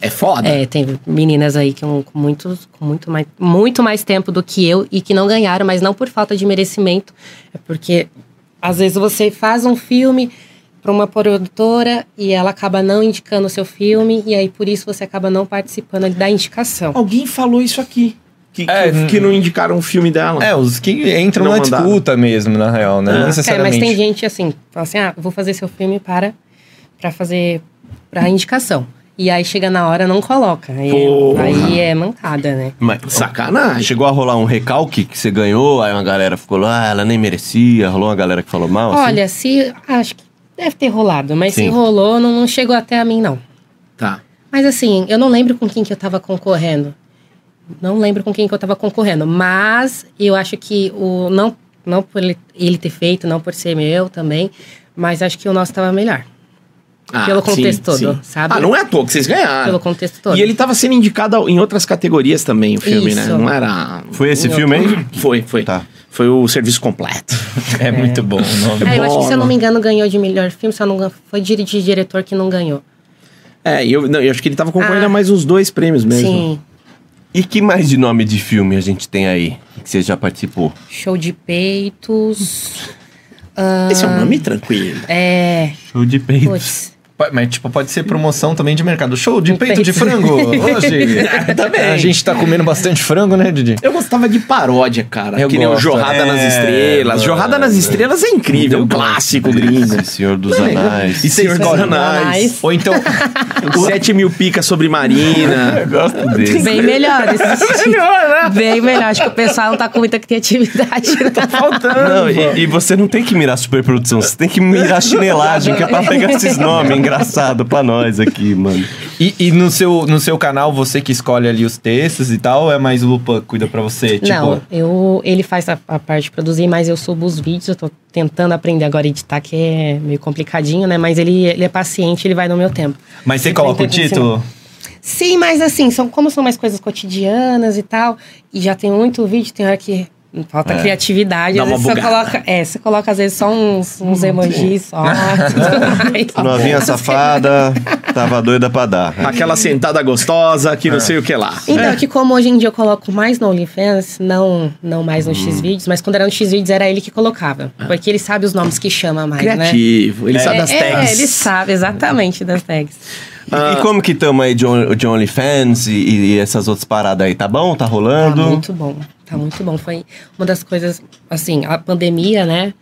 [SPEAKER 1] É foda.
[SPEAKER 4] É, tem meninas aí que com, com muitos, com muito, mais, muito mais tempo do que eu e que não ganharam, mas não por falta de merecimento. É porque às vezes você faz um filme para uma produtora e ela acaba não indicando o seu filme, e aí por isso você acaba não participando da indicação.
[SPEAKER 1] Alguém falou isso aqui. Que, que-
[SPEAKER 3] É,
[SPEAKER 1] que não indicaram o filme dela.
[SPEAKER 3] É, os que entram
[SPEAKER 1] Não
[SPEAKER 3] na
[SPEAKER 1] mandaram.
[SPEAKER 3] disputa mesmo, na real, né?
[SPEAKER 1] É.
[SPEAKER 3] Não
[SPEAKER 4] É, mas
[SPEAKER 3] necessariamente.
[SPEAKER 4] tem gente assim, fala assim, ah, vou fazer seu filme para, para fazer para indicação. E aí chega na hora não coloca. Aí,
[SPEAKER 1] Porra.
[SPEAKER 4] aí é mancada, né?
[SPEAKER 2] Mas,
[SPEAKER 1] Sacanagem.
[SPEAKER 2] Chegou a rolar um recalque que você ganhou, aí uma galera ficou lá, "Ah, ela nem merecia, rolou uma galera que falou mal. assim?
[SPEAKER 4] Olha, se. Acho que deve ter rolado, mas
[SPEAKER 2] Sim.
[SPEAKER 4] se rolou, não, não chegou até a mim, não.
[SPEAKER 1] Tá.
[SPEAKER 4] Mas assim, eu não lembro com quem que eu tava concorrendo. Não lembro com quem que eu tava concorrendo. Mas eu acho que o. Não, não por ele, ele ter feito, não por ser meu também. Mas acho que o nosso tava melhor.
[SPEAKER 1] Ah,
[SPEAKER 4] Pelo contexto todo, sabe?
[SPEAKER 1] Ah, não é à toa que vocês ganharam.
[SPEAKER 4] Pelo contexto todo.
[SPEAKER 1] E ele tava sendo indicado em outras categorias também, o filme, né?
[SPEAKER 4] Isso.
[SPEAKER 1] Não era.
[SPEAKER 2] Foi esse filme aí?
[SPEAKER 1] Foi, foi.
[SPEAKER 2] Tá.
[SPEAKER 1] Foi o serviço completo.
[SPEAKER 3] É, muito bom né? o nome.
[SPEAKER 4] É, eu acho que, se eu
[SPEAKER 1] bola.
[SPEAKER 4] não me engano, ganhou de melhor filme, se eu não gan- foi de, de diretor que não ganhou.
[SPEAKER 1] É, e eu, não, eu acho que ele tava concorrendo
[SPEAKER 4] Ah.
[SPEAKER 1] a mais uns dois prêmios mesmo.
[SPEAKER 4] Sim.
[SPEAKER 2] E que mais de nome de filme a gente tem aí que você já participou?
[SPEAKER 4] Show de peitos.
[SPEAKER 1] Esse é um nome tranquilo.
[SPEAKER 4] É.
[SPEAKER 2] Show de peito.
[SPEAKER 4] Putz.
[SPEAKER 3] Pa- Mas, tipo, pode ser promoção também de mercado. Show de peito, de
[SPEAKER 4] peito. <laughs>
[SPEAKER 3] frango hoje.
[SPEAKER 4] Ah,
[SPEAKER 1] Também.
[SPEAKER 3] A gente tá comendo bastante frango, né, Didi?
[SPEAKER 1] Eu gostava de paródia, cara.
[SPEAKER 3] Eu
[SPEAKER 1] que nem o
[SPEAKER 3] gosto,
[SPEAKER 1] Jorrada
[SPEAKER 2] é.
[SPEAKER 1] nas Estrelas.
[SPEAKER 2] É,
[SPEAKER 1] Jorrada nas Estrelas é incrível, é um clássico gringo.
[SPEAKER 2] Senhor dos Anais.
[SPEAKER 1] E Senhor dos
[SPEAKER 3] escolhe-
[SPEAKER 1] Anais.
[SPEAKER 3] Ou
[SPEAKER 4] <laughs>
[SPEAKER 3] então,
[SPEAKER 1] Sete mil picas sobre Marina.
[SPEAKER 2] Eu gosto desse.
[SPEAKER 4] Bem melhores.
[SPEAKER 3] <laughs>
[SPEAKER 4] Bem melhor. Acho que o pessoal não tá com muita
[SPEAKER 3] <laughs>
[SPEAKER 4] criatividade. né?
[SPEAKER 3] Tipo,
[SPEAKER 2] Não, e, e você não tem que mirar superprodução, você tem que mirar chinelagem, que é <laughs> pra pegar esses nomes engraçado pra nós aqui, mano.
[SPEAKER 3] e, e no, seu, no seu canal, você que escolhe ali os textos e tal, ou é mais o Lupan que cuida pra você? Tipo,
[SPEAKER 4] Não, eu, ele faz a, a parte de produzir, mas eu subo os vídeos. Eu tô tentando aprender agora a editar, que é meio complicadinho, né? Mas ele, ele é paciente, ele vai no meu tempo.
[SPEAKER 3] Mas você
[SPEAKER 4] Eu
[SPEAKER 3] coloca o
[SPEAKER 4] tentei
[SPEAKER 3] título?
[SPEAKER 4] Sim, mas assim, são, como são mais coisas cotidianas e tal, e já tem muito vídeo, tem hora que falta
[SPEAKER 1] É.
[SPEAKER 4] criatividade.
[SPEAKER 1] Dá
[SPEAKER 4] às
[SPEAKER 1] uma
[SPEAKER 4] vezes você
[SPEAKER 1] bugada.
[SPEAKER 4] coloca, é, você coloca às vezes só uns, uns emojis só. e
[SPEAKER 1] <laughs>
[SPEAKER 4] <laughs> tudo mais.
[SPEAKER 2] Novinha safada, tava doida pra dar.
[SPEAKER 1] Aquela sentada gostosa,
[SPEAKER 3] É.
[SPEAKER 1] que não sei o que lá. É
[SPEAKER 4] Então, que como hoje em dia eu coloco mais no OnlyFans, não, não mais
[SPEAKER 1] Hum.
[SPEAKER 4] no Xvideos, mas quando era no Xvideos era ele que colocava. Porque ele sabe os nomes que chama mais, né?
[SPEAKER 1] Ah. Criativo, ele sabe as
[SPEAKER 4] é,
[SPEAKER 1] tags.
[SPEAKER 4] ele sabe exatamente das tags. Ah.
[SPEAKER 2] E, e como que tamo aí de, on- de OnlyFans e, e essas outras paradas aí? Tá bom? Tá rolando?
[SPEAKER 4] Tá muito bom, tá muito bom. Foi uma das coisas, assim, a pandemia, né?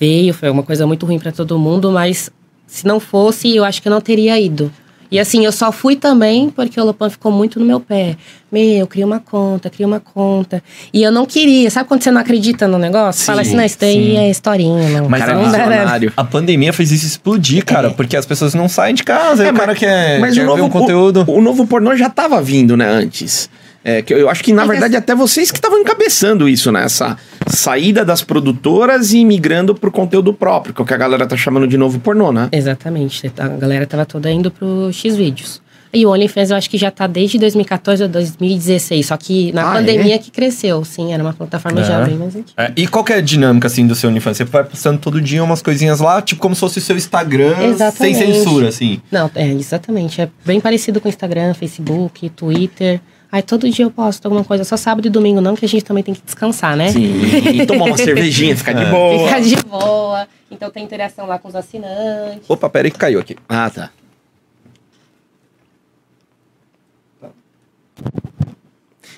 [SPEAKER 4] Veio, foi uma coisa muito ruim pra todo mundo, mas se não fosse, eu acho que eu não teria ido. E assim, eu só fui também porque o Lopan ficou muito no meu pé. Meu, cria uma conta, cria uma conta. E eu não queria. Sabe quando você não acredita no negócio? Fala assim, não, isso daí é historinha, não.
[SPEAKER 1] Mas
[SPEAKER 4] <laughs>
[SPEAKER 1] cara é
[SPEAKER 4] não dá, né?
[SPEAKER 1] visionário.
[SPEAKER 3] A pandemia fez isso explodir, cara, porque as pessoas não saem de casa. É, o cara quer, quer ver um conteúdo.
[SPEAKER 1] O, o novo pornô já tava vindo, né, antes. É, que eu- eu acho que, na
[SPEAKER 4] Mas
[SPEAKER 1] verdade, até vocês que estavam encabeçando isso, né? Essa saída das produtoras e migrando pro conteúdo próprio, que é o que a galera tá chamando de novo pornô, né?
[SPEAKER 4] É. Exatamente. Tá, A galera tava toda indo pro X vídeos. E o OnlyFans eu acho que já tá desde 2014 ou 2016, só que na
[SPEAKER 1] Ah,
[SPEAKER 4] pandemia que cresceu, sim, era uma plataforma
[SPEAKER 3] É.
[SPEAKER 4] já bem mais antiga.
[SPEAKER 3] É, e qual que é a dinâmica, assim, do seu OnlyFans? Você vai postando todo dia umas coisinhas lá, tipo como se fosse o seu Instagram, sem
[SPEAKER 4] Exatamente.
[SPEAKER 3] censura, assim.
[SPEAKER 4] Não, é, exatamente. É bem parecido com Instagram, Facebook, Twitter. Aí todo dia eu posto alguma coisa, só sábado e domingo não, que a gente também tem que descansar, né?
[SPEAKER 1] Sim, e
[SPEAKER 4] <laughs>
[SPEAKER 1] tomar uma cervejinha, ficar de boa.
[SPEAKER 4] É. Ficar de boa. Então tem interação lá com os assinantes.
[SPEAKER 3] Opa, peraí que caiu aqui.
[SPEAKER 1] Ah, tá.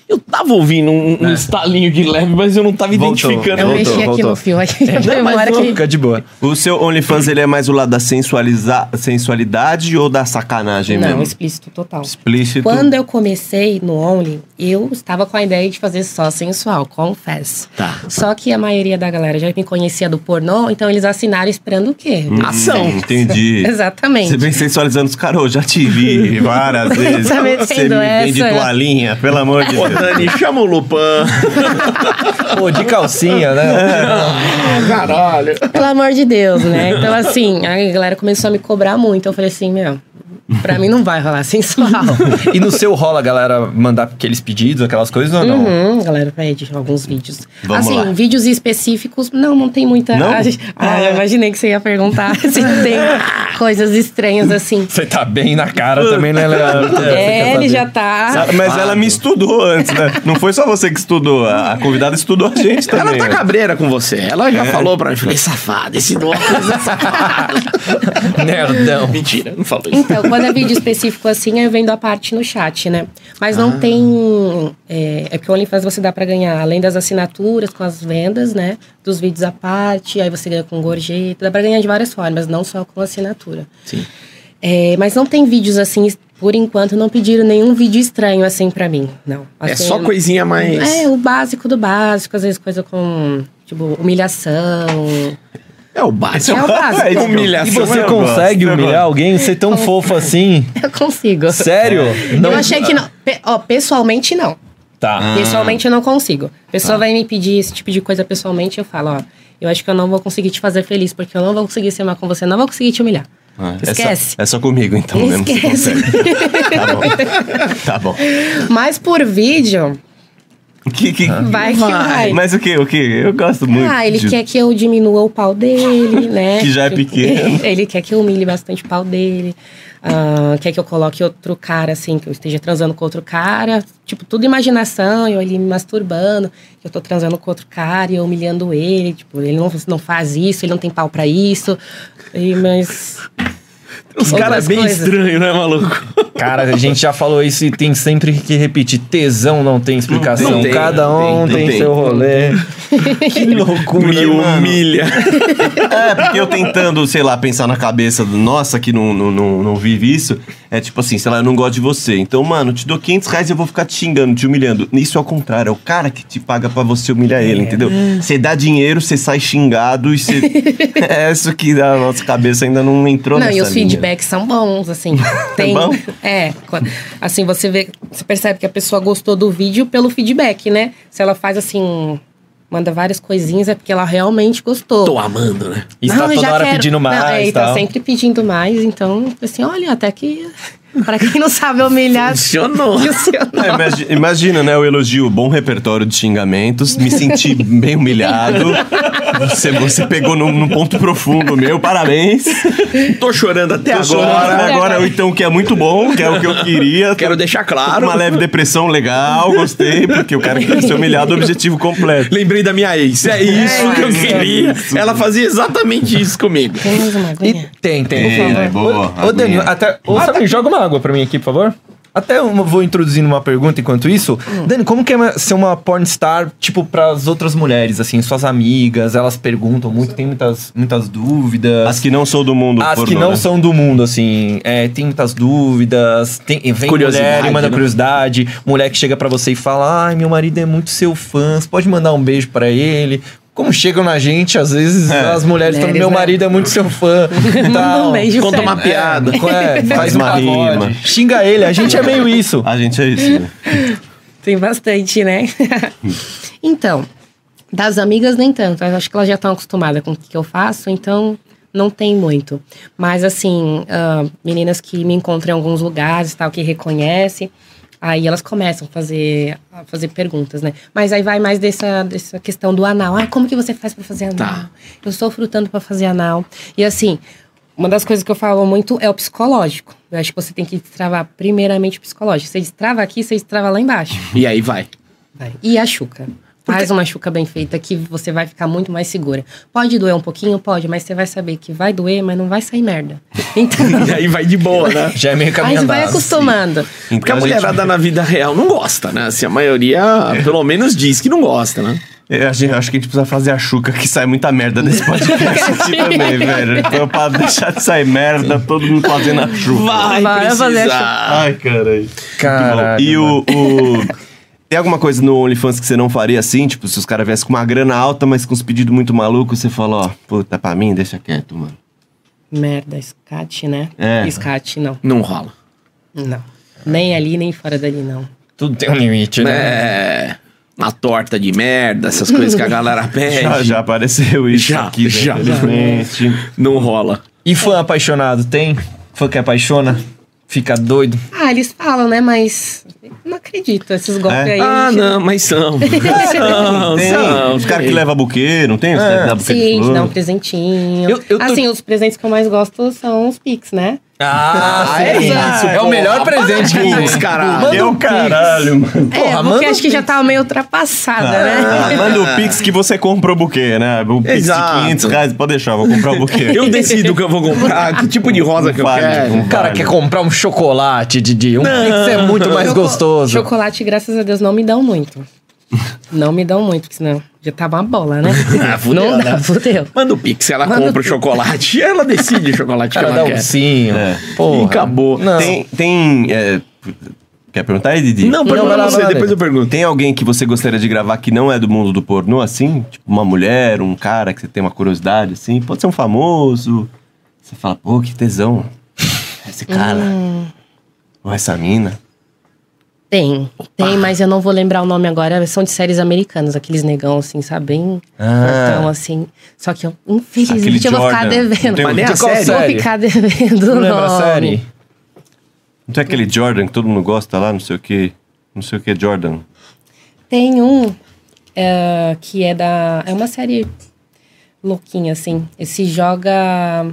[SPEAKER 1] Eu tava ouvindo um,
[SPEAKER 3] É.
[SPEAKER 1] um estalinho de leve, mas eu não tava
[SPEAKER 2] Voltou.
[SPEAKER 1] identificando.
[SPEAKER 4] Eu
[SPEAKER 2] Voltou,
[SPEAKER 4] mexi aqui
[SPEAKER 2] voltou.
[SPEAKER 4] no fio, <laughs> aqui
[SPEAKER 1] não,
[SPEAKER 4] na
[SPEAKER 1] mas
[SPEAKER 4] memória
[SPEAKER 1] não,
[SPEAKER 4] que
[SPEAKER 3] Fica de boa.
[SPEAKER 2] O seu OnlyFans, ele é mais o lado da sensualiza- sensualidade ou da sacanagem
[SPEAKER 4] Não,
[SPEAKER 2] né, mesmo?
[SPEAKER 4] explícito total.
[SPEAKER 2] Explícito.
[SPEAKER 4] Quando eu comecei no Only, eu estava com a ideia de fazer só sensual, confesso.
[SPEAKER 1] Tá.
[SPEAKER 4] Só que a maioria da galera já me conhecia do pornô, então eles assinaram esperando o quê?
[SPEAKER 1] Ação.
[SPEAKER 2] Hum, entendi.
[SPEAKER 4] <laughs> Exatamente.
[SPEAKER 2] Você vem
[SPEAKER 4] <laughs>
[SPEAKER 2] sensualizando os caras, eu já te vi várias vezes.
[SPEAKER 4] Tá metendo
[SPEAKER 2] Você me vende
[SPEAKER 4] essa? né?" É.
[SPEAKER 2] toalhinha, pelo amor de Deus.
[SPEAKER 1] Dani, <laughs> chama o Lupan.
[SPEAKER 3] Pô, de calcinha,
[SPEAKER 4] <laughs>
[SPEAKER 3] né?
[SPEAKER 1] Ah, Caralho.
[SPEAKER 4] Pelo amor de Deus, né?
[SPEAKER 2] <laughs>
[SPEAKER 4] Então, assim, a galera começou a me cobrar muito. Eu falei assim, meu, pra mim não vai
[SPEAKER 2] <laughs>
[SPEAKER 4] rolar sensual.
[SPEAKER 2] Tá
[SPEAKER 3] E no seu rola, a galera, mandar aqueles pedidos, aquelas coisas ou não?
[SPEAKER 4] Uhum, a galera pede alguns vídeos.
[SPEAKER 2] Vamos
[SPEAKER 4] assim,
[SPEAKER 2] lá.
[SPEAKER 4] vídeos específicos, não, não tem muita.
[SPEAKER 2] Não? é.
[SPEAKER 4] Ah, ah, eu imaginei que você ia perguntar <laughs> se
[SPEAKER 2] <laughs>
[SPEAKER 4] tem coisas estranhas assim.
[SPEAKER 3] Você tá bem na cara também, né, Leandro?
[SPEAKER 4] É, ele já tá.
[SPEAKER 2] Mas ela me estudou antes, né? Não foi só você que estudou, a a convidada estudou a gente
[SPEAKER 1] Ela
[SPEAKER 2] também.
[SPEAKER 1] tá
[SPEAKER 2] né?
[SPEAKER 1] cabreira com você. Ela já falou pra mim, falei, safado, esse nome é safado.
[SPEAKER 4] tá-
[SPEAKER 1] <laughs>
[SPEAKER 3] Nerdão.
[SPEAKER 1] Mentira, não falou isso.
[SPEAKER 4] Então, quando é vídeo específico assim, eu vendo a parte no chat, né? Mas
[SPEAKER 1] Ah.
[SPEAKER 4] não tem. É, é porque o OnlyFans você dá pra ganhar, além das assinaturas, com as vendas, né? Dos vídeos à parte, aí você ganha com gorjeta. Dá pra ganhar de várias formas, não só com assinatura.
[SPEAKER 1] Sim.
[SPEAKER 4] É, mas não tem vídeos assim, por enquanto, não pediram nenhum vídeo estranho assim pra mim, não.
[SPEAKER 1] É
[SPEAKER 4] Assim,
[SPEAKER 1] só
[SPEAKER 4] eu-
[SPEAKER 1] coisinha mais.
[SPEAKER 4] É, o básico do básico, às vezes coisa com, tipo,
[SPEAKER 1] <laughs>
[SPEAKER 4] humilhação.
[SPEAKER 1] É o básico.
[SPEAKER 4] É o básico.
[SPEAKER 2] isso que eu-
[SPEAKER 1] Humilhação. É
[SPEAKER 3] E você
[SPEAKER 2] Eu
[SPEAKER 3] consegue
[SPEAKER 2] gosto, eu
[SPEAKER 3] humilhar
[SPEAKER 2] gosto.
[SPEAKER 3] alguém? Ser tão fofo assim?
[SPEAKER 4] Eu consigo.
[SPEAKER 3] Sério?
[SPEAKER 4] eu achei que não. Pe- ó, pessoalmente não.
[SPEAKER 3] Tá.
[SPEAKER 4] Pessoalmente eu não consigo. A pessoa vai me pedir esse tipo de coisa pessoalmente, eu falo, ó, eu acho que eu não vou conseguir te fazer feliz, porque eu não vou conseguir ser má com você, eu não vou conseguir te humilhar.
[SPEAKER 2] Ah, é só-
[SPEAKER 4] Esquece.
[SPEAKER 2] <laughs> É só, comigo, então. né? Não se
[SPEAKER 4] Esquece.
[SPEAKER 2] consegue. Tá bom. Tá bom.
[SPEAKER 4] Mas por vídeo,
[SPEAKER 2] Que, que-
[SPEAKER 4] vai que vai.
[SPEAKER 2] Mas o que? O que? Eu gosto muito.
[SPEAKER 4] Ah, ele
[SPEAKER 2] de-
[SPEAKER 4] quer que eu diminua o
[SPEAKER 2] <laughs>
[SPEAKER 4] pau dele, né?
[SPEAKER 2] Que já é pequeno.
[SPEAKER 4] <laughs> Ele quer que eu humilhe bastante o pau dele. Ah, quer que eu coloque outro cara, assim, que eu esteja transando com outro cara. Tipo, tudo imaginação, eu ali me masturbando, que eu tô transando com outro cara e eu humilhando ele. Tipo, ele não, não faz isso, ele não tem pau pra isso. E, mas.
[SPEAKER 1] Os
[SPEAKER 4] Outras
[SPEAKER 1] caras bem
[SPEAKER 4] coisas.
[SPEAKER 1] estranhos, né, maluco?
[SPEAKER 3] Cara, a gente já falou isso e tem sempre que repetir. Tesão não tem explicação.
[SPEAKER 1] Não tem,
[SPEAKER 3] Cada
[SPEAKER 1] não
[SPEAKER 2] tem, não
[SPEAKER 3] um tem,
[SPEAKER 2] tem.
[SPEAKER 3] seu rolê. que loucura.
[SPEAKER 1] Me
[SPEAKER 3] mano.
[SPEAKER 1] humilha.
[SPEAKER 2] É, porque eu tentando, sei lá, pensar na cabeça do nossa que não, não, não, não vive isso. É tipo assim, sei lá, eu não gosto de você. Então, mano, te dou 500 reais e eu vou ficar te xingando, te humilhando. Isso é o contrário, é o cara que te paga pra você humilhar
[SPEAKER 4] É.
[SPEAKER 2] ele, entendeu? Você dá dinheiro, você sai xingado e
[SPEAKER 4] <laughs>
[SPEAKER 2] você. é isso que a nossa cabeça ainda não entrou
[SPEAKER 4] Não,
[SPEAKER 2] nessa
[SPEAKER 4] e os
[SPEAKER 2] linha.
[SPEAKER 4] feedbacks são bons, assim. Tem,
[SPEAKER 2] bom?
[SPEAKER 4] É. quando- Assim, você vê, você percebe que a pessoa gostou do vídeo pelo feedback, né? Se ela faz assim, manda várias coisinhas, é porque ela realmente
[SPEAKER 1] <laughs>
[SPEAKER 4] gostou.
[SPEAKER 1] Tô amando, né?
[SPEAKER 3] E está
[SPEAKER 4] Não, eu
[SPEAKER 3] toda
[SPEAKER 4] já
[SPEAKER 3] hora
[SPEAKER 4] quero.
[SPEAKER 3] pedindo mais.
[SPEAKER 4] Não, é, e tá
[SPEAKER 3] tal.
[SPEAKER 4] sempre pedindo mais, então, assim, olha, até que. <laughs> Pra quem não sabe
[SPEAKER 1] <laughs>
[SPEAKER 4] humilhar.
[SPEAKER 1] Funcionou.
[SPEAKER 4] funcionou.
[SPEAKER 2] É, imagi- imagina, né? Eu elogio, bom repertório de xingamentos, me senti bem
[SPEAKER 4] <laughs>
[SPEAKER 2] humilhado. Você, você pegou num, num ponto profundo meu, parabéns.
[SPEAKER 1] <laughs> Tô chorando até
[SPEAKER 2] Tô
[SPEAKER 1] agora.
[SPEAKER 2] chorando até agora, ou então que é muito bom, que é o que eu queria.
[SPEAKER 1] Quero deixar claro.
[SPEAKER 2] Uma leve depressão legal, gostei, porque o cara quer ser humilhado, objetivo completo.
[SPEAKER 1] Lembrei da minha ex. É isso É que eu queria. Ela fazia exatamente isso comigo.
[SPEAKER 4] Tem mais uma
[SPEAKER 3] E
[SPEAKER 4] aguinha?
[SPEAKER 3] tem, tem.
[SPEAKER 2] Tem, né? Boa,
[SPEAKER 3] Ô,
[SPEAKER 2] aguinha.
[SPEAKER 3] Danilo, até. Ô, Samir, joga uma água pra mim aqui, por favor. Até eu vou introduzindo uma pergunta enquanto isso. Dani, como que é ser uma pornstar, tipo, pras outras mulheres, assim, suas amigas, elas perguntam muito, tem muitas, muitas dúvidas.
[SPEAKER 2] As que não sou do mundo
[SPEAKER 3] As
[SPEAKER 2] pornô,
[SPEAKER 3] que não
[SPEAKER 2] né?
[SPEAKER 3] são do mundo, assim, é, tem muitas dúvidas, tem, vem
[SPEAKER 1] Curiosidade,
[SPEAKER 3] mulher e manda
[SPEAKER 1] né?
[SPEAKER 3] curiosidade, mulher que chega pra você e fala, ai, meu marido é muito seu fã, você pode mandar um beijo pra ele. Como chegam na gente, às vezes as mulheres falam,
[SPEAKER 4] Mulheres,
[SPEAKER 3] meu
[SPEAKER 4] né?
[SPEAKER 3] marido é muito seu fã. e tal.
[SPEAKER 4] <laughs> um beijo
[SPEAKER 1] Conta
[SPEAKER 4] pra
[SPEAKER 1] uma
[SPEAKER 4] ele.
[SPEAKER 1] piada.
[SPEAKER 3] É, <laughs> faz
[SPEAKER 2] uma
[SPEAKER 3] uma
[SPEAKER 2] rima.
[SPEAKER 3] rima. Xinga ele, a gente é meio isso.
[SPEAKER 2] A gente é isso. né?
[SPEAKER 4] Tem bastante, né? então, das amigas nem tanto. Eu acho que elas já estão acostumadas com o que eu faço, então não tem muito. Mas assim, ah, meninas que me encontram em alguns lugares e tal, que reconhecem, aí elas começam a fazer, a fazer perguntas, né? Mas aí vai mais dessa, dessa questão do anal. Ah, como que você faz pra fazer anal?
[SPEAKER 1] Tá.
[SPEAKER 4] Eu sofro tanto pra fazer anal. E assim, uma das coisas que eu falo muito é o psicológico. Eu acho que você tem que destravar primeiramente o psicológico. Você destrava aqui, você destrava lá embaixo.
[SPEAKER 1] E aí vai.
[SPEAKER 4] E a chuca. Faz uma chuca bem feita que você vai ficar muito mais segura. Pode doer um pouquinho? Pode, mas você vai saber que vai doer, mas não vai
[SPEAKER 3] <laughs>
[SPEAKER 4] sair merda. Então,
[SPEAKER 1] E aí vai de boa, né?
[SPEAKER 3] Já é meio
[SPEAKER 4] aí
[SPEAKER 3] caminho
[SPEAKER 4] você vai
[SPEAKER 3] andado. assim.
[SPEAKER 4] acostumando.
[SPEAKER 2] Então
[SPEAKER 1] Porque a
[SPEAKER 2] gente-
[SPEAKER 1] mulherada na vida real não gosta, né? Assim, a maioria, pelo menos, diz que não gosta, né?
[SPEAKER 2] Eu acho, eu acho que É, a gente precisa fazer a chuca que sai muita merda desse podcast aqui também, velho. Então, pra deixar de sair merda, todo mundo fazendo a chuca.
[SPEAKER 4] Vai fazer
[SPEAKER 2] Ai, caralho.
[SPEAKER 3] Caralho,
[SPEAKER 2] E o, o- Tem alguma coisa no OnlyFans que você não faria assim? Tipo, se os caras viessem com uma grana alta, mas com uns pedidos muito malucos, você fala, ó, puta, pra mim, deixa quieto, mano.
[SPEAKER 4] Merda, escate, né?
[SPEAKER 2] É.
[SPEAKER 4] Escate, não.
[SPEAKER 1] Não rola.
[SPEAKER 4] Não. Nem ali, nem fora dali, não.
[SPEAKER 3] Tudo tem um limite, né?
[SPEAKER 1] É. Uma torta de merda, essas coisas que a galera pede.
[SPEAKER 2] Já, já apareceu isso
[SPEAKER 1] É, Já,
[SPEAKER 2] aqui,
[SPEAKER 1] já.
[SPEAKER 2] já. infelizmente.
[SPEAKER 1] Não rola.
[SPEAKER 3] E fã apaixonado tem? Fã que apaixona? Fica doido?
[SPEAKER 4] Ah, eles falam, né? Mas não acredito, esses golpes
[SPEAKER 2] É?
[SPEAKER 4] aí.
[SPEAKER 1] Ah,
[SPEAKER 4] gente. um
[SPEAKER 1] não, mas
[SPEAKER 4] <laughs>
[SPEAKER 1] são. são,
[SPEAKER 2] Tem
[SPEAKER 1] são.
[SPEAKER 2] os caras que levam buquê, não tem? Os caras que levam buquê de
[SPEAKER 4] Sim,
[SPEAKER 2] flor?
[SPEAKER 4] te dá um presentinho.
[SPEAKER 3] Eu- eu tô-
[SPEAKER 4] Assim, os presentes que eu mais gosto são os Pix, né?
[SPEAKER 3] Ah,
[SPEAKER 1] é
[SPEAKER 3] sim.
[SPEAKER 1] isso,
[SPEAKER 3] É o
[SPEAKER 1] porra.
[SPEAKER 3] melhor presente que
[SPEAKER 1] Putz,
[SPEAKER 3] tem.
[SPEAKER 1] caralho.
[SPEAKER 3] Manda
[SPEAKER 2] Meu
[SPEAKER 3] um pix.
[SPEAKER 2] caralho, mano.
[SPEAKER 3] Porra,
[SPEAKER 4] é,
[SPEAKER 3] manda
[SPEAKER 4] porque
[SPEAKER 3] um
[SPEAKER 4] acho que já tá meio ultrapassada,
[SPEAKER 3] <laughs>
[SPEAKER 4] né?
[SPEAKER 2] Ah, manda o Pix que você compra o buquê, né? O Pix
[SPEAKER 1] Exato.
[SPEAKER 2] de 500 reais, pode deixar, eu vou comprar o buquê.
[SPEAKER 1] Eu decido o que eu vou comprar, que tipo de rosa que eu
[SPEAKER 2] Vale,
[SPEAKER 1] quero.
[SPEAKER 2] vale.
[SPEAKER 3] O cara quer comprar um chocolate, Didi. Um pix é muito mais
[SPEAKER 4] Choco-
[SPEAKER 3] gostoso.
[SPEAKER 4] Chocolate, graças a Deus, não me dão muito. Não me dão muito, porque senão já tá uma bola, né?
[SPEAKER 1] Ah, fudeu,
[SPEAKER 4] não dá,
[SPEAKER 1] né?
[SPEAKER 4] fudeu.
[SPEAKER 1] Manda o Pix, ela compra o chocolate. Ela decide o chocolate que
[SPEAKER 3] cara
[SPEAKER 1] ela
[SPEAKER 3] dá
[SPEAKER 1] quer.
[SPEAKER 3] um sim.
[SPEAKER 2] É.
[SPEAKER 3] Porra.
[SPEAKER 1] E acabou.
[SPEAKER 3] Não.
[SPEAKER 2] Tem. tem é, quer perguntar aí, Didi?
[SPEAKER 1] Não, pergunta
[SPEAKER 3] vai lá, vai
[SPEAKER 1] você,
[SPEAKER 3] lá,
[SPEAKER 1] depois
[SPEAKER 3] Leda.
[SPEAKER 1] eu pergunto.
[SPEAKER 2] Tem alguém que você gostaria de gravar que não é do mundo do pornô, assim? Tipo, uma mulher, um cara que você tem uma curiosidade, assim? Pode ser um famoso. Você fala, pô, que tesão. <laughs> Esse cara. Ou essa mina.
[SPEAKER 4] Tem, tem, mas eu não vou lembrar o nome agora. São de séries americanas, aqueles negão, assim, sabe? Bem fortão, assim. Só que eu, infelizmente,
[SPEAKER 2] Aquele
[SPEAKER 4] eu vou ficar
[SPEAKER 2] Jordan. Não
[SPEAKER 4] devendo.
[SPEAKER 2] tem
[SPEAKER 1] Mas nem
[SPEAKER 2] De
[SPEAKER 1] a
[SPEAKER 3] qual
[SPEAKER 1] série.
[SPEAKER 4] Vou
[SPEAKER 3] série?
[SPEAKER 4] ficar devendo o
[SPEAKER 3] Não lembra a
[SPEAKER 4] nome.
[SPEAKER 3] série?
[SPEAKER 2] Não tem aquele Jordan que todo mundo gosta lá, não sei o que. Não sei o que, Jordan.
[SPEAKER 4] Tem um é, que é da. É uma série louquinha, assim. Esse joga.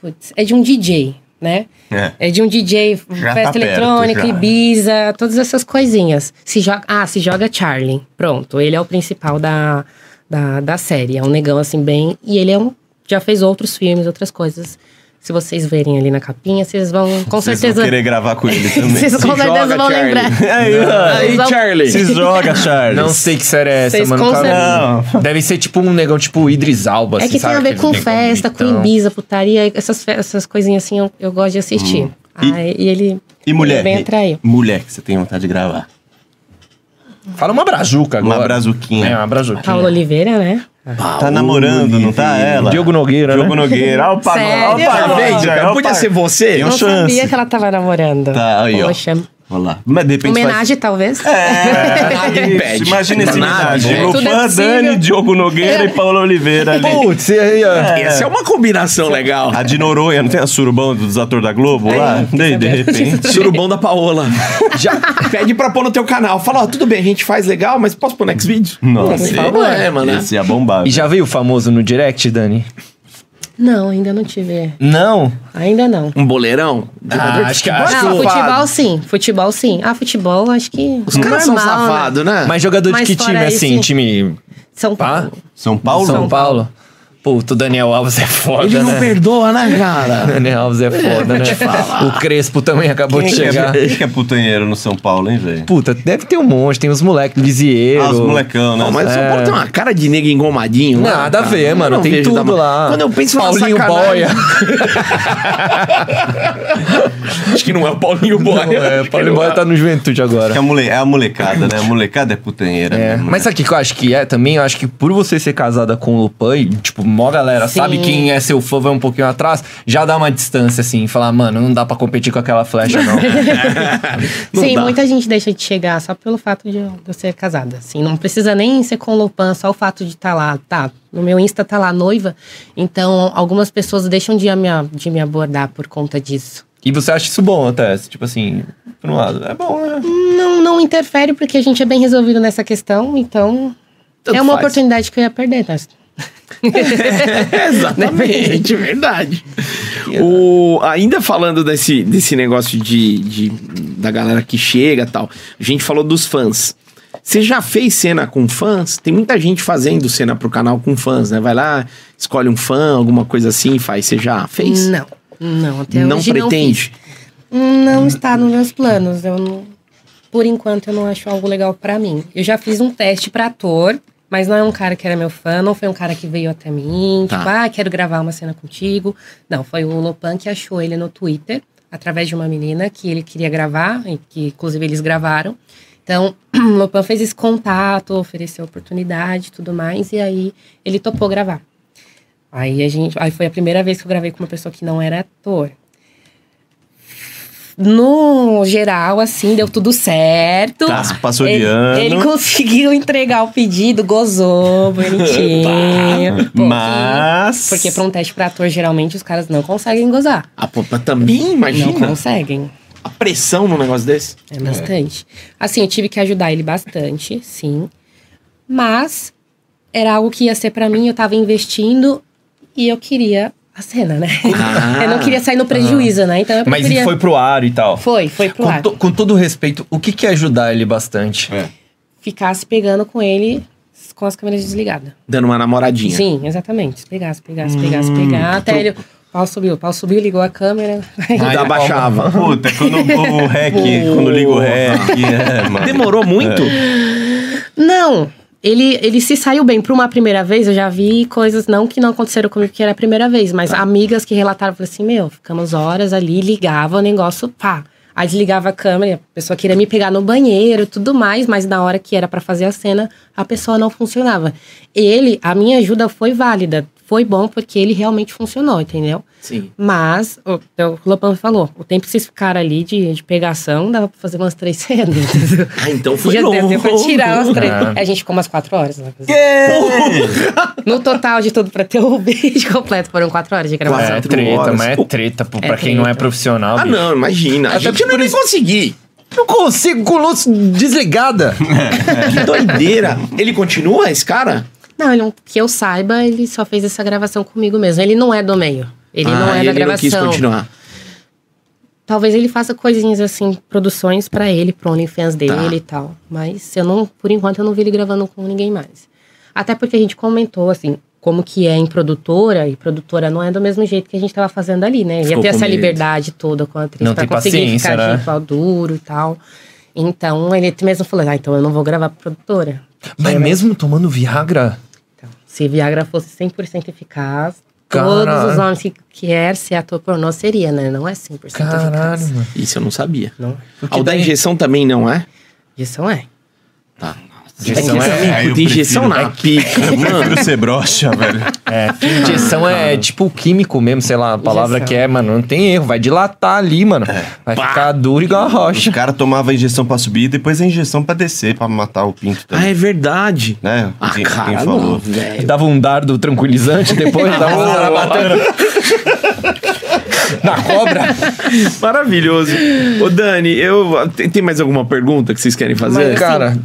[SPEAKER 4] Putz, é de um DJ, né?
[SPEAKER 2] É.
[SPEAKER 4] É de um DJ,
[SPEAKER 2] Já tá
[SPEAKER 4] festa
[SPEAKER 2] perto,
[SPEAKER 4] eletrônica,
[SPEAKER 2] já.
[SPEAKER 4] Ibiza, todas essas coisinhas. Se joga, ah, se joga Charlie. Pronto, ele é o principal da, da, da série. É um negão, assim, bem. E ele é um. Já fez outros filmes, outras coisas. Se vocês verem ali na capinha, vocês vão. Com
[SPEAKER 2] Vocês
[SPEAKER 4] certeza.
[SPEAKER 2] vão querer gravar com
[SPEAKER 4] <laughs>
[SPEAKER 2] ele também.
[SPEAKER 4] Vocês com
[SPEAKER 1] Se joga,
[SPEAKER 4] certeza vão
[SPEAKER 1] Charlie.
[SPEAKER 4] lembrar.
[SPEAKER 2] aí, ó.
[SPEAKER 1] Aí,
[SPEAKER 4] Vamos-
[SPEAKER 1] Charlie.
[SPEAKER 2] Se joga, Charles.
[SPEAKER 3] Não sei que série é essa,
[SPEAKER 4] Vocês
[SPEAKER 3] mano.
[SPEAKER 4] conseguem-
[SPEAKER 3] Cara, Deve ser tipo um negão tipo Idris Alba,
[SPEAKER 4] É
[SPEAKER 3] assim,
[SPEAKER 4] que tem
[SPEAKER 3] sabe?
[SPEAKER 4] a ver
[SPEAKER 3] Aquele
[SPEAKER 4] com
[SPEAKER 3] negão
[SPEAKER 4] festa, com
[SPEAKER 3] bonitão.
[SPEAKER 4] Ibiza, putaria, essas, fe- essas coisinhas assim eu, eu gosto de assistir.
[SPEAKER 2] E-
[SPEAKER 4] Aí, e ele.
[SPEAKER 2] E mulher?
[SPEAKER 4] Ele vem atrair.
[SPEAKER 2] Mulher que você tem vontade de gravar.
[SPEAKER 3] Fala uma brazuca agora.
[SPEAKER 2] Uma brazuquinha.
[SPEAKER 3] É, uma brazuquinha.
[SPEAKER 4] Paulo Oliveira, né?
[SPEAKER 2] Tá namorando, não tá ela?
[SPEAKER 3] Diogo Nogueira,
[SPEAKER 2] Diogo
[SPEAKER 3] né?
[SPEAKER 2] Nogueira. Olha o pagode.
[SPEAKER 4] Sério?
[SPEAKER 2] Olha o
[SPEAKER 1] Tá
[SPEAKER 2] pagode.
[SPEAKER 1] vendo, cara?
[SPEAKER 2] olha o
[SPEAKER 1] Podia
[SPEAKER 2] pagode.
[SPEAKER 1] ser você.
[SPEAKER 2] Eu
[SPEAKER 4] Não
[SPEAKER 2] chance.
[SPEAKER 4] sabia que ela tava namorando.
[SPEAKER 2] Tá, aí, ó.
[SPEAKER 4] Poxa.
[SPEAKER 2] Olha lá. Mas de repente
[SPEAKER 4] Homenagem, talvez.
[SPEAKER 2] Faz...
[SPEAKER 4] <laughs>
[SPEAKER 1] Nada impede.
[SPEAKER 2] Imagina esse
[SPEAKER 1] Nada
[SPEAKER 2] homenagem.
[SPEAKER 1] impede.
[SPEAKER 4] Tudo é
[SPEAKER 2] Lufan,
[SPEAKER 4] possível.
[SPEAKER 2] Dani, Diogo Nogueira e Paulo Oliveira ali.
[SPEAKER 3] Putz, e aí, ó.
[SPEAKER 1] Essa é uma combinação legal.
[SPEAKER 2] A de Noronha, não tem a surubão dos atores da Globo lá? Daí, de repente.
[SPEAKER 1] Surubão da Paola. Já pede pra pôr no teu canal. Fala, ó, tudo bem, a gente faz legal, mas posso pôr no Xvideos?
[SPEAKER 2] Nossa.
[SPEAKER 1] Não tem problema, né?
[SPEAKER 2] Esse é ia bombar.
[SPEAKER 3] E já veio o famoso no direct, Dani?
[SPEAKER 4] Não, ainda não tive.
[SPEAKER 3] Não.
[SPEAKER 4] Ainda não.
[SPEAKER 1] Um boleirão? Jogador de
[SPEAKER 3] Ah, acho que-
[SPEAKER 1] futebol?
[SPEAKER 3] acho
[SPEAKER 4] Não,
[SPEAKER 3] safado.
[SPEAKER 4] futebol sim. Futebol sim. Ah, futebol acho que.
[SPEAKER 1] Os caras são
[SPEAKER 4] normal, né?
[SPEAKER 1] safados,
[SPEAKER 3] <laughs>
[SPEAKER 1] né?
[SPEAKER 3] é Mas jogador de
[SPEAKER 4] Mas
[SPEAKER 3] que
[SPEAKER 4] fora
[SPEAKER 3] time,
[SPEAKER 4] isso-
[SPEAKER 3] assim? Time
[SPEAKER 4] São
[SPEAKER 3] Pá?
[SPEAKER 4] Paulo.
[SPEAKER 2] São Paulo?
[SPEAKER 3] São Paulo? Puta, o Daniel Alves é foda,
[SPEAKER 1] ele não
[SPEAKER 3] né?
[SPEAKER 1] perdoa, né, cara?
[SPEAKER 3] <laughs> Daniel Alves é foda, né? O Crespo também acabou
[SPEAKER 2] Quem
[SPEAKER 3] de
[SPEAKER 2] que é-
[SPEAKER 3] chegar.
[SPEAKER 2] Quem que é putanheiro no São Paulo, hein, velho?
[SPEAKER 3] Puta, deve ter um monte. Tem os moleques, Lisieiro.
[SPEAKER 2] Ah, os molecão, né?
[SPEAKER 1] Não, mas o São Paulo tem uma cara de nego engomadinho. lá,
[SPEAKER 3] é. Nada a
[SPEAKER 1] cara.
[SPEAKER 3] ver,
[SPEAKER 1] Ah, Eu
[SPEAKER 3] mano.
[SPEAKER 1] não
[SPEAKER 3] Tem
[SPEAKER 1] vejo da
[SPEAKER 3] tudo
[SPEAKER 1] ma-
[SPEAKER 3] lá.
[SPEAKER 1] Quando eu penso na
[SPEAKER 3] Paulinho
[SPEAKER 1] sacanagem- <laughs>
[SPEAKER 3] Boia.
[SPEAKER 1] Acho que não é o Paulinho Boia.
[SPEAKER 3] É,
[SPEAKER 1] Acho que
[SPEAKER 3] Paulinho
[SPEAKER 1] não
[SPEAKER 3] Boia
[SPEAKER 1] é.
[SPEAKER 3] tá no Juventude agora.
[SPEAKER 2] É a, mole, é a molecada, né? A molecada é putanheira.
[SPEAKER 3] É,
[SPEAKER 2] mesmo,
[SPEAKER 3] mas
[SPEAKER 2] né?
[SPEAKER 3] sabe o que que eu acho que é também? Eu acho que por você ser casada com o Lupan, e, tipo, mó galera
[SPEAKER 4] Sim.
[SPEAKER 3] sabe quem é seu fã, vai um pouquinho atrás, já dá uma distância, assim, falar, mano, não dá pra competir com aquela flecha,
[SPEAKER 4] <laughs>
[SPEAKER 3] não.
[SPEAKER 1] Não
[SPEAKER 4] Sim,
[SPEAKER 1] dá.
[SPEAKER 4] muita gente deixa de chegar só pelo fato de eu de eu ser casada. Assim, não precisa nem ser com Lopan, só o fato de estar lá, tá? No meu Insta tá lá noiva. Então, algumas pessoas deixam de me, a- de me abordar por conta disso.
[SPEAKER 3] e você acha isso bom até, tipo assim, por um lado, é bom, né?
[SPEAKER 4] Não, não interfere, porque a gente é bem resolvido nessa questão, então.
[SPEAKER 1] Tanto
[SPEAKER 4] é uma
[SPEAKER 1] faz.
[SPEAKER 4] oportunidade que eu ia perder,
[SPEAKER 1] <laughs>
[SPEAKER 4] né?
[SPEAKER 3] <laughs>
[SPEAKER 1] Exatamente, verdade.
[SPEAKER 3] É.
[SPEAKER 1] O, ainda falando desse, desse negócio de, de- da galera que chega e tal, a gente falou dos fãs. Você já fez cena com fãs? Tem muita gente fazendo cena pro canal com fãs, né? Vai lá, escolhe um fã, alguma coisa assim, e faz. Você já fez?
[SPEAKER 4] <laughs> Não. Não, até
[SPEAKER 1] não
[SPEAKER 4] hoje
[SPEAKER 1] pretende.
[SPEAKER 4] Não, fiz. não está nos meus planos. Eu não- por enquanto eu não acho algo legal pra mim. Eu já fiz um teste pra ator, mas não é um cara que era meu fã, não foi um cara que veio até mim,
[SPEAKER 1] Tá.
[SPEAKER 4] tipo, ah, quero gravar uma cena contigo. Não, foi o Lopan que achou ele no Twitter, através de uma menina que ele queria gravar, e que inclusive eles gravaram. Então, <clears throat> o Lopan fez esse contato, ofereceu oportunidade e tudo mais, e aí ele topou gravar. Aí a gente, aí foi a primeira vez que eu gravei com uma pessoa que não era ator. no geral, assim, deu tudo certo.
[SPEAKER 2] Tá, passou de
[SPEAKER 4] ele,
[SPEAKER 2] ano.
[SPEAKER 4] Ele conseguiu entregar o pedido, gozou, bonitinho. Pô,
[SPEAKER 2] Mas.
[SPEAKER 4] Porque pra um teste pra ator, geralmente, os caras não conseguem gozar.
[SPEAKER 1] A popa Ah, também,
[SPEAKER 4] Não
[SPEAKER 1] imagina.
[SPEAKER 4] conseguem.
[SPEAKER 1] A pressão num negócio desse.
[SPEAKER 4] É bastante. Assim, eu tive que ajudar ele bastante, sim. Mas era algo que ia ser pra mim, eu tava investindo e eu queria a cena, né?
[SPEAKER 1] Ah.
[SPEAKER 4] <laughs> eu não queria sair no prejuízo, né? Então eu
[SPEAKER 3] Mas
[SPEAKER 4] preferia...
[SPEAKER 3] e foi pro ar e tal.
[SPEAKER 4] Foi, foi pro
[SPEAKER 3] Com,
[SPEAKER 4] ar.
[SPEAKER 3] to- com todo respeito, o que que é ajudar ele bastante?
[SPEAKER 2] É.
[SPEAKER 4] Ficasse pegando com ele com as câmeras desligadas.
[SPEAKER 1] Dando uma namoradinha.
[SPEAKER 4] Sim, exatamente. Pegasse, pegasse,
[SPEAKER 3] Hum,
[SPEAKER 4] pegasse, pegar. Até ele. Pau subiu, pau subiu, ligou
[SPEAKER 3] <laughs>
[SPEAKER 4] a câmera.
[SPEAKER 1] Ainda
[SPEAKER 3] Ai,
[SPEAKER 1] abaixava.
[SPEAKER 2] Puta, quando o rec,
[SPEAKER 4] Boa.
[SPEAKER 2] quando liga o rec, é, mano.
[SPEAKER 1] Demorou muito?
[SPEAKER 3] É,
[SPEAKER 4] Não. Ele, ele se saiu bem pra uma primeira vez, eu já vi coisas não que não aconteceram comigo que era a primeira vez, mas amigas que relataram falaram assim: meu, ficamos horas ali, ligava o negócio, pá. Aí desligava a câmera, a pessoa queria me pegar no banheiro e tudo mais, mas na hora que era pra fazer a cena, a pessoa não funcionava. Ele, a minha ajuda foi válida, foi bom porque ele realmente funcionou, entendeu?
[SPEAKER 1] Sim.
[SPEAKER 4] Mas, o, então, o Lopan falou, o tempo que vocês ficaram ali de, de pegação, dava pra fazer umas três <laughs> cenas, entendeu?
[SPEAKER 1] Ah, então foi
[SPEAKER 4] Já
[SPEAKER 1] longo.
[SPEAKER 4] deu tempo pra
[SPEAKER 1] <laughs>
[SPEAKER 4] tirar as três.
[SPEAKER 1] É.
[SPEAKER 4] A gente ficou umas quatro horas. né? No total de tudo, pra ter o beijo completo, foram quatro horas de gravação.
[SPEAKER 1] Quatro horas.
[SPEAKER 3] é treta, pô,
[SPEAKER 4] É treta.
[SPEAKER 3] profissional.
[SPEAKER 1] Ah,
[SPEAKER 3] bicho.
[SPEAKER 1] não, imagina. A
[SPEAKER 3] Até
[SPEAKER 1] gente
[SPEAKER 3] porque
[SPEAKER 1] não é
[SPEAKER 3] por
[SPEAKER 1] ia
[SPEAKER 3] isso-
[SPEAKER 1] conseguir.
[SPEAKER 3] Não consigo com luz desligada.
[SPEAKER 1] Que doideira. Ele continua, esse cara?
[SPEAKER 4] Não, ele não- que eu saiba, ele só fez essa gravação comigo mesmo. Ele não é do meio. Ele não
[SPEAKER 1] Ah,
[SPEAKER 4] é
[SPEAKER 1] ele
[SPEAKER 4] da
[SPEAKER 1] não quis
[SPEAKER 4] gravação.
[SPEAKER 1] continuar.
[SPEAKER 4] Talvez ele faça coisinhas assim, produções pra ele, pro OnlyFans dele
[SPEAKER 1] Tá.
[SPEAKER 4] e tal. Mas eu não, por enquanto, eu não vi ele gravando com ninguém mais. Até porque a gente comentou, assim, como que é em produtora, e produtora não é do mesmo jeito que a gente tava fazendo ali, né? Ia
[SPEAKER 1] Ficou
[SPEAKER 4] ter
[SPEAKER 1] com
[SPEAKER 4] essa
[SPEAKER 1] medo.
[SPEAKER 4] liberdade toda com a atriz
[SPEAKER 3] Não
[SPEAKER 4] pra
[SPEAKER 3] tem
[SPEAKER 4] conseguir
[SPEAKER 3] paciência,
[SPEAKER 4] ficar
[SPEAKER 3] né?
[SPEAKER 4] de pau duro e tal. Então ele mesmo falou, ah, então eu não vou gravar pra produtora.
[SPEAKER 3] <laughs> Mas mesmo tomando Viagra?
[SPEAKER 4] Então, se Viagra fosse 100% eficaz,
[SPEAKER 3] Caralho.
[SPEAKER 4] todos os homens que quer ser ator pornô seria, né? Não é 100%
[SPEAKER 3] Caralho,
[SPEAKER 4] eficaz.
[SPEAKER 3] mano.
[SPEAKER 1] Isso eu não sabia.
[SPEAKER 4] Não.
[SPEAKER 1] Ah, o da
[SPEAKER 3] daí-
[SPEAKER 1] injeção também não é?
[SPEAKER 4] Isso não é.
[SPEAKER 1] Tá. Nossa,
[SPEAKER 3] Injeção
[SPEAKER 1] é que
[SPEAKER 3] é-
[SPEAKER 1] esse amigo
[SPEAKER 2] aí eu
[SPEAKER 1] de injeção
[SPEAKER 2] prefiro-
[SPEAKER 1] na pica, <laughs>
[SPEAKER 2] Eu
[SPEAKER 1] mano.
[SPEAKER 2] prefiro ser broxa, velho.
[SPEAKER 3] É, injeção é tipo químico mesmo, sei lá, a palavra
[SPEAKER 4] Injeção.
[SPEAKER 3] que é, mano. Não tem erro, vai dilatar ali, mano.
[SPEAKER 1] É.
[SPEAKER 3] Vai ficar duro igual a
[SPEAKER 2] Os
[SPEAKER 3] rocha.
[SPEAKER 2] caras tomavam a injeção pra subir e depois a injeção pra descer, pra matar o pinto
[SPEAKER 1] Ah,
[SPEAKER 2] também.
[SPEAKER 1] é verdade.
[SPEAKER 2] Né?
[SPEAKER 1] Ah,
[SPEAKER 2] Quem- quem
[SPEAKER 1] cara,
[SPEAKER 2] falou?
[SPEAKER 1] não, velho.
[SPEAKER 3] Dava um dardo <laughs> tranquilizante, depois dava um zarabatana. Na cobra.
[SPEAKER 1] <laughs> Maravilhoso. Ô, Dani, eu... tem, tem mais alguma pergunta que vocês querem fazer?
[SPEAKER 3] Mas, cara,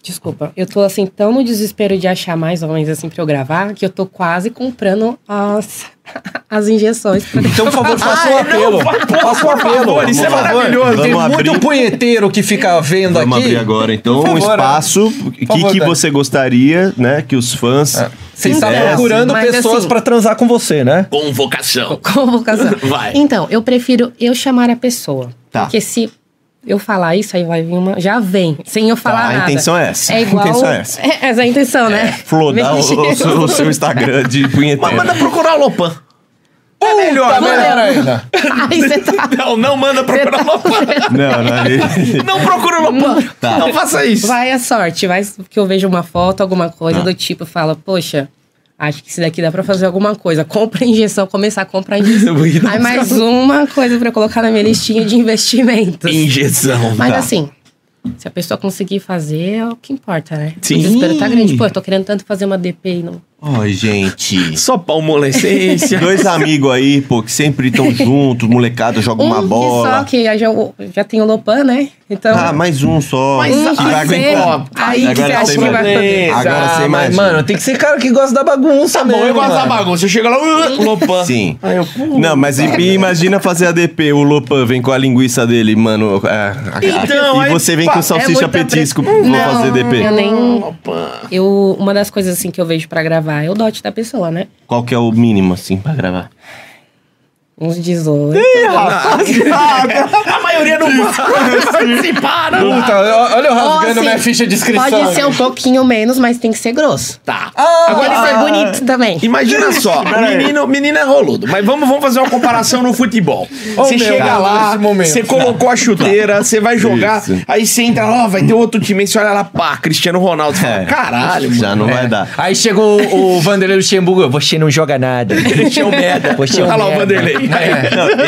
[SPEAKER 4] Desculpa, eu tô assim tão no desespero de achar mais homens assim pra eu gravar que eu tô quase comprando as, <laughs> as injeções. pra- <laughs>
[SPEAKER 3] então, por favor, faça um apelo. Faça um apelo.
[SPEAKER 1] favor, isso é
[SPEAKER 3] por favor.
[SPEAKER 1] maravilhoso.
[SPEAKER 3] Tem
[SPEAKER 2] Vamos
[SPEAKER 3] muito
[SPEAKER 2] abrir.
[SPEAKER 3] punheteiro que fica vendo
[SPEAKER 2] Vamos
[SPEAKER 3] aqui.
[SPEAKER 2] abrir agora, então,
[SPEAKER 3] Por
[SPEAKER 2] um
[SPEAKER 3] favor,
[SPEAKER 2] espaço. O que,
[SPEAKER 3] favor,
[SPEAKER 2] que
[SPEAKER 3] Dani.
[SPEAKER 2] você gostaria, né? Que os fãs.
[SPEAKER 3] Você está
[SPEAKER 4] Então,
[SPEAKER 3] procurando
[SPEAKER 4] mas
[SPEAKER 3] pessoas
[SPEAKER 4] assim-
[SPEAKER 3] pra transar com você, né?
[SPEAKER 1] Convocação.
[SPEAKER 2] <laughs>
[SPEAKER 4] Convocação.
[SPEAKER 1] Vai.
[SPEAKER 4] Então, eu prefiro eu chamar a pessoa.
[SPEAKER 2] Tá.
[SPEAKER 4] Porque se eu falar isso, aí vai vir uma. Já vem, sem eu falar
[SPEAKER 2] a
[SPEAKER 4] nada.
[SPEAKER 2] intenção é essa.
[SPEAKER 4] É
[SPEAKER 2] <laughs>
[SPEAKER 4] igual.
[SPEAKER 2] A intenção é
[SPEAKER 4] <laughs>
[SPEAKER 2] essa.
[SPEAKER 4] é a intenção, né?
[SPEAKER 2] Flodar o,
[SPEAKER 4] Mentira.
[SPEAKER 2] o seu, o
[SPEAKER 4] <laughs>
[SPEAKER 2] seu Instagram de
[SPEAKER 1] Mas
[SPEAKER 2] punheteiro.
[SPEAKER 1] manda procurar o Lopan. É melhor,
[SPEAKER 4] mano.
[SPEAKER 1] né?
[SPEAKER 3] Melhor ainda.
[SPEAKER 4] Ai, você tá.
[SPEAKER 1] Não, não manda procurar o Lopan.
[SPEAKER 2] Não, não é-
[SPEAKER 1] Não procura o Lopan. Não faça isso.
[SPEAKER 4] Vai a sorte, vai que eu vejo uma foto, alguma
[SPEAKER 2] Ah.
[SPEAKER 4] coisa do tipo, fala, poxa, acho que isso daqui dá pra fazer alguma coisa. Compra a injeção, começar a comprar
[SPEAKER 2] <laughs>
[SPEAKER 4] a injeção. Aí mais uma coisa pra colocar na minha listinha de investimentos.
[SPEAKER 1] Injeção.
[SPEAKER 4] Mas
[SPEAKER 1] tá.
[SPEAKER 4] assim, se a pessoa conseguir fazer, é o que importa, né?
[SPEAKER 1] Sim.
[SPEAKER 4] O desespero tá grande. Pô, eu tô querendo tanto fazer uma DP e não.
[SPEAKER 2] Oi, gente.
[SPEAKER 1] Só <laughs> palmolescência.
[SPEAKER 2] Dois amigos aí, pô, que sempre estão juntos, molecada, joga uma
[SPEAKER 4] um que só,
[SPEAKER 2] bola.
[SPEAKER 4] que aí já, já tem o Lopan, né? Então.
[SPEAKER 2] Ah, mais um só.
[SPEAKER 1] Mas
[SPEAKER 4] um
[SPEAKER 1] Ah,
[SPEAKER 4] que
[SPEAKER 1] agora
[SPEAKER 4] você,
[SPEAKER 1] aguenta.
[SPEAKER 4] aí que você
[SPEAKER 2] Agora
[SPEAKER 4] acha
[SPEAKER 2] sem
[SPEAKER 4] que vai fazer.
[SPEAKER 1] problema.
[SPEAKER 2] Agora
[SPEAKER 3] Ah,
[SPEAKER 2] você
[SPEAKER 3] mas,
[SPEAKER 2] imagina.
[SPEAKER 3] mano, tem que ser cara que gosta da bagunça mesmo.
[SPEAKER 1] Bom, eu gosto da
[SPEAKER 3] mano.
[SPEAKER 1] bagunça. Eu chego lá, uh, Lopan.
[SPEAKER 2] Sim.
[SPEAKER 1] Aí eu, "Hum, pô,
[SPEAKER 2] Não, mas e- imagina fazer ADP, o Lopan vem com a linguiça dele, mano. é, a-
[SPEAKER 1] Então,
[SPEAKER 2] e
[SPEAKER 1] aí,
[SPEAKER 2] você vem
[SPEAKER 1] pá,
[SPEAKER 2] com salsicha
[SPEAKER 4] tipo, é muita pre-
[SPEAKER 2] petisco, vou
[SPEAKER 4] Não,
[SPEAKER 2] fazer
[SPEAKER 4] Eu
[SPEAKER 2] ADP.
[SPEAKER 4] nem.
[SPEAKER 1] Lopan.
[SPEAKER 4] Eu, uma das coisas assim que eu vejo pra gravar é o dote da pessoa, né?
[SPEAKER 2] Qual que é o mínimo, assim, pra gravar?
[SPEAKER 4] Uns 18.
[SPEAKER 1] <laughs> Ah, a maioria não participaram.
[SPEAKER 3] Puta, ó- olha eu rasgando
[SPEAKER 4] Ou, assim,
[SPEAKER 3] Tá minha ficha de inscrição.
[SPEAKER 4] Pode ser um pouquinho menos, mas tem que ser grosso.
[SPEAKER 1] Tá.
[SPEAKER 4] Pode ser
[SPEAKER 3] Ah.
[SPEAKER 4] bonito também.
[SPEAKER 1] Imagina só, o menino, menina é roludo, mas vamos, vamos fazer uma comparação no futebol. Você
[SPEAKER 3] meu,
[SPEAKER 1] chega
[SPEAKER 3] tá,
[SPEAKER 1] lá,
[SPEAKER 3] nesse momento.
[SPEAKER 1] você colocou a chuteira, você vai jogar,
[SPEAKER 2] Isso.
[SPEAKER 1] aí você entra lá, ó, vai ter outro time, aí você olha lá, pá, Cristiano Ronaldo. Você fala,
[SPEAKER 2] É.
[SPEAKER 1] caralho,
[SPEAKER 2] Já
[SPEAKER 1] mano.
[SPEAKER 2] não
[SPEAKER 4] É.
[SPEAKER 2] vai dar.
[SPEAKER 3] Aí chegou o, o Vanderlei Luxemburgo. Você não joga nada.
[SPEAKER 1] Você é <laughs> um merda.
[SPEAKER 3] Você é um
[SPEAKER 1] Olha lá o né? É.
[SPEAKER 3] merda.
[SPEAKER 1] Vanderlei.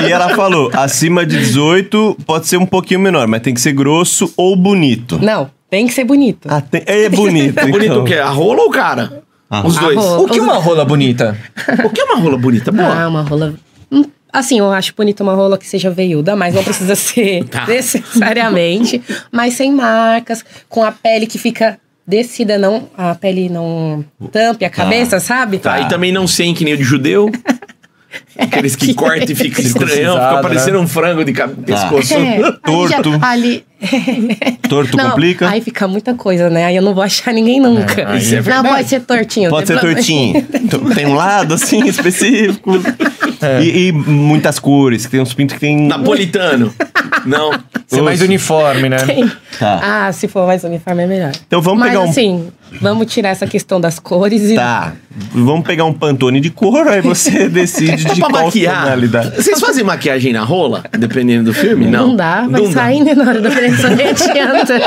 [SPEAKER 2] Não, e ela falou, acima de 18 pode ser um pouquinho menor, mas tem que ser grosso ou bonito.
[SPEAKER 4] Não, tem que ser bonito.
[SPEAKER 3] tá.
[SPEAKER 2] Ah, tem- é
[SPEAKER 4] <laughs>
[SPEAKER 2] bonito.
[SPEAKER 1] Bonito
[SPEAKER 2] então.
[SPEAKER 1] o quê? A rola ou o cara? Os
[SPEAKER 4] A
[SPEAKER 1] dois.
[SPEAKER 4] rola.
[SPEAKER 3] O que é uma rola bonita?
[SPEAKER 1] O que é uma rola bonita?
[SPEAKER 4] Ah,
[SPEAKER 1] Boa.
[SPEAKER 4] uma rola. Hum, Assim, eu acho bonita uma rola que seja veiuda, mas
[SPEAKER 3] <laughs>
[SPEAKER 4] não precisa ser
[SPEAKER 3] Tá.
[SPEAKER 4] necessariamente. Mas sem marcas, com a pele que fica descida, não. A pele não tampe a cabeça, sabe?
[SPEAKER 1] Tá, e também não sei que nem o de judeu. Aqueles que cortam e ficam estranhão, fica
[SPEAKER 3] Precisado,
[SPEAKER 1] parecendo um frango de cabe- pescoço.
[SPEAKER 4] É,
[SPEAKER 2] Torto.
[SPEAKER 4] Aí, já- ali-
[SPEAKER 2] Torto
[SPEAKER 4] Não,
[SPEAKER 2] complica? Ah,
[SPEAKER 4] Aí fica muita coisa, né? Aí eu não vou achar ninguém nunca.
[SPEAKER 1] isso é
[SPEAKER 4] não,
[SPEAKER 1] verdade.
[SPEAKER 4] pode ser tortinho. né?
[SPEAKER 2] Pode
[SPEAKER 4] tem
[SPEAKER 2] ser
[SPEAKER 4] problema.
[SPEAKER 2] tortinho. T- tem um lado, assim,
[SPEAKER 4] <laughs>
[SPEAKER 2] específico.
[SPEAKER 4] É.
[SPEAKER 2] E, e muitas cores, que tem uns pintos que tem...
[SPEAKER 1] <laughs> Napolitano. Não.
[SPEAKER 3] Você é mais uniforme, né?
[SPEAKER 2] Tá.
[SPEAKER 4] Ah, se for mais uniforme é melhor.
[SPEAKER 2] Então vamos
[SPEAKER 4] Mas,
[SPEAKER 2] pegar um-
[SPEAKER 4] assim, vamos tirar essa questão das cores e
[SPEAKER 2] Tá. Vamos pegar um pantone de cor, aí
[SPEAKER 1] <laughs>
[SPEAKER 2] você decide de
[SPEAKER 1] É Pra
[SPEAKER 2] qual Tá,
[SPEAKER 1] maquiar.
[SPEAKER 2] tonalidade.
[SPEAKER 1] Vocês fazem maquiagem na rola? Dependendo do filme? Não.
[SPEAKER 4] Não, dá, vai
[SPEAKER 1] Não dá.
[SPEAKER 4] saindo na hora da pressão, nem adianta.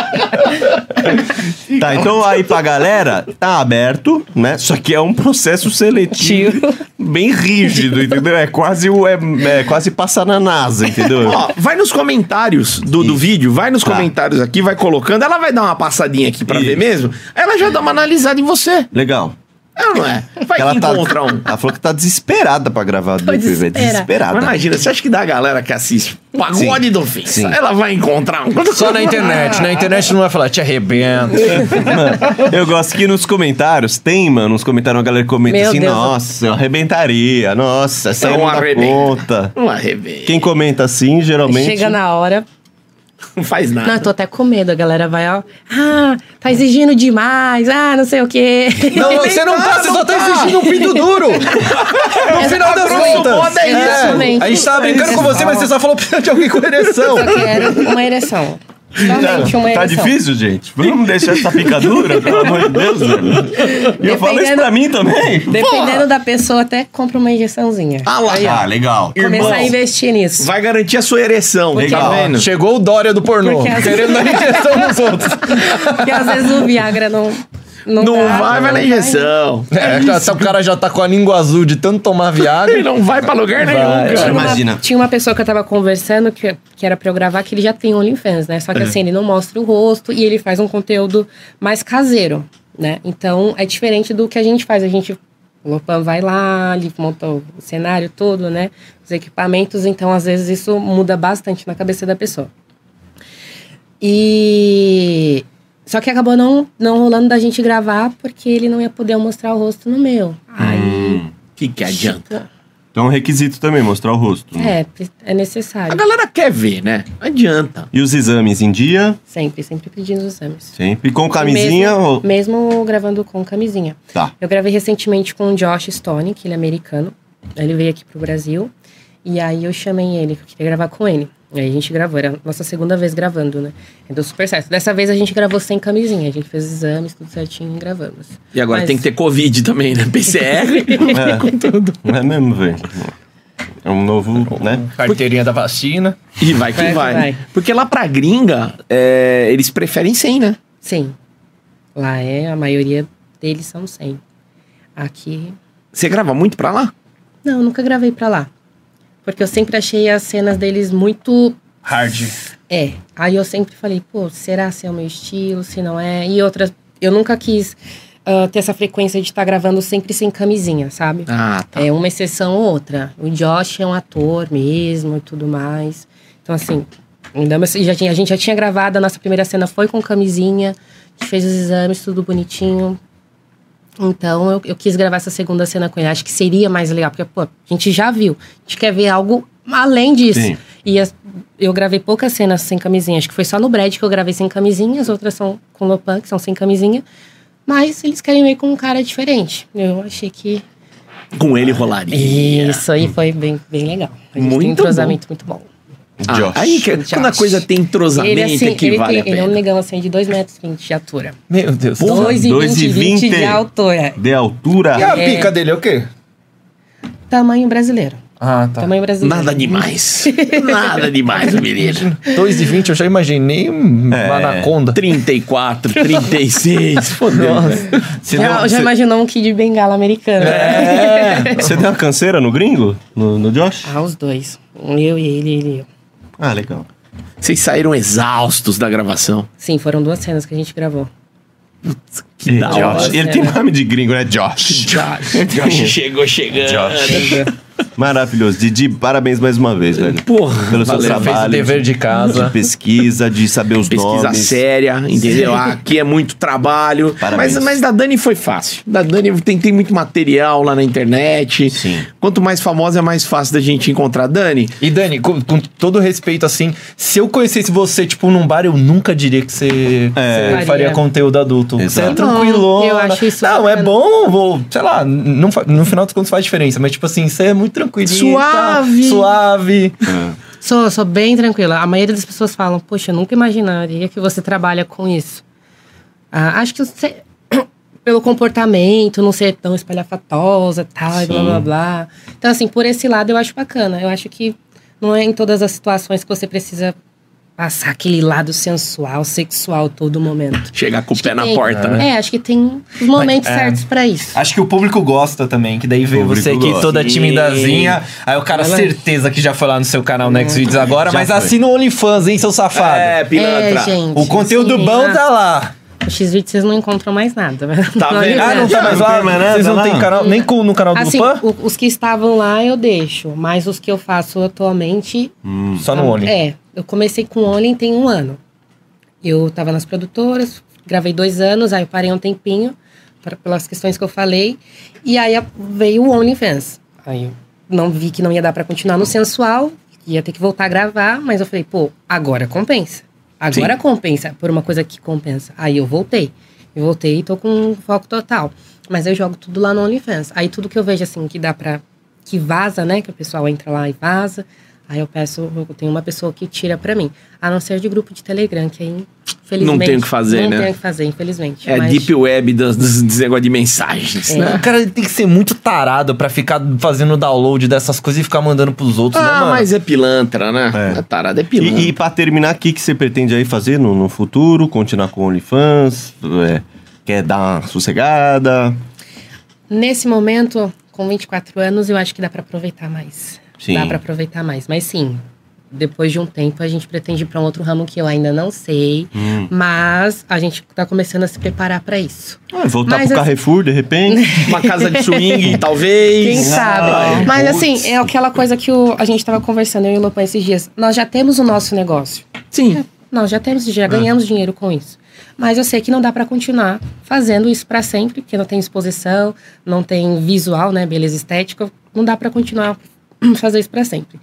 [SPEAKER 2] Tá, então aí pra galera, tá aberto, né? Só que é um processo seletivo bem rígido, entendeu? É quase, o- é, é quase passar na NASA, entendeu?
[SPEAKER 1] Ó, vai nos comentários do, do vídeo, vai nos comentários aqui, vai colocando. Ela vai dar uma passadinha aqui pra
[SPEAKER 2] Isso.
[SPEAKER 1] ver mesmo. Ela já dá uma analisada em você.
[SPEAKER 2] Legal.
[SPEAKER 1] Ela não é? Vai
[SPEAKER 2] Ela,
[SPEAKER 1] que
[SPEAKER 2] tá,
[SPEAKER 1] encontra um.
[SPEAKER 2] ela falou que tá desesperada pra gravar do YouTube,
[SPEAKER 4] Tô
[SPEAKER 2] velho.
[SPEAKER 4] desesperada.
[SPEAKER 2] Desesperada.
[SPEAKER 1] Mas imagina, você acha que da galera que assiste pagode
[SPEAKER 2] Sim.
[SPEAKER 1] do ofensa,
[SPEAKER 2] Sim.
[SPEAKER 1] ela vai encontrar um.
[SPEAKER 3] Só
[SPEAKER 1] <laughs>
[SPEAKER 3] na internet. Na internet não vai falar, te arrebento.
[SPEAKER 2] Eu gosto que nos comentários tem, mano, nos comentários a galera comenta
[SPEAKER 4] Meu
[SPEAKER 2] assim,
[SPEAKER 4] Deus.
[SPEAKER 2] nossa, eu arrebentaria, nossa, essa
[SPEAKER 1] Não
[SPEAKER 2] não dá
[SPEAKER 1] arrebenta.
[SPEAKER 2] conta.
[SPEAKER 1] Não arrebenta.
[SPEAKER 2] Quem comenta assim, geralmente...
[SPEAKER 4] Chega na hora.
[SPEAKER 1] Não faz nada.
[SPEAKER 4] Não, eu tô até com medo, a galera vai, ó. Ah, tá exigindo demais, ah, não sei o quê. <laughs>
[SPEAKER 3] Não, você não tá, você só tá exigindo um pinto duro. No final das
[SPEAKER 1] grosso
[SPEAKER 3] contas.
[SPEAKER 1] modo é
[SPEAKER 4] isso, gente.
[SPEAKER 3] a gente tava brincando com você, mas você só falou precisa de alguém com ereção.
[SPEAKER 4] Eu quero uma ereção. Somente uma ereção.
[SPEAKER 2] Tá difícil, gente? Vamos deixar essa picadura, pelo amor de Deus, velho. E eu falo isso
[SPEAKER 4] Dependendo-
[SPEAKER 2] pra mim também.
[SPEAKER 4] Dependendo da pessoa, até compra uma injeçãozinha.
[SPEAKER 1] Ah lá.
[SPEAKER 2] Ah, legal.
[SPEAKER 4] Começar a investir nisso.
[SPEAKER 1] Vai garantir a sua ereção.
[SPEAKER 2] Legal.
[SPEAKER 1] Tá vendo?
[SPEAKER 3] Chegou o Dória do pornô,
[SPEAKER 4] Porque as-
[SPEAKER 3] querendo dar injeção nos outros.
[SPEAKER 4] Porque às vezes o Viagra não. Não,
[SPEAKER 1] Não
[SPEAKER 4] dá,
[SPEAKER 1] vai, vai na injeção.
[SPEAKER 3] É, já- se o cara já tá com a língua azul de tanto tomar
[SPEAKER 1] Ele
[SPEAKER 3] Viagra.
[SPEAKER 1] não vai pra lugar nenhum,
[SPEAKER 4] Tinha
[SPEAKER 1] cara.
[SPEAKER 4] uma-
[SPEAKER 2] Imagina.
[SPEAKER 4] tinha uma pessoa que eu tava conversando, que, que era pra eu gravar, que ele já tem OnlyFans, né? Só que assim, ele não mostra o rosto e ele faz um conteúdo mais caseiro, né? Então, é diferente do que a gente faz. A gente, o Lopan vai lá, ele monta o cenário todo, né? Os equipamentos. Então, às vezes, isso muda bastante na cabeça da pessoa. E... Só que acabou não, não rolando da gente gravar, porque ele não ia poder mostrar o rosto no meu. Aí...
[SPEAKER 1] O que, que adianta?
[SPEAKER 2] Então é um requisito também, mostrar o rosto. né?
[SPEAKER 4] É, é necessário.
[SPEAKER 1] A galera quer ver, né? Não adianta.
[SPEAKER 2] E os exames em dia?
[SPEAKER 4] Sempre, sempre pedindo os exames.
[SPEAKER 2] Sempre. Com camisinha?
[SPEAKER 4] Mesmo,
[SPEAKER 2] ou-
[SPEAKER 4] mesmo gravando com camisinha.
[SPEAKER 2] Tá.
[SPEAKER 4] Eu gravei recentemente com o Josh Stone, que ele é americano. Ele veio aqui pro Brasil. E aí eu chamei ele, que eu queria gravar com ele. E aí a gente gravou, era a nossa segunda vez gravando, né? E Deu super certo. Dessa vez a gente gravou sem camisinha. A gente fez os exames, tudo certinho e gravamos.
[SPEAKER 1] E agora
[SPEAKER 4] Mas-
[SPEAKER 1] tem que ter Covid também, né? PCR. <laughs>
[SPEAKER 2] É. Não é mesmo, velho? É um novo, né?
[SPEAKER 3] Carteirinha da vacina.
[SPEAKER 1] E vai que vai.
[SPEAKER 4] Vai que vai.
[SPEAKER 1] Porque lá pra gringa, é, eles preferem sem, né?
[SPEAKER 4] Sim. Lá é, a maioria deles são sem. Aqui
[SPEAKER 1] Você grava muito pra lá?
[SPEAKER 4] Não, eu nunca gravei pra lá. Porque eu sempre achei as cenas deles muito.
[SPEAKER 3] Hard.
[SPEAKER 4] É. Aí eu sempre falei, pô, será se é o meu estilo, se não é? E outras. Eu nunca quis ah, ter essa frequência de estar gravando sempre sem camisinha, sabe?
[SPEAKER 1] Ah, tá.
[SPEAKER 4] É uma exceção ou outra. O Josh é um ator mesmo e tudo mais. Então, assim, ainda mais- já tinha- a gente já tinha gravado, a nossa primeira cena foi com camisinha, a gente fez os exames, tudo bonitinho. Então, eu, eu quis gravar essa segunda cena com ele. Acho que seria mais legal, porque, pô, a gente já viu. A gente quer ver algo além disso.
[SPEAKER 2] Sim.
[SPEAKER 4] E as- eu gravei poucas cenas sem camisinha. Acho que foi só no Brad que eu gravei sem camisinha, as outras são com Lopan, que são sem camisinha. Mas eles querem ver com um cara diferente. Eu achei que
[SPEAKER 1] Com ele rolaria.
[SPEAKER 4] isso aí foi bem, bem legal. A gente
[SPEAKER 1] Muito
[SPEAKER 4] tem um entrosamento muito bom.
[SPEAKER 1] Ah, aí, que,
[SPEAKER 4] Josh.
[SPEAKER 1] quando a coisa tem entrosamento,
[SPEAKER 4] Ele, assim,
[SPEAKER 1] é que
[SPEAKER 4] ele,
[SPEAKER 1] vale
[SPEAKER 4] tem, ele
[SPEAKER 1] a
[SPEAKER 4] é um
[SPEAKER 1] pena.
[SPEAKER 4] negão assim de 2,20 metros de altura.
[SPEAKER 3] Meu Deus.
[SPEAKER 2] Porra,
[SPEAKER 4] 2,20 20 de
[SPEAKER 2] 2,20.
[SPEAKER 4] altura.
[SPEAKER 2] De altura.
[SPEAKER 3] E a pica dele é o quê?
[SPEAKER 4] Tamanho brasileiro.
[SPEAKER 3] Ah, tá.
[SPEAKER 4] Tamanho brasileiro.
[SPEAKER 1] Nada
[SPEAKER 4] <laughs>
[SPEAKER 1] demais. Nada demais, o menino.
[SPEAKER 3] 2 de 20 eu já imaginei um
[SPEAKER 2] É.
[SPEAKER 3] anaconda.
[SPEAKER 1] 34, 36. Fodeu.
[SPEAKER 3] Nossa.
[SPEAKER 2] Você
[SPEAKER 1] né?
[SPEAKER 2] deu,
[SPEAKER 4] Já, já
[SPEAKER 2] você-
[SPEAKER 4] imaginou um Kid Bengala americano? né?
[SPEAKER 2] É. Você deu uma canseira no gringo? No, no Josh?
[SPEAKER 4] <laughs> Ah, os dois. Eu e ele, ele e eu.
[SPEAKER 2] Ah, legal.
[SPEAKER 1] Vocês saíram exaustos da gravação.
[SPEAKER 4] Sim, foram duas cenas que a gente gravou.
[SPEAKER 1] Que
[SPEAKER 2] E
[SPEAKER 1] da
[SPEAKER 2] um Josh.
[SPEAKER 1] hora.
[SPEAKER 2] Ele tem nome de gringo, né? Josh.
[SPEAKER 1] <laughs> Josh chegou chegando.
[SPEAKER 2] Maravilhoso. Didi, parabéns mais uma vez, velho.
[SPEAKER 1] Porra,
[SPEAKER 2] Pelo seu
[SPEAKER 1] valeu.
[SPEAKER 3] Fez o
[SPEAKER 2] trabalho.
[SPEAKER 3] dever de casa.
[SPEAKER 2] de pesquisa, de saber os
[SPEAKER 1] Pesquisa
[SPEAKER 2] nomes.
[SPEAKER 1] séria, entendeu? Ah, Aqui é muito trabalho.
[SPEAKER 2] Parabéns.
[SPEAKER 1] Mas, mas da Dani foi fácil. Da Dani eu tentei muito material lá na internet.
[SPEAKER 2] Sim.
[SPEAKER 1] Quanto mais famosa, é mais fácil da gente encontrar. Dani,
[SPEAKER 3] <laughs> E Dani, com, com todo respeito, assim, se eu conhecesse você, tipo, num bar, eu nunca diria que você,
[SPEAKER 2] É.
[SPEAKER 3] você
[SPEAKER 4] Faria.
[SPEAKER 3] faria conteúdo adulto. Você é
[SPEAKER 2] Exato.
[SPEAKER 3] tranquilona.
[SPEAKER 4] Eu acho isso
[SPEAKER 3] Não, é
[SPEAKER 4] bacana.
[SPEAKER 3] bom, vou, sei lá, não, fa- no final dos contos faz diferença, mas tipo assim, você é muito tranquilinha. e tal,
[SPEAKER 1] Suave.
[SPEAKER 3] Suave.
[SPEAKER 4] Sou, sou bem tranquila. A maioria das pessoas falam, poxa, eu nunca imaginaria que você trabalha com isso. Ah, acho que você, <coughs> pelo comportamento, não ser tão espalhafatosa tal, e blá blá blá. Então, assim, por esse lado eu acho bacana. Eu acho que não é em todas as situações que você precisa passar aquele lado sensual, sexual todo momento.
[SPEAKER 1] chegar com o
[SPEAKER 4] Acho
[SPEAKER 1] pé
[SPEAKER 4] que
[SPEAKER 1] na
[SPEAKER 4] tem-
[SPEAKER 1] porta, né?
[SPEAKER 4] É, acho que tem os momentos
[SPEAKER 3] Mas, é.
[SPEAKER 4] certos pra isso.
[SPEAKER 3] Acho que o público gosta também, que daí vê
[SPEAKER 2] O público
[SPEAKER 3] você aqui
[SPEAKER 2] gosta.
[SPEAKER 3] toda timidazinha. Aí o cara,
[SPEAKER 4] Ela-
[SPEAKER 3] certeza que já foi lá no seu canal Next Videos agora,
[SPEAKER 2] Já
[SPEAKER 3] mas
[SPEAKER 2] foi.
[SPEAKER 3] assina o OnlyFans, hein, seu safado.
[SPEAKER 1] É, pilantra.
[SPEAKER 4] É, gente.
[SPEAKER 3] o conteúdo
[SPEAKER 4] assim,
[SPEAKER 3] bom
[SPEAKER 4] ah,
[SPEAKER 3] tá lá.
[SPEAKER 4] O X-Vídeo vocês não encontram mais nada.
[SPEAKER 1] Tá
[SPEAKER 4] <laughs> Não, é
[SPEAKER 1] vendo?
[SPEAKER 3] Ah, não tá
[SPEAKER 2] Não
[SPEAKER 3] mais
[SPEAKER 2] tem
[SPEAKER 3] lá?
[SPEAKER 2] mais nada
[SPEAKER 3] Vocês não
[SPEAKER 2] lá?
[SPEAKER 3] tem canal, nem com, no canal do
[SPEAKER 4] Assim,
[SPEAKER 3] Lupan?
[SPEAKER 4] o- os que estavam lá eu deixo, mas os que eu faço atualmente.
[SPEAKER 3] Só no Only.
[SPEAKER 4] É, eu comecei com Only tem um ano. Eu tava nas produtoras, gravei dois anos, aí eu parei um tempinho, pra- pelas questões que eu falei, e aí a- veio o OnlyFans. Aí eu não vi que não ia dar pra continuar no sensual, ia ter que voltar a gravar, mas eu falei, pô, agora compensa. Agora compensa, por uma coisa que compensa. Aí eu voltei. Eu voltei e tô com foco total. Mas eu jogo tudo lá no OnlyFans. Aí tudo que eu vejo, assim, que dá pra. que vaza, né? Que o pessoal entra lá e vaza. Aí eu peço, eu tenho uma pessoa que tira pra mim. A não ser de grupo de Telegram, que aí, infelizmente.
[SPEAKER 1] tem o que fazer,
[SPEAKER 4] não
[SPEAKER 1] né?
[SPEAKER 4] tem o que fazer, infelizmente.
[SPEAKER 1] É a
[SPEAKER 4] mas-
[SPEAKER 1] deep web dos, dos, dos negócio de mensagens,
[SPEAKER 4] É.
[SPEAKER 1] né?
[SPEAKER 3] O cara ele tem que ser muito tarado pra ficar fazendo download dessas coisas e ficar mandando pros outros, né,
[SPEAKER 1] Ah,
[SPEAKER 3] mano?
[SPEAKER 1] mas é pilantra, né?
[SPEAKER 2] É.
[SPEAKER 1] A tarada é pilantra.
[SPEAKER 2] E, e pra terminar, o que, que você pretende aí fazer no, no futuro? Continuar com o OnlyFans? É, quer dar uma sossegada?
[SPEAKER 4] Nesse momento, com 24 anos, eu acho que dá pra aproveitar mais.
[SPEAKER 2] Sim.
[SPEAKER 4] Dá pra aproveitar mais, mas sim. Depois de um tempo, a gente pretende ir pra um outro ramo que eu ainda não sei,
[SPEAKER 1] Hum.
[SPEAKER 4] mas a gente tá começando a se preparar pra isso.
[SPEAKER 2] Ah, voltar
[SPEAKER 4] Mas
[SPEAKER 2] pro
[SPEAKER 4] assim-
[SPEAKER 2] Carrefour, de repente?
[SPEAKER 1] Uma casa de <laughs> swing, talvez. Ah.
[SPEAKER 4] Quem sabe? Mas assim, é aquela coisa que o- a gente tava conversando, eu e o Lopan esses dias. Nós já temos o nosso negócio.
[SPEAKER 1] Sim.
[SPEAKER 4] Nós já temos,
[SPEAKER 1] Ah.
[SPEAKER 4] já ganhamos dinheiro com isso. Mas eu sei que não dá pra continuar fazendo isso pra sempre, porque não tem exposição, não tem visual, né, beleza estética, não dá pra continuar <clears throat> fazer isso pra sempre.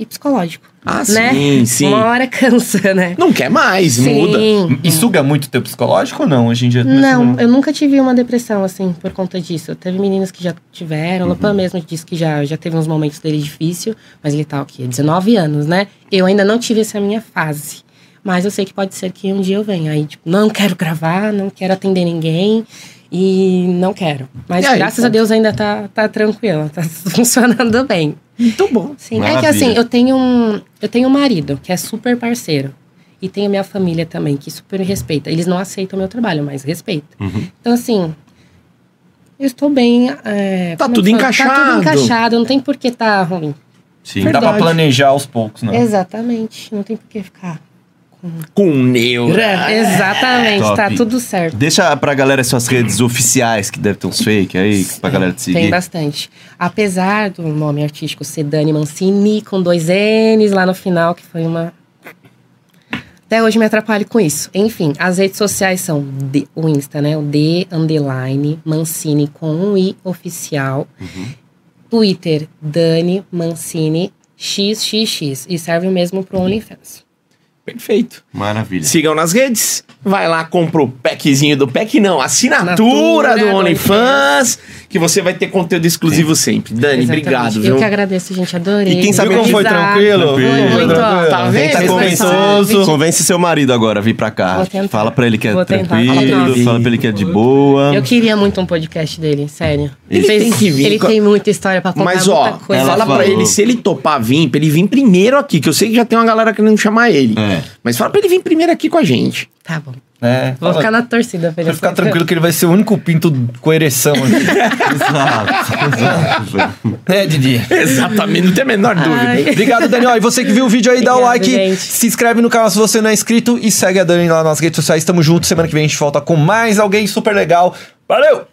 [SPEAKER 4] E psicológico,
[SPEAKER 1] Ah,
[SPEAKER 4] né?
[SPEAKER 1] sim, sim.
[SPEAKER 4] Uma hora cansa, né?
[SPEAKER 1] Não quer mais, muda.
[SPEAKER 3] <laughs>
[SPEAKER 4] Sim.
[SPEAKER 3] E suga muito teu psicológico ou não hoje em dia?
[SPEAKER 4] Não, eu nunca tive uma depressão, assim, por conta disso. Teve meninas que já tiveram,
[SPEAKER 1] Uhum.
[SPEAKER 4] o Lopan mesmo disse que já, já teve uns momentos dele difícil, mas ele tá o quê? 19 anos, né? Eu ainda não tive essa minha fase. Mas eu sei que pode ser que um dia eu venha. Aí, tipo, não quero gravar, não quero atender ninguém e não quero. Mas
[SPEAKER 1] E aí,
[SPEAKER 4] graças a
[SPEAKER 1] ponto.
[SPEAKER 4] Deus ainda tá, tá tranquilo, tá <laughs> funcionando bem.
[SPEAKER 1] Então bom.
[SPEAKER 4] Sim, é que
[SPEAKER 2] Maravilha.
[SPEAKER 4] assim, eu tenho um, eu tenho um marido que é super parceiro. E tenho minha família também, que super me respeita. Eles não aceitam o meu trabalho, mas respeita.
[SPEAKER 1] Uhum.
[SPEAKER 4] Então, assim, eu estou bem. é,
[SPEAKER 1] Tá
[SPEAKER 4] como eu
[SPEAKER 1] tudo
[SPEAKER 4] falo? Tá
[SPEAKER 1] encaixado.
[SPEAKER 4] tudo encaixado, não tem por que tá ruim.
[SPEAKER 2] Sim.
[SPEAKER 3] Dá pra
[SPEAKER 4] Verdade.
[SPEAKER 3] planejar aos poucos,
[SPEAKER 1] Ah.
[SPEAKER 3] né?
[SPEAKER 4] Exatamente, não tem por que ficar.
[SPEAKER 1] Com um neura.
[SPEAKER 4] Exatamente,
[SPEAKER 2] Top.
[SPEAKER 4] tá tudo certo.
[SPEAKER 2] Deixa pra galera suas redes oficiais, que deve ter uns fake aí, pra galera te
[SPEAKER 4] Tem
[SPEAKER 2] seguir.
[SPEAKER 4] bastante. Apesar do nome artístico ser Dani Mancini, com dois N's lá no final, que foi uma. Até hoje me atrapalho com isso. Enfim, as redes sociais são D- o Insta, né? O D underline Mancini com um I oficial.
[SPEAKER 3] Uhum.
[SPEAKER 4] Twitter, Dani Mancini XXX. E serve mesmo
[SPEAKER 3] Uhum.
[SPEAKER 4] pro OnlyFans.
[SPEAKER 1] Perfeito.
[SPEAKER 2] Maravilha.
[SPEAKER 1] Sigam nas redes, vai lá, compra o packzinho do pack, não, assinatura
[SPEAKER 4] Assinatura
[SPEAKER 1] do
[SPEAKER 4] do
[SPEAKER 1] OnlyFans, que você vai ter conteúdo exclusivo sempre. Dani,
[SPEAKER 4] Exatamente.
[SPEAKER 1] obrigado,
[SPEAKER 4] Eu
[SPEAKER 1] viu?
[SPEAKER 4] que agradeço, gente. Adorei.
[SPEAKER 3] E quem sabe
[SPEAKER 4] Vou
[SPEAKER 3] como foi
[SPEAKER 4] avisar.
[SPEAKER 3] tranquilo?
[SPEAKER 4] Foi muito, ó.
[SPEAKER 3] Tranquilo.
[SPEAKER 4] Tá vendo? é
[SPEAKER 3] Tá
[SPEAKER 4] Vocês são
[SPEAKER 3] convençoso.
[SPEAKER 2] Convence seu marido agora a vir pra cá.
[SPEAKER 4] Vou tentar.
[SPEAKER 2] Fala pra ele que é
[SPEAKER 4] Vou tentar. Fala pra
[SPEAKER 2] tranquilo,
[SPEAKER 4] ele.
[SPEAKER 2] fala pra ele que é de boa.
[SPEAKER 4] Eu queria muito um podcast dele, sério.
[SPEAKER 1] Ele
[SPEAKER 4] Vocês-
[SPEAKER 1] tem que vir.
[SPEAKER 4] Ele tem muita história pra contar,
[SPEAKER 1] Mas
[SPEAKER 4] muita
[SPEAKER 1] ó,
[SPEAKER 4] coisa.
[SPEAKER 1] fala pra
[SPEAKER 2] falou.
[SPEAKER 1] ele se ele topar vir, pra ele vir primeiro aqui, que eu sei que já tem uma galera querendo chamar ele.
[SPEAKER 2] É.
[SPEAKER 1] Mas fala pra ele vir primeiro aqui com a gente.
[SPEAKER 4] Tá bom.
[SPEAKER 3] É,
[SPEAKER 4] Vou
[SPEAKER 3] fala-
[SPEAKER 4] ficar na torcida pra ele.
[SPEAKER 3] Pode ficar tranquilo que ele vai ser o único pinto com ereção aqui. é,
[SPEAKER 4] <laughs>
[SPEAKER 3] Didi.
[SPEAKER 1] Exatamente, não tem a menor
[SPEAKER 4] Ai.
[SPEAKER 1] dúvida.
[SPEAKER 3] Obrigado, Daniel. E você que viu o vídeo aí, dá o
[SPEAKER 4] Obrigada,
[SPEAKER 3] like,
[SPEAKER 4] gente.
[SPEAKER 3] se inscreve no canal se você não é inscrito e segue a Dani lá nas redes sociais. Tamo junto. Semana que vem a gente volta com mais alguém super legal. Valeu!